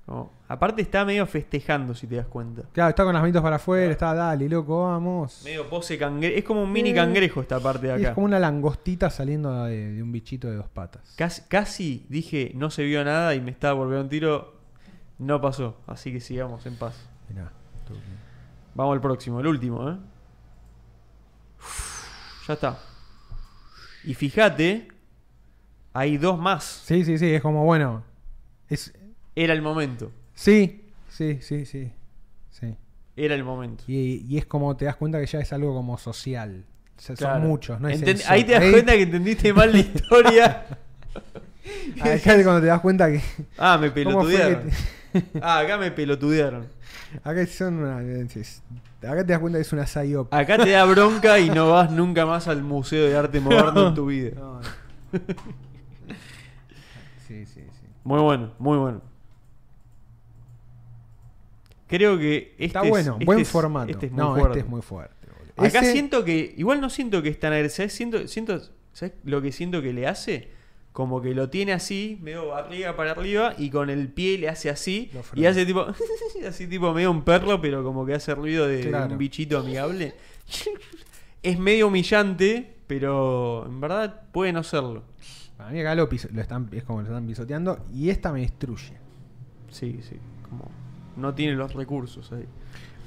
Como- aparte está medio festejando, si te das cuenta. Claro, está con las manitos para afuera, está dale, loco, vamos. Medio pose cangrejo. Es como un mini Eh, cangrejo esta parte de Y acá. es como una langostita saliendo de, de un bichito de dos patas. Casi, casi dije, no se vio nada y me estaba por pegar un tiro. No pasó, así que sigamos en paz. Mirá. Vamos al próximo, el último, ¿eh? Ya está. Y fíjate, hay dos más. Sí, sí, sí, es como, bueno. Es, Era el momento. sí, sí, sí, sí. sí. Era el momento. Y, y es como te das cuenta que ya es algo como social. O sea, Claro. Son muchos, ¿no? Es Enten- el sol. ahí te das cuenta que entendiste mal la historia. Acá es cuando te das cuenta que. Ah, me ¿Cómo fue que pelotudearon. Ah, acá me pelotudearon. te- acá, son una- es- acá te das cuenta que es una psyop. Acá te da bronca y no vas nunca más al Museo de Arte Moderno en tu vida. No, no. sí, sí, sí. Muy bueno, muy bueno. Creo que este Está es- bueno, este buen es- formato. Este es muy no, fuerte. este es muy fuerte. boludo. Acá Ese- siento que. Igual no siento que es tan agresivo. Siento, siento, ¿Sabes lo que siento que le hace? Como que lo tiene así, medio arriba para arriba, y con el pie le hace así. Lo frena. Y hace tipo. así tipo medio un perro, pero como que hace ruido de Claro. un bichito amigable. es medio humillante, pero en verdad puede no serlo. Para mí acá lo, piso- lo están, es como lo están pisoteando y esta me destruye. Sí, sí. Como. No tiene los recursos ahí.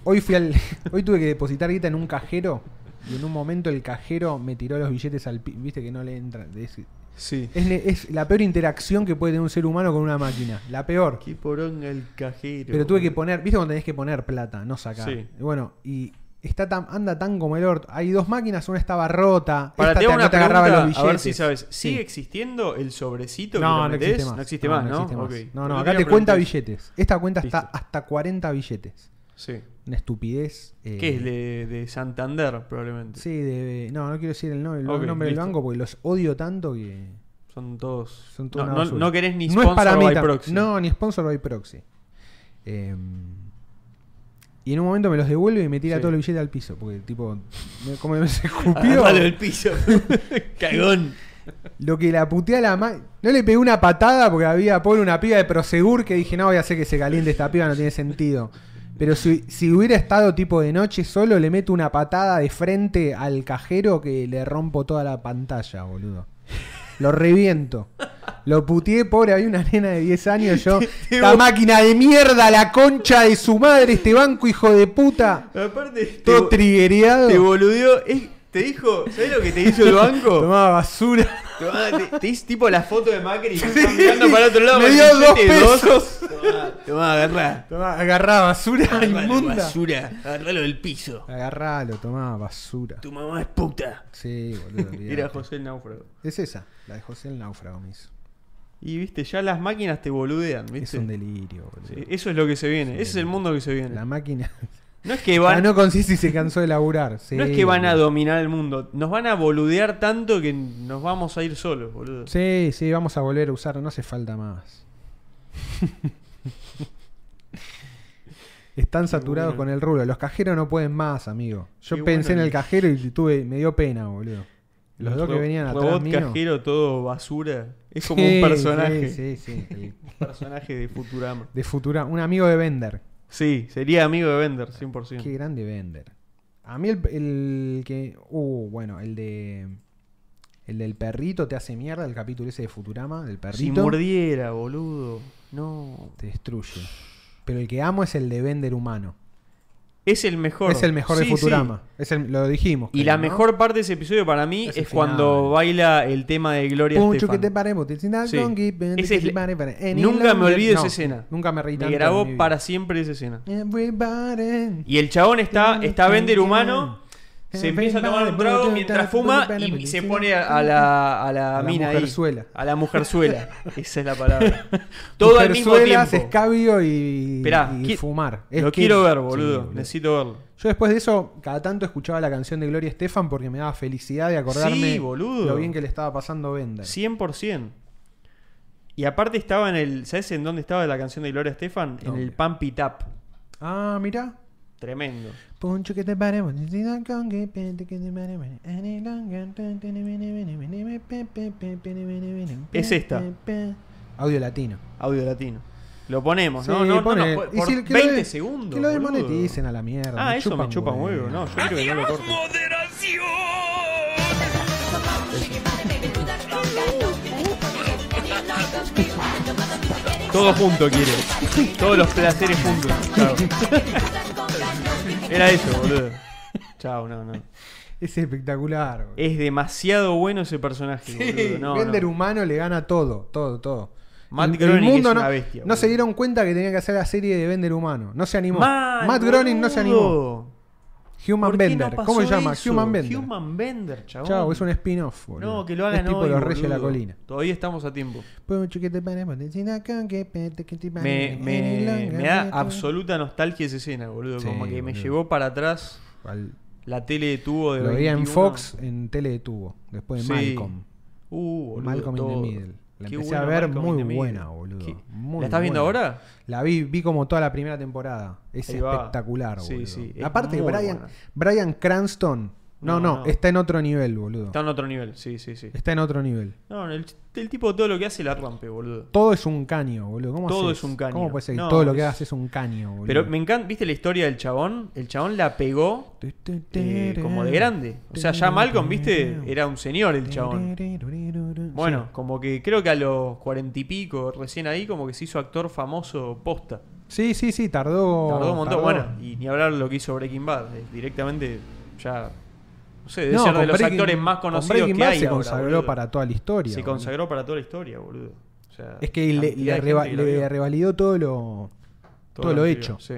Hoy fui al, hoy tuve que depositar guita en un cajero y en un momento el cajero me tiró los billetes al pi- viste que no le entra. Es, Sí. es ne- es la peor interacción que puede tener un ser humano con una máquina, la peor. Qué poronga el cajero. Pero tuve que boludo. poner, viste cuando tenés que poner plata, no sacar. Sí. Bueno, y está tan, anda tan como el orto. Hay dos máquinas, una estaba rota, Para esta te hago una agarraba pregunta, los billetes. a ver si sabes. Sí. ¿Sigue existiendo el sobrecito No, que no lo existe metés? más. No existe más, ¿no? existe más. Ok. No, Yo no, acá quería te cuenta preguntar eso. billetes. Esta cuenta está Listo. hasta 40 billetes. Sí. Una estupidez. eh, ¿Qué es? De, de Santander, probablemente. Sí, de, no, no quiero decir el, no- el Ok, nombre listo. del banco porque los odio tanto que Son todos. son todos no, una no, basura. no querés ni No es sponsor para mí by tam- proxy. No, ni sponsor by proxy. Eh, y en un momento me los devuelve y me tira Sí. todo el billete al piso porque tipo me- como me se escupió. Agarralo del piso. Cagón. Lo que la putea la ma- No le pegué una patada porque había por una piba de Prosegur que dije, no voy a hacer que se caliente esta piba, no tiene sentido. Pero si, si hubiera estado tipo de noche solo, le meto una patada de frente al cajero que le rompo toda la pantalla, boludo. Lo reviento. Lo puteé, pobre, había una nena de 10 años, yo. Esta máquina de mierda, la concha de su madre, este banco, hijo de puta. Aparte, te, Todo bo- triguereado. te boludeó. Es- te dijo, ¿sabes lo que te hizo el banco? Tomaba basura. Tomá, te, te hizo tipo la foto de Macri están mirando para otro lado. Me con dio el dos billete de dos. pesos. Tomá, Tomá, agarrá. Tomá, agarrá basura Agarrá la inmunda. Basura. Agarralo del piso. Agarralo, tomá basura. Tu mamá es puta. Sí, boludo. olvidate. Era José el Náufrago. Es esa, la de José el Náufrago, mis. Y viste, ya las máquinas te boludean, Es ¿viste? un delirio, boludo. Sí, Eso es lo que se viene, ese es el mundo que se La viene. máquina. No es que Ganó van, con Sisi y se cansó de laburar. Sí, no es que van a boludo. dominar el mundo, nos van a boludear tanto que nos vamos a ir solos, boludo. Sí, sí, vamos a volver a usar, no hace falta más. Están saturados bueno. con el rubro. Los cajeros no pueden más, amigo. Yo Qué pensé bueno en el que- cajero y tuve, me dio pena, boludo. Los dos que Ro- venían atrás Robot mío. cajero todo basura, es como Sí, un personaje, Sí, sí, sí. El- un personaje de Futurama. De Futura, un amigo de Bender. Sí, sería amigo de Bender 100%. Ah, Qué grande Bender. A mí el, el que. Uh, bueno, el de. El del perrito te hace mierda, el capítulo ese de Futurama, del Si perrito. mordiera, boludo. No. te destruye. Pero el que amo es el de Bender humano. Es el mejor. Es el mejor de Sí, sí. Futurama. Es el- lo dijimos. Y creo, la ¿no? mejor parte de ese episodio para mí Es es, el cuando final. baila el tema de Gloria Puncho que Estefan. te paremos, te sientas Sí. con que- Ese es te la- pare- pare- en Nunca me Irlanda- olvido No, esa escena. Nunca me reí Me tanto en mi grabó vida. para siempre esa escena. Everybody. Y el chabón está, está vender humano, Eh, se empieza a tomar un trago mientras fuma y se pone a, a la, a la A la mina ahí. mujerzuela. A la mujerzuela. Esa es la palabra. Todo al mismo Mujerzuelas, tiempo. escabio y, Esperá, y qui- fumar. Es Lo que- quiero ver, sí, boludo. Necesito verlo. Yo después de eso, cada tanto escuchaba la canción de Gloria Estefan porque me daba felicidad de acordarme Sí, boludo. lo bien que le estaba pasando Bender. 100%. Y aparte estaba en el. ¿Sabes en dónde estaba la canción de Gloria Estefan? En ¿Dónde? el Pump It Up. Ah, mirá. Tremendo. Poncho que te pare, poncho si da con que pete que te pare, pare, ane longa, tan, tene, mene, mene, mene, me, pe, pe, pe, pene, mene, mene, pe, Es esta. pe, pe. Audio latino. Audio latino. Lo ponemos, ¿no? Sí, No, no, pone- no, por, y si por que lo 20 de- segundos. Que lo boludo. desmoneticen a la mierda. Ah, eso me chupa un huevo. No, yo creo que no lo corto. Todo junto quiere. Todos los placeres juntos. Chao. Era eso, boludo. Chao, no, no. Es espectacular. boludo. Es demasiado bueno ese personaje, boludo. No, Bender no. humano le gana todo, todo, todo. Matt El- el Groening mundo es no, una bestia, no se boludo. dieron cuenta que tenía que hacer la serie de Bender humano. No se animó. Mal, Matt Groening no se animó. boludo. Human ¿Por qué no Bender. pasó ¿Cómo se llama? eso? Human Bender. Human Bender, chabón. Chao, es un spin-off. boludo. No, que lo hagan Es tipo hoy, los Reyes de la boludo. Colina. Todavía estamos a tiempo. Me, Me, me- me da absoluta nostalgia esa escena, boludo. Sí, Como que me boludo. llevó para atrás la tele de tubo de Lo veía en 21. Fox en tele de tubo. Después de Sí. Malcolm. Uh, boludo, Malcolm in the todo. Middle. La Qué empecé bueno a ver Malcolm in the muy Middle. buena, boludo. Qué- Muy ¿La estás viendo buena. ahora? La vi, vi como toda la primera temporada. Es Ahí va. espectacular, Sí, boludo. sí, es Aparte, muy Brian, buena. Brian Cranston. No No, no, no. está en otro nivel, boludo. Está Está, en otro nivel, sí, sí, sí. en otro nivel. No, el, el tipo todo lo que hace la rompe, boludo. Todo es un caño, boludo. ¿Cómo Todo haces? es un caño. ¿Cómo puede ser que No, todo lo que es- hagas es un caño, boludo? Pero me encanta, ¿viste la historia del chabón? El chabón la pegó eh, como de grande. O sea, ya Malcolm, ¿viste? Era un señor el chabón. Bueno, como que creo que a los cuarenta y pico, recién ahí, como que se hizo actor famoso posta. Sí, sí, sí, tardó. Tardó un montón. Oh, tardó. Bueno, y ni hablar lo que hizo Breaking Bad. eh, directamente, ya. No sé, debe No, ser de con los Breaking- actores más con conocidos Breaking que Bad hay. se ahora, consagró boludo. para toda la historia. Se boludo. consagró para toda la historia, boludo. O sea, Es que le, cantidad le de reva- gente que lo le vio. revalidó todo lo. todo lo que hecho. vio, sí.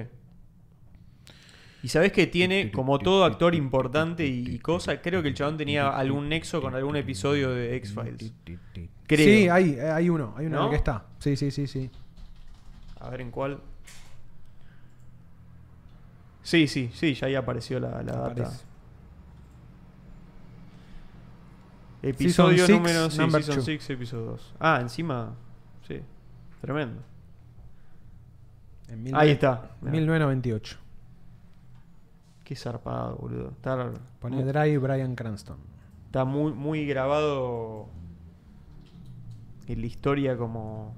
Y sabés que tiene, como todo actor importante y, y cosa, creo que el chabón tenía algún nexo con algún episodio de X-Files. Creo. Sí, hay, eh, hay uno, hay uno en el ¿No? que está. Sí, sí, sí, sí. A ver en cuál. Sí, sí, sí, ya ahí apareció la, la data. Aparece. Episodio Season número six, sí, number Season two. 6, episodio 2. Ah, encima. Sí. Tremendo. En mil- Ahí está. Mirá. 1998. Qué zarpado, boludo. Está, Pone Drive Brian Cranston. está muy, muy grabado en la historia como.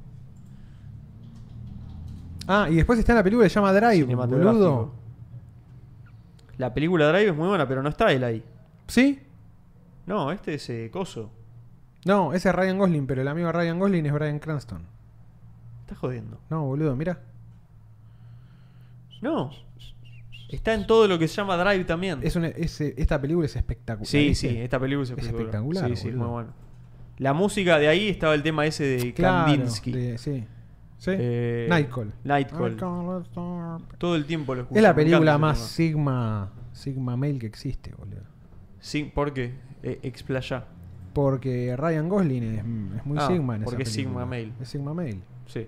Ah, y después está en la película que se llama Drive, Cinematográfico. boludo. La película Drive es muy buena, pero no está él ahí. ¿Sí? No, este es eh, Coso. No, ese es Ryan Gosling, pero el amigo de Ryan Gosling es Brian Cranston. Está jodiendo. No, boludo, mira. No. Está en todo lo que se llama Drive también. Es una- es- eh, esta película es espectacular. Mm. sí, ¿viste? sí, esta película es Es espectacular. espectacular, Sí, sí, boludo. muy bueno. La música de ahí estaba el tema ese de Claro, Kandinsky. de- sí. ¿Sí? Eh, Nightcall. Nightcall. Todo el tiempo lo escucho. Es la me encanta película ese más tema. Sigma Sigma Male que existe, boludo. Sí, ¿por qué? Eh, explayá. Porque Ryan Gosling es, es muy Ah, Sigma en esa porque es película. Sigma Male. Es Sigma Male. Sí.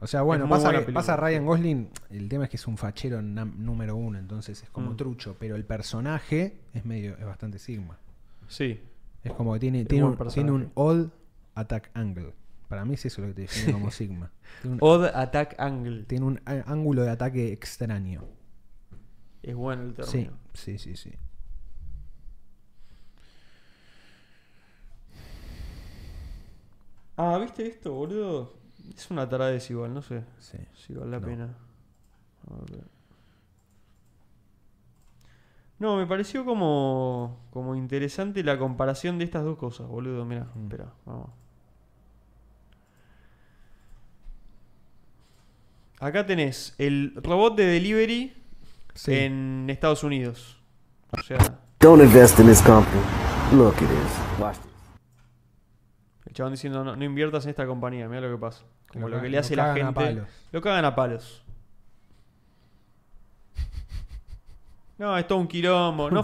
O sea, bueno, Es muy pasa, buena que- película. pasa Ryan Gosling. El tema es que es un fachero nam- número uno, entonces es como Mm. trucho. Pero el personaje es medio, es bastante Sigma. Sí. Es como que tiene, Es tiene, buen un, tiene un personaje. odd attack angle. Para mí es eso lo que te define como Sigma. Tiene un, Odd Attack Angle. tiene un á- ángulo de ataque extraño. Es bueno el Sí, término. sí, sí, sí. Ah, ¿viste esto, boludo? Es una tara desigual, no sé. sí. Si vale la No. pena. A ver. No, me pareció como, como interesante la comparación de estas dos cosas, boludo. Mira, Mm. espera, vamos. Acá tenés el robot de delivery Sí. en Estados Unidos. O sea, Don't invest in this company. Look, it is. Watch this. el chabón diciendo no, no inviertas en esta compañía, mira lo que pasa. Como Lo lo, ca- que le lo hace la cagan a gente. palos. Lo cagan a palos. No, es todo un quilombo. No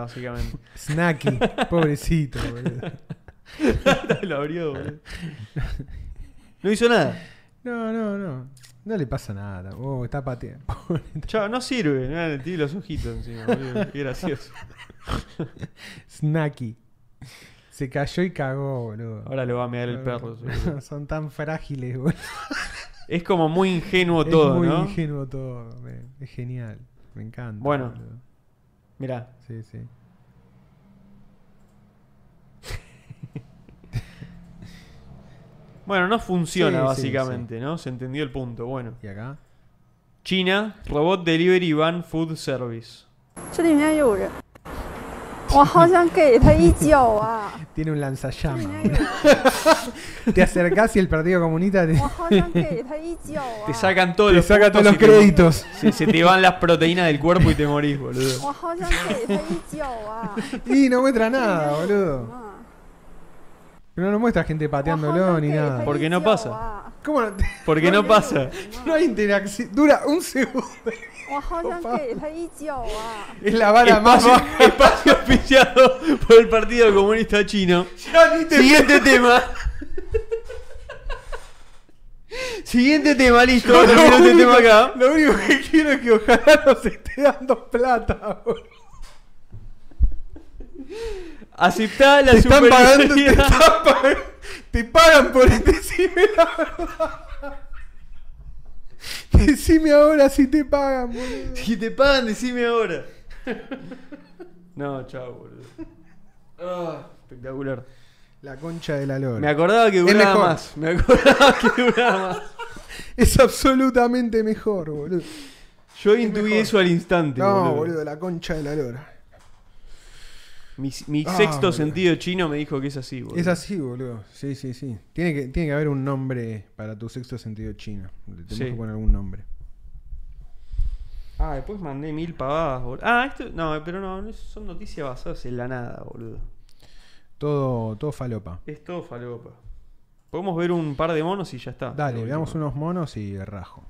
básicamente. Snacky, pobrecito, boludo. lo abrió, boludo. No hizo nada. No, no, no. No le pasa nada. Oh, está pateando. Chao, no sirve. Mirá, le tiene los ojitos encima, boludo. Qué gracioso. Snacky. Se cayó y cagó, boludo. Ahora lo va a mear el perro. seguro. Son tan frágiles, boludo. Es como muy ingenuo es todo, muy ¿no? ingenuo todo. me- Es genial. Me encanta. Bueno. boludo. Mirá. Sí, sí. Bueno, no funciona Sí, sí, básicamente, ¿no? Se entendió el punto. Bueno. ¿Y acá? China, robot delivery van food service. 这里面有人，我好想给他一脚啊！ Tiene un 这里 lanzallamas. 面有人， Te acercás y el Partido Comunista te, 我好想给他一脚啊！ Te sacan todos te los saca puntos todos los y te- créditos. se, se te van las proteínas del cuerpo y te morís, boludo. 我好想给他一脚啊！ Y no muestra 这里面 nada, 有人 boludo. 啊 Pero no muestra gente 我好 pateándolo ni 想给 nada. Por- 他一 Porque no 脚 pasa. 啊！ ¿Cómo no, Porque no pasa. no hay interacción? Dura un segundo. 我好想给他一脚啊！ Es la vara más Espacio, baja. espacio auspiciado por el Partido Comunista Chino. Siguiente tema. Siguiente tema, listo. terminó este tema acá. lo único que quiero es que ojalá nos esté dando plata, boludo. Aceptá la Te están pagando, te superioridad. están pagando. Te pagan por decirme la verdad. Decime ahora si te pagan, boludo. Si te pagan, decime ahora. No, chao, boludo. Ah, espectacular. La concha de la lora. Me acordaba que Es duraba mejor. más. Me acordaba que duraba más. Es absolutamente mejor, boludo. Yo intuí mejor. eso al instante. No, boludo. boludo, la concha de la lora. Mi, mi Ah, sexto boludo. sentido chino me dijo que es así, boludo. Es así, boludo. Sí, sí, sí. Tiene que, tiene que haber un nombre para tu sexto sentido chino. Le tenemos Sí. que poner algún nombre. Ah, después mandé mil pavadas, boludo. Ah, esto. No, pero no, no, son noticias basadas en la nada, boludo. Todo, todo falopa. Es todo falopa. Podemos ver un par de monos y ya está. Dale, Lo veamos último. unos monos y rajo.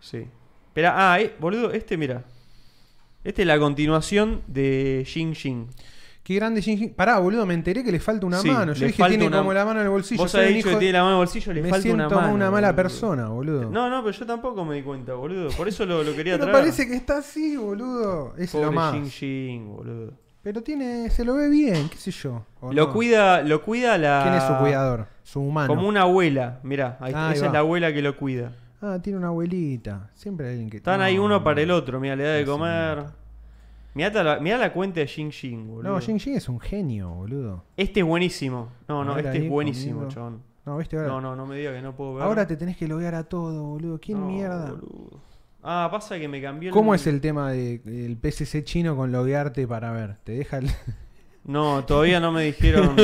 Sí. Pero, ah, eh, boludo, este, mira. Este es la continuación de Xing Xing. Qué grande Jin Jin. Pará, boludo, me enteré que le falta una Sí, mano. le Yo dije falta tiene una- como la mano en el bolsillo. Vos Soy un habéis dicho hijo que de- tiene la mano en el bolsillo, le me falta siento una mano. una mala boludo. persona, boludo. No, no, pero yo tampoco me di cuenta, boludo. Por eso lo, lo quería Pero traer. parece que está así, boludo. Es Pobre lo más. Xing Xing, boludo. Pero tiene, se lo ve bien, qué sé yo. ¿o Lo no? cuida, lo cuida la. ¿Quién es su cuidador? Su humano. Como una abuela, mirá, ahí está, Ah, ahí esa va. es la abuela que lo cuida. Ah, tiene una abuelita. Siempre hay alguien que. Están No, ahí uno no. para el otro, mirá, le da de Ese comer. mata. Mirá la, mirá la cuenta de Xing Xing, boludo. No, Jing Jing es un genio, boludo. Este es buenísimo. No, no, A ver este ahí es buenísimo, conmigo. chabón. No, viste, ahora, No, no, no me diga que no puedo ver. ahora te tenés que loguear a todo, boludo. ¿Quién No, mierda? boludo. Ah, pasa que me cambió el. ¿Cómo es el tema de- del PCC chino con loguearte para ver? Te deja el. No, todavía no me dijeron.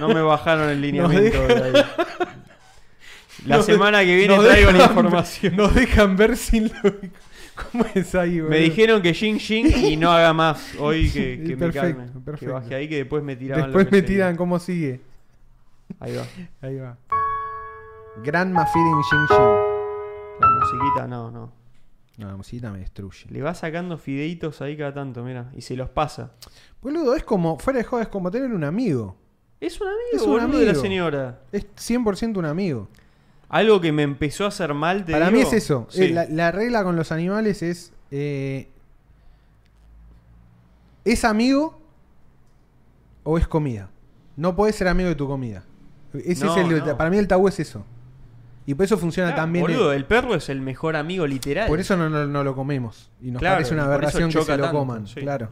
no me bajaron el lineamiento. de ahí. La Nos de- semana que viene nos traigo la dejan- información. Nos dejan ver sin lo- ¿Cómo es ahí, boludo? Me dijeron que Jing Jing y no haga más hoy que, que me Perfecto, calme. perfecto. Que baje ahí que después me tiraban lo Después que me seguía. tiran cómo sigue. Ahí va. Ahí va. Grandma feeding Jing Jing. La musiquita, no, no. No, la musita me destruye. Le va sacando fideitos ahí cada tanto, mira. Y se los pasa. Boludo, es como. Fuera de joda, es como tener un amigo. Es un amigo, Es un boludo, de la amigo. señora. Es 100% un amigo. Algo que me empezó a hacer mal, te Para mí digo. es eso. Sí. Eh, La, la regla con los animales es. eh, ¿Es amigo o es comida? No podés ser amigo de tu comida. Ese No, es el, no. Para mí el tabú es eso. Y por eso funciona Claro, tan bien. Ah, Boludo, el- el perro es el mejor amigo literal. por eso no, no- no lo comemos. Y nos Claro, parece una y por eso aberración que choca se lo tanto, coman. sí. Claro.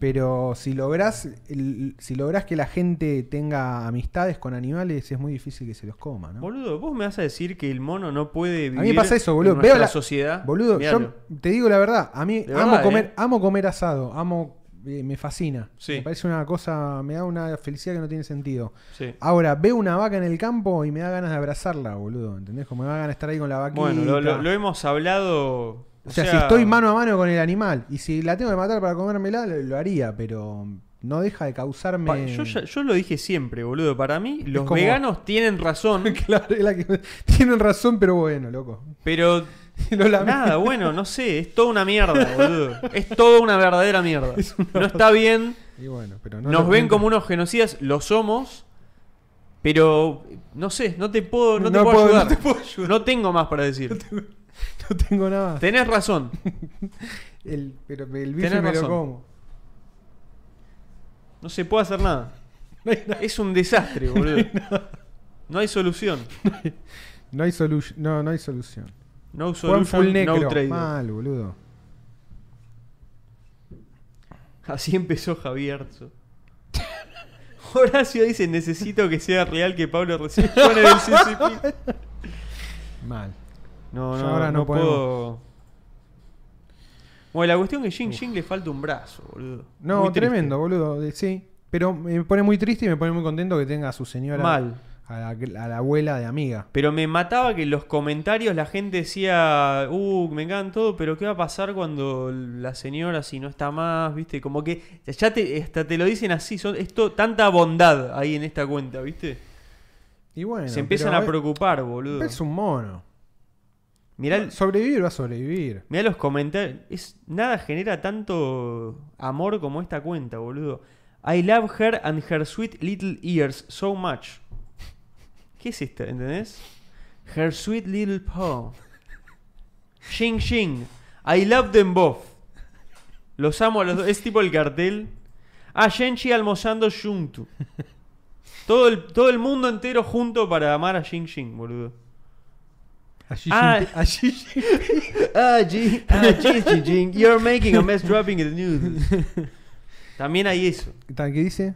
Pero si lográs, el- si lográs que la gente tenga amistades con animales, es muy difícil que se los coma, ¿no? Boludo, vos me vas a decir que el mono no puede vivir A mí me pasa eso, boludo. en Veo nuestra la sociedad. Boludo, Miralo. yo te digo la verdad. A mí De amo, verdad, comer, ¿eh? amo comer asado. Amo. eh, me fascina. Sí. Me parece una cosa. Me da una felicidad que no tiene sentido. Sí. Ahora, veo una vaca en el campo y me da ganas de abrazarla, boludo. ¿Entendés? Como me da ganas de estar ahí con la vaquita. Bueno, lo, lo- lo hemos hablado. o sea, si estoy mano a mano con el animal y si la tengo que matar para comérmela, lo, lo haría, pero no deja de causarme. pa- yo, ya- yo lo dije siempre, boludo. Para mí, los como- veganos tienen razón, Claro, es la que- Tienen razón, pero bueno, loco. pero Lo lamento. Nada, bueno, no sé, es toda una mierda, boludo. Es toda una verdadera mierda. No está bien, Y bueno, pero no nos lo- ven como unos genocidas, lo somos, pero no sé, no te puedo, no te No puedo, puedo- ayudar. no te puedo ayudar. No tengo más para decir. No tengo nada. Tenés razón. El, pero el bife Tenés me lo razón. como. No se puede hacer nada. Es un desastre, boludo. No hay solución. No hay, solu- no, no hay solución. No Juan full solution, negro. no trader. Mal, boludo. Así empezó Javierzo. Horacio dice, necesito que sea real que Pablo recién pone del CCP. Mal. No, Ya no, ahora no, no puedo. Bueno, la cuestión es que Jing Jing le falta un brazo, boludo. No, Muy triste. tremendo, boludo. de- Sí. Pero me pone muy triste y me pone muy contento que tenga a su señora. Mal. A la, a la abuela de amiga. Pero me mataba que en los comentarios la gente decía, uh, me encantan todo, pero ¿qué va a pasar cuando la señora si no está más? ¿Viste? Como que ya te, hasta te lo dicen así, son, es to- tanta bondad ahí en esta cuenta, ¿viste? Y bueno. Se empiezan pero, a eh, preocupar, boludo. Es un mono. Mirá, el- Sobrevivir va a sobrevivir. mirá los comentarios. Es, nada genera tanto amor como esta cuenta, boludo. I love her and her sweet little ears so much. ¿Qué es esta? ¿Entendés? Her sweet little paw. Shing Shing. I love them both. Los amo a los dos. Es tipo el cartel. Ah, Shenchi almorzando junto. Todo el, todo el mundo entero junto para amar a Shing Shing, boludo. Allí Ah. Jinpe- allí Jin- Ah, Jing, ah, Jing, Jing, Jing, you're making a mess dropping the news. También hay eso. ¿Tan- ¿Qué dice?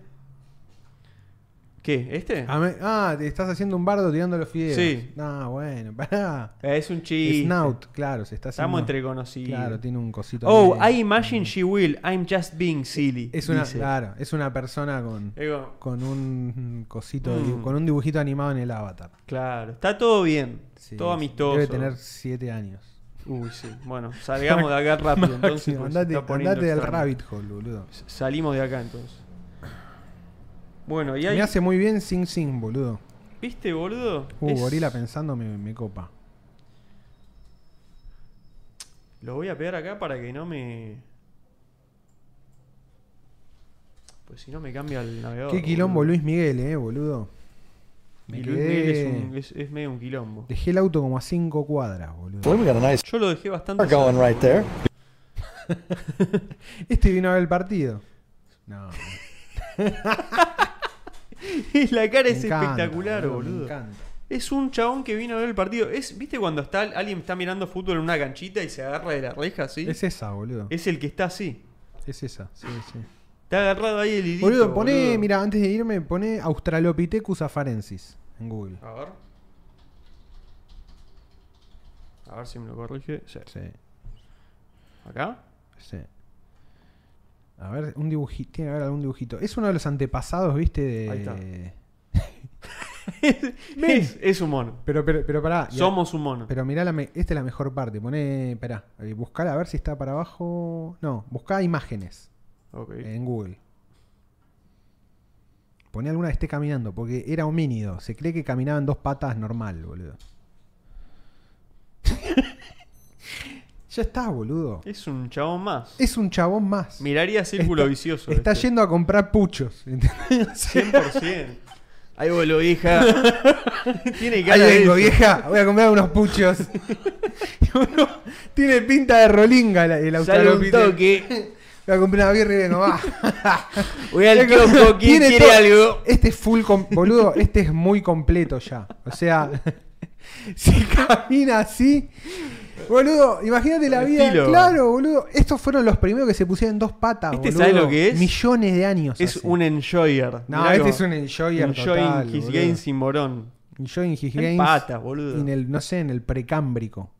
¿Qué? ¿Este? A me- Ah, te estás haciendo un bardo tirando los fideos. Sí. Ah, bueno, pará. Eh, es un chiste. Snout, claro, se está haciendo. Estamos entre conocidos. Claro, tiene un cosito. oh, ahí. I imagine she will. I'm just being silly. Es una, dice. claro, es una persona con, Digo, con un cosito, de Mm. dibu- con un dibujito animado en el avatar. claro, está todo bien. Sí, todo sí. amistoso. Debe tener 7 años. Uy, sí. Bueno, salgamos de acá rápido. Máximo, Entonces, porque se andate, está poniendo andate al extraño. rabbit hole, boludo. S- Salimos de acá entonces. Bueno, y Me ahí. hace muy bien Sing Sing, boludo. ¿Viste, boludo? Uh, Es- gorila pensando me, me copa. Lo voy a pegar acá para que no me. Pues si no me cambia el navegador. Qué quilombo Oh, boludo. Luis Miguel, eh, boludo. Me Y Luis Miguel quedé... es, un- es- es medio un quilombo. Dejé el auto como a 5 cuadras, boludo. Well, we got a nice Yo lo dejé bastante. car going right there. Este vino a ver el partido. No, Y la cara me es encanta, espectacular, me boludo. encanta. Es un chabón que vino a ver el partido. Es, ¿Viste cuando está alguien está mirando fútbol en una canchita y se agarra de la reja así? Es esa, boludo. Es el que está así. Es esa, sí, sí. Está agarrado ahí el hilito. Boludo, poné, boludo. mira, antes de irme, poné Australopithecus afarensis en Google. A ver. A ver si me lo corrige. Sí. Sí, ¿Acá? sí. A ver, un dibujito, tiene que haber algún dibujito. Es uno de los antepasados, viste, de... Ahí está. es, es un mono. Pero, pero, pero pará. y a- Somos un mono. Pero mirá, la me- esta es la mejor parte. Poné, pará, eh, buscala a ver si está para abajo. No, buscá imágenes Ok. en Google. Poné alguna que esté caminando, porque era homínido. Se cree que caminaba en dos patas normal, boludo. ya está, boludo. Es un chabón más. Es un chabón más. Miraría círculo Está- vicioso. Está este. yendo a comprar puchos. ¿entendés? O sea, 100%. Ahí voló, vieja. Tiene Ahí cara de vengo, eso. vieja. Voy a comprar unos puchos. Y uno tiene pinta de rolinga la- el Sale un australopithecus. toque. Voy a comprar una birra y vengo, va. Voy al kiosco. ¿Quién Tiene quiere todo- algo? Este es full, com- boludo, este es muy completo ya. O sea, si camina así, boludo, imagínate la Con vida. estilo. Claro, boludo, estos furon los primeros que se pusieron dos patas, ¿Este boludo. sabe lo que es? Millones de años. Es hace. un enjoyer. No, Mirá este cómo- es un enjoyer Enjoying total, his boludo. games sin morón. Enjoying his Está games. en patas, boludo. En el, no sé, en el precámbrico.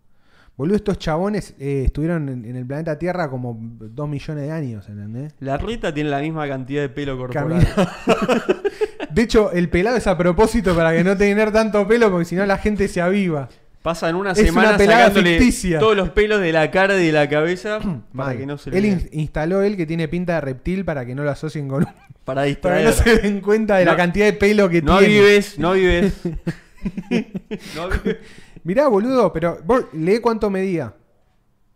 Boludo, estos chabones eh, estuvieron en, en el planeta Tierra como dos millones de años, ¿entendés? La Rita tiene la misma cantidad de pelo corporal. Camina. De hecho, el pelado es a propósito para que no tener tanto pelo, porque si no la gente se aviva. Pasan una Es semana una pelada sacándole ficticia. todos los pelos de la cara y de la cabeza para Mal. que no se le él vea. in- instaló él que tiene pinta de reptil para que no lo asocien con un... para Para que distraer. no se den cuenta de No- la cantidad de pelo que No tiene. vives, no vives. no vives. Mirá, boludo, pero vos lee cuánto medía.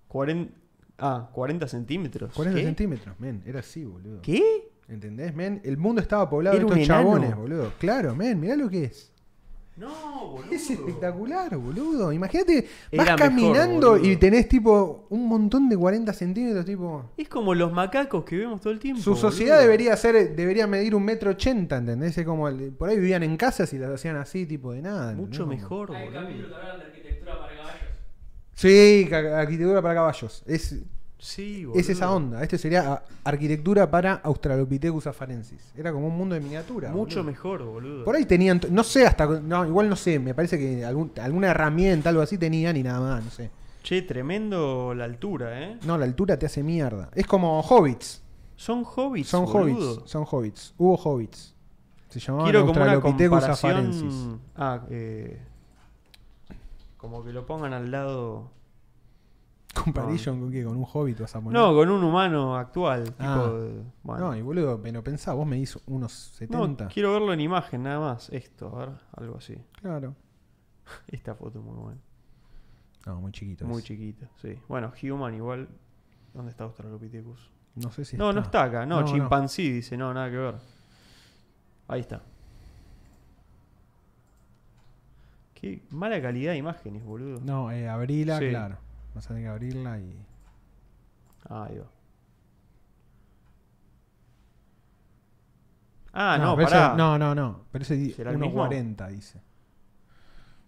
40, ah, 40 centímetros. 40 ¿Qué? centímetros, men. Era así, boludo. ¿Qué? ¿Entendés, men? El mundo estaba poblado Era de un estos chabones, enano. boludo. Claro, men, mirá lo que es. No, boludo. Es espectacular, boludo. Imagínate, Era vas mejor, caminando y boludo. tenés tipo un montón de 40 centímetros, tipo. Es como los macacos que vemos todo el tiempo. Su sociedad boludo. debería ser, debería medir un metro ochenta, ¿entendés? Es como el- por ahí vivían en casas y las hacían así, tipo de nada. ¿entendés? Mucho Como- mejor, Hay capítulos boludo. que hablan de arquitectura para caballos. Sí, ca- arquitectura para caballos. Es, Sí, boludo. es esa onda. Este sería ah, arquitectura para Australopithecus afarensis. Era como un mundo de miniatura. Mucho boludo. mejor, boludo. Por ahí tenían, t- no sé hasta, no, igual no sé, me parece que algún- alguna herramienta, algo así tenían y nada más, no sé. Che, tremendo la altura, ¿eh? No, la altura te hace mierda. Es como hobbits. Son hobbits, Son boludo. hobbits, son hobbits. Hubo hobbits. Se llamaban Quiero como una Australopithecus afarensis. comparación... Ah, eh... Como que lo pongan al lado... Comparison con qué, con un hobbit vas a poner. No, con un humano actual. Tipo, Ah. eh, bueno. No, y boludo, pero pensá, vos me hizo unos 70. No, quiero verlo en imagen nada más. Esto, a ver, algo así. Claro. Esta foto muy buena. No, muy chiquito. Muy es. chiquita, sí. Bueno, Human igual. ¿Dónde está Australopithecus? No sé si no, no está acá. No, No, no. chimpancé dice. No, nada que ver. Ahí está. Qué mala calidad de imágenes, boludo. No, eh, abrila, Sí. claro. Vas a tener que abrirla y. Ah, ahí va. Ah, no, pero pará. ese- no, no, no. Pero ese di- ¿Será el mismo? 1.40 dice.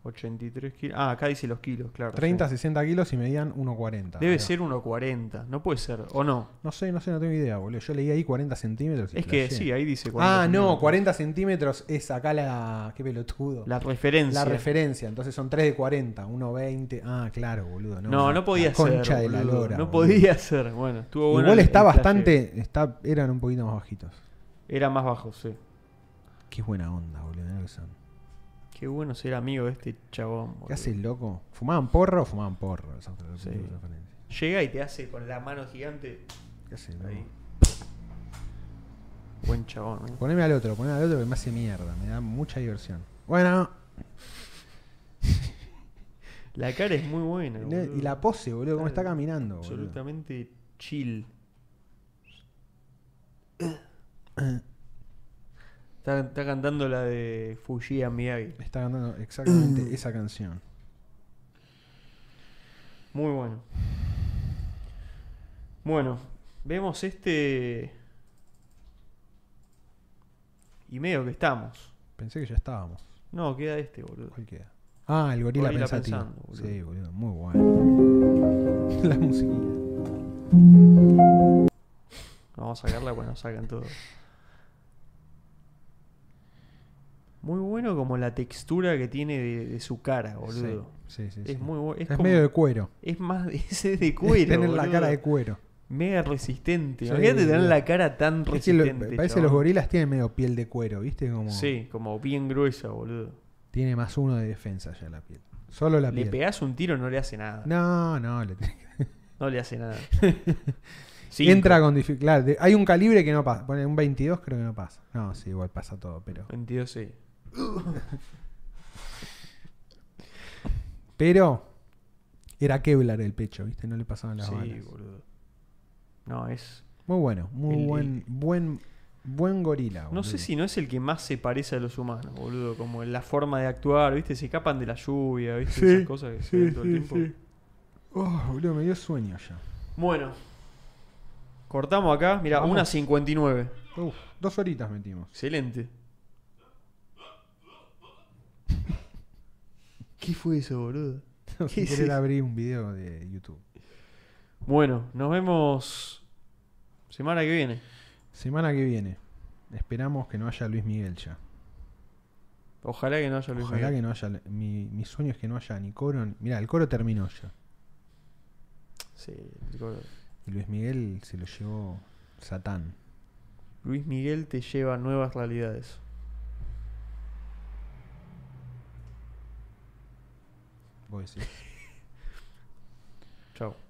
83 kilos. Ah, acá dice los kilos, claro. 30, sí. 60 kilos y medían 1.40. Debe mirá. ser 1,40. No puede ser, ¿o no? No sé, no sé, no tengo idea, boludo. Yo leí ahí 40 centímetros. y Es que flasheé. sí, ahí dice Ah, no, centímetros. 40 centímetros es acá la. Qué pelotudo. La referencia. La referencia, entonces son 3 de 40, 1.20. Ah, claro, boludo. No, no, no podía la concha ser. de la boludo. lora. no boludo. podía ser. Bueno, estuvo bueno. Igual el- está el bastante. Está, eran un poquito más bajitos. flashe. Era más bajo, sí. Qué buena onda, boludo. mirá lo que son. Qué bueno ser amigo de este chabón. ¿Qué boludo. hace el loco? ¿Fumaban porro o fumaban porro? Esa otra- Sí. otra referencia. Llega y te hace con la mano gigante. ¿Qué hace el loco? Ahí. Buen chabón. ¿eh? Poneme al otro, poneme al otro que me hace mierda. Me da mucha diversión. Bueno, La cara es muy buena. ne- boludo. y la pose, boludo, cómo está Claro, caminando, boludo. Absolutamente chill. está, está cantando la de Fuji Miyagi. Está cantando exactamente esa canción. Muy bueno. Bueno, vemos este. Y medio que estamos. Pensé que ya estábamos. No, queda este, boludo. ¿Cuál queda? Ah, el gorila, Gorila pensativo. pensando, boludo. Sí, boludo, muy bueno. La musiquita. Vamos a sacarla cuando sacan todo. Muy bueno como la textura que tiene de, de su cara, boludo. Sí, sí, sí. Es muy bueno. Es, Es como- medio de cuero. es más ese de Es cuero. Tener la boludo. cara de cuero. Mega resistente. Sí, Imagínate tener boludo. la cara tan Es que lo- resistente. parece que chabón. los gorilas tienen medio piel de cuero, ¿viste? Como Sí, como bien gruesa, boludo. Tiene más uno de defensa ya la piel. Solo la le piel. pegás un tiro, no le hace nada. No, No, no, le tenés que- le hace nada. Cinco. Entra con dificultad. hay un calibre que no pasa. Pone un 22 creo que no pasa. No, sí, igual pasa todo, pero 22, sí. pero era Kevlar el pecho, ¿viste? No le pasaban las Sí, balas. boludo. No, es. Muy bueno, muy El- buen buen buen gorila. No boludo. sé si no es el que más se parece a los humanos, boludo. Como en la forma de actuar, ¿viste? Se escapan de la lluvia, ¿viste? Sí, Esas cosas que se ven todo el tiempo. Oh, boludo, me dio sueño ya. Bueno. Cortamos acá. Mira, Vamos. 1.59. Uf, dos horitas metimos. Excelente. ¿Qué fue eso, boludo? Sin es querer eso? abrí un video de YouTube. Bueno, nos vemos semana que viene. Semana que viene. Esperamos que no haya Luis Miguel ya. Ojalá que no haya Luis Ojalá que Miguel. no haya. Mi, mi sueño es que no haya ni coro. Mira, el coro terminó ya. Sí, el coro. Y Luis Miguel se lo llevó Satán. Luis Miguel te lleva a nuevas realidades. Vos decís. Chao.